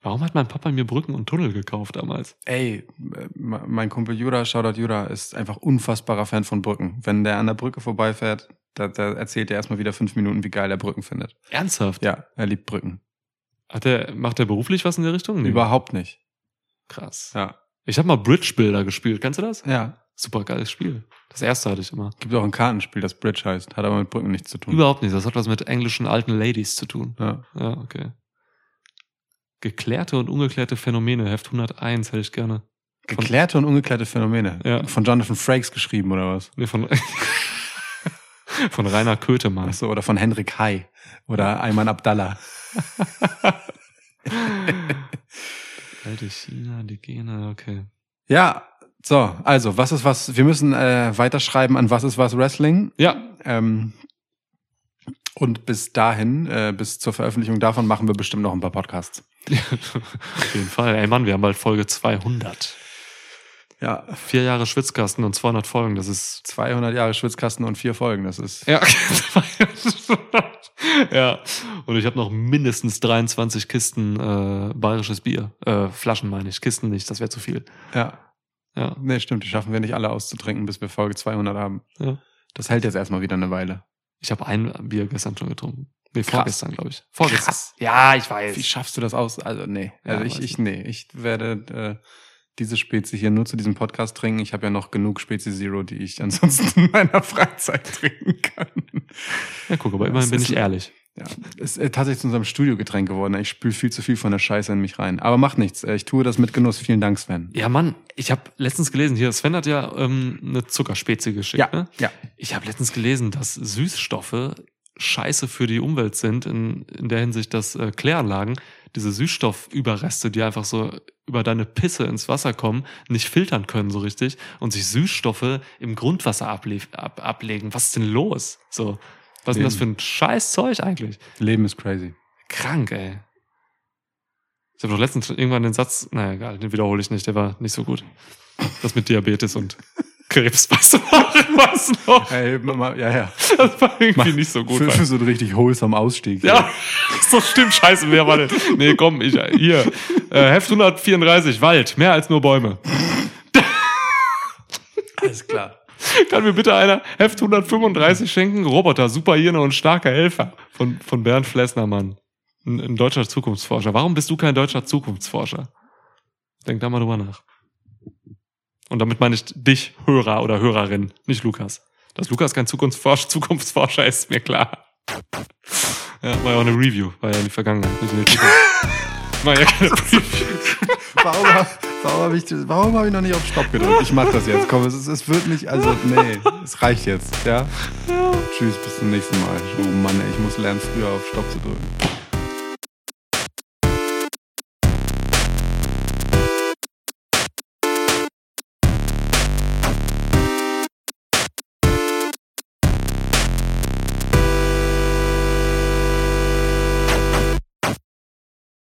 Warum hat mein Papa mir Brücken und Tunnel gekauft damals? Ey, äh, me- mein Kumpel Jura, Shoutout Jura, ist einfach unfassbarer Fan von Brücken. Wenn der an der Brücke vorbeifährt, da, da erzählt er erstmal wieder fünf Minuten, wie geil er Brücken findet. Ernsthaft? Ja, er liebt Brücken. Hat er, macht er beruflich was in der Richtung? Überhaupt nicht. Krass. Ja. Ich habe mal Bridge Builder gespielt. Kennst du das? Ja. Super geiles Spiel. Das erste hatte ich immer. Gibt auch ein Kartenspiel, das Bridge heißt. Hat aber mit Brücken nichts zu tun. Überhaupt nicht. Das hat was mit englischen alten Ladies zu tun. ja. Hm. Ja, okay. Geklärte und ungeklärte Phänomene. Heft 101 hätte ich gerne. Geklärte und ungeklärte Phänomene. Ja. Von Jonathan Frakes geschrieben, oder was? Nee, von, von Rainer Kötemann. Achso, oder von Henrik Hai. Oder Ayman Abdallah. Alte China, die Gene, okay. Ja, so, also, was ist was? Wir müssen äh, weiterschreiben an Was ist was Wrestling. Ja, Ähm, und bis dahin, äh, bis zur Veröffentlichung davon, machen wir bestimmt noch ein paar Podcasts. auf jeden Fall. Ey Mann, wir haben bald Folge 200. Ja. Vier Jahre Schwitzkasten und 200 Folgen, das ist 200 Jahre Schwitzkasten und vier Folgen, das ist. Ja, ja. Und ich habe noch mindestens 23 Kisten äh, bayerisches Bier. Äh, Flaschen meine ich, Kisten nicht, das wäre zu viel. Ja. Ja. Nee, stimmt, die schaffen wir nicht alle auszutrinken, bis wir Folge 200 haben. Ja. Das hält jetzt erstmal wieder eine Weile. Ich habe ein Bier gestern schon getrunken. Nee, Krass. vorgestern, glaube ich. Vorgestern. Krass. Ja, ich weiß. Wie schaffst du das aus? Also, nee. Ja, Also weiß ich, ich, nicht. nee. Ich werde äh, diese Spezie hier nur zu diesem Podcast trinken. Ich habe ja noch genug Spezie Zero, die ich ansonsten in meiner Freizeit trinken kann. Ja, guck, aber Ja, immerhin es bin ist- ich ehrlich. Ja. Ist äh, tatsächlich zu unserem Studiogetränk geworden. Ich spüle viel zu viel von der Scheiße in mich rein. Aber macht nichts. Äh, Ich tue das mit Genuss. Vielen Dank, Sven. Ja, Mann, ich habe letztens gelesen, hier, Sven hat ja ähm, eine Zuckerspezie geschickt. Ne? ja. Ich habe letztens gelesen, dass Süßstoffe scheiße für die Umwelt sind, in, in der Hinsicht, dass äh, Kläranlagen diese Süßstoffüberreste, die einfach so über deine Pisse ins Wasser kommen, nicht filtern können so richtig und sich Süßstoffe im Grundwasser ablief, ab, ablegen. Was ist denn los? So, was ist denn das für ein scheiß Zeug eigentlich? Leben ist crazy. Krank, ey. Ich habe doch letztens irgendwann den Satz, naja, egal, den wiederhole ich nicht, der war nicht so gut. Das mit Diabetes und Krebs, was noch? Was noch? Ey, Mama, ja, ja. Das war irgendwie nicht so gut. Für, weil- für so einen richtig wholesome Ausstieg. Ja, so stimmt, scheiße, wer war denn? Nee, komm, ich, hier. Äh, Heft 134, Wald, mehr als nur Bäume. Alles klar. Kann mir bitte einer Heft 135 schenken? Roboter, Superhirne und starker Helfer. Von, von Bernd Flesnermann. Ein, ein deutscher Zukunftsforscher. Warum bist du kein deutscher Zukunftsforscher? Denk da mal drüber nach. Und damit meine ich dich, Hörer oder Hörerin, nicht Lukas. Dass Lukas kein Zukunftsforscher, Zukunftsforscher ist, ist mir klar. Ja, war ja auch eine Review, war ja in die Vergangenheit, nicht in die Zukunft. War ja keine Review. Warum, warum habe ich, warum hab ich noch nicht auf Stopp gedrückt? Ich mach das jetzt. Komm, es, ist- es wird nicht, also nee, es reicht jetzt, ja? Tschüss, bis zum nächsten Mal. Oh Mann, ey, ich muss lernen, früher auf Stopp zu drücken.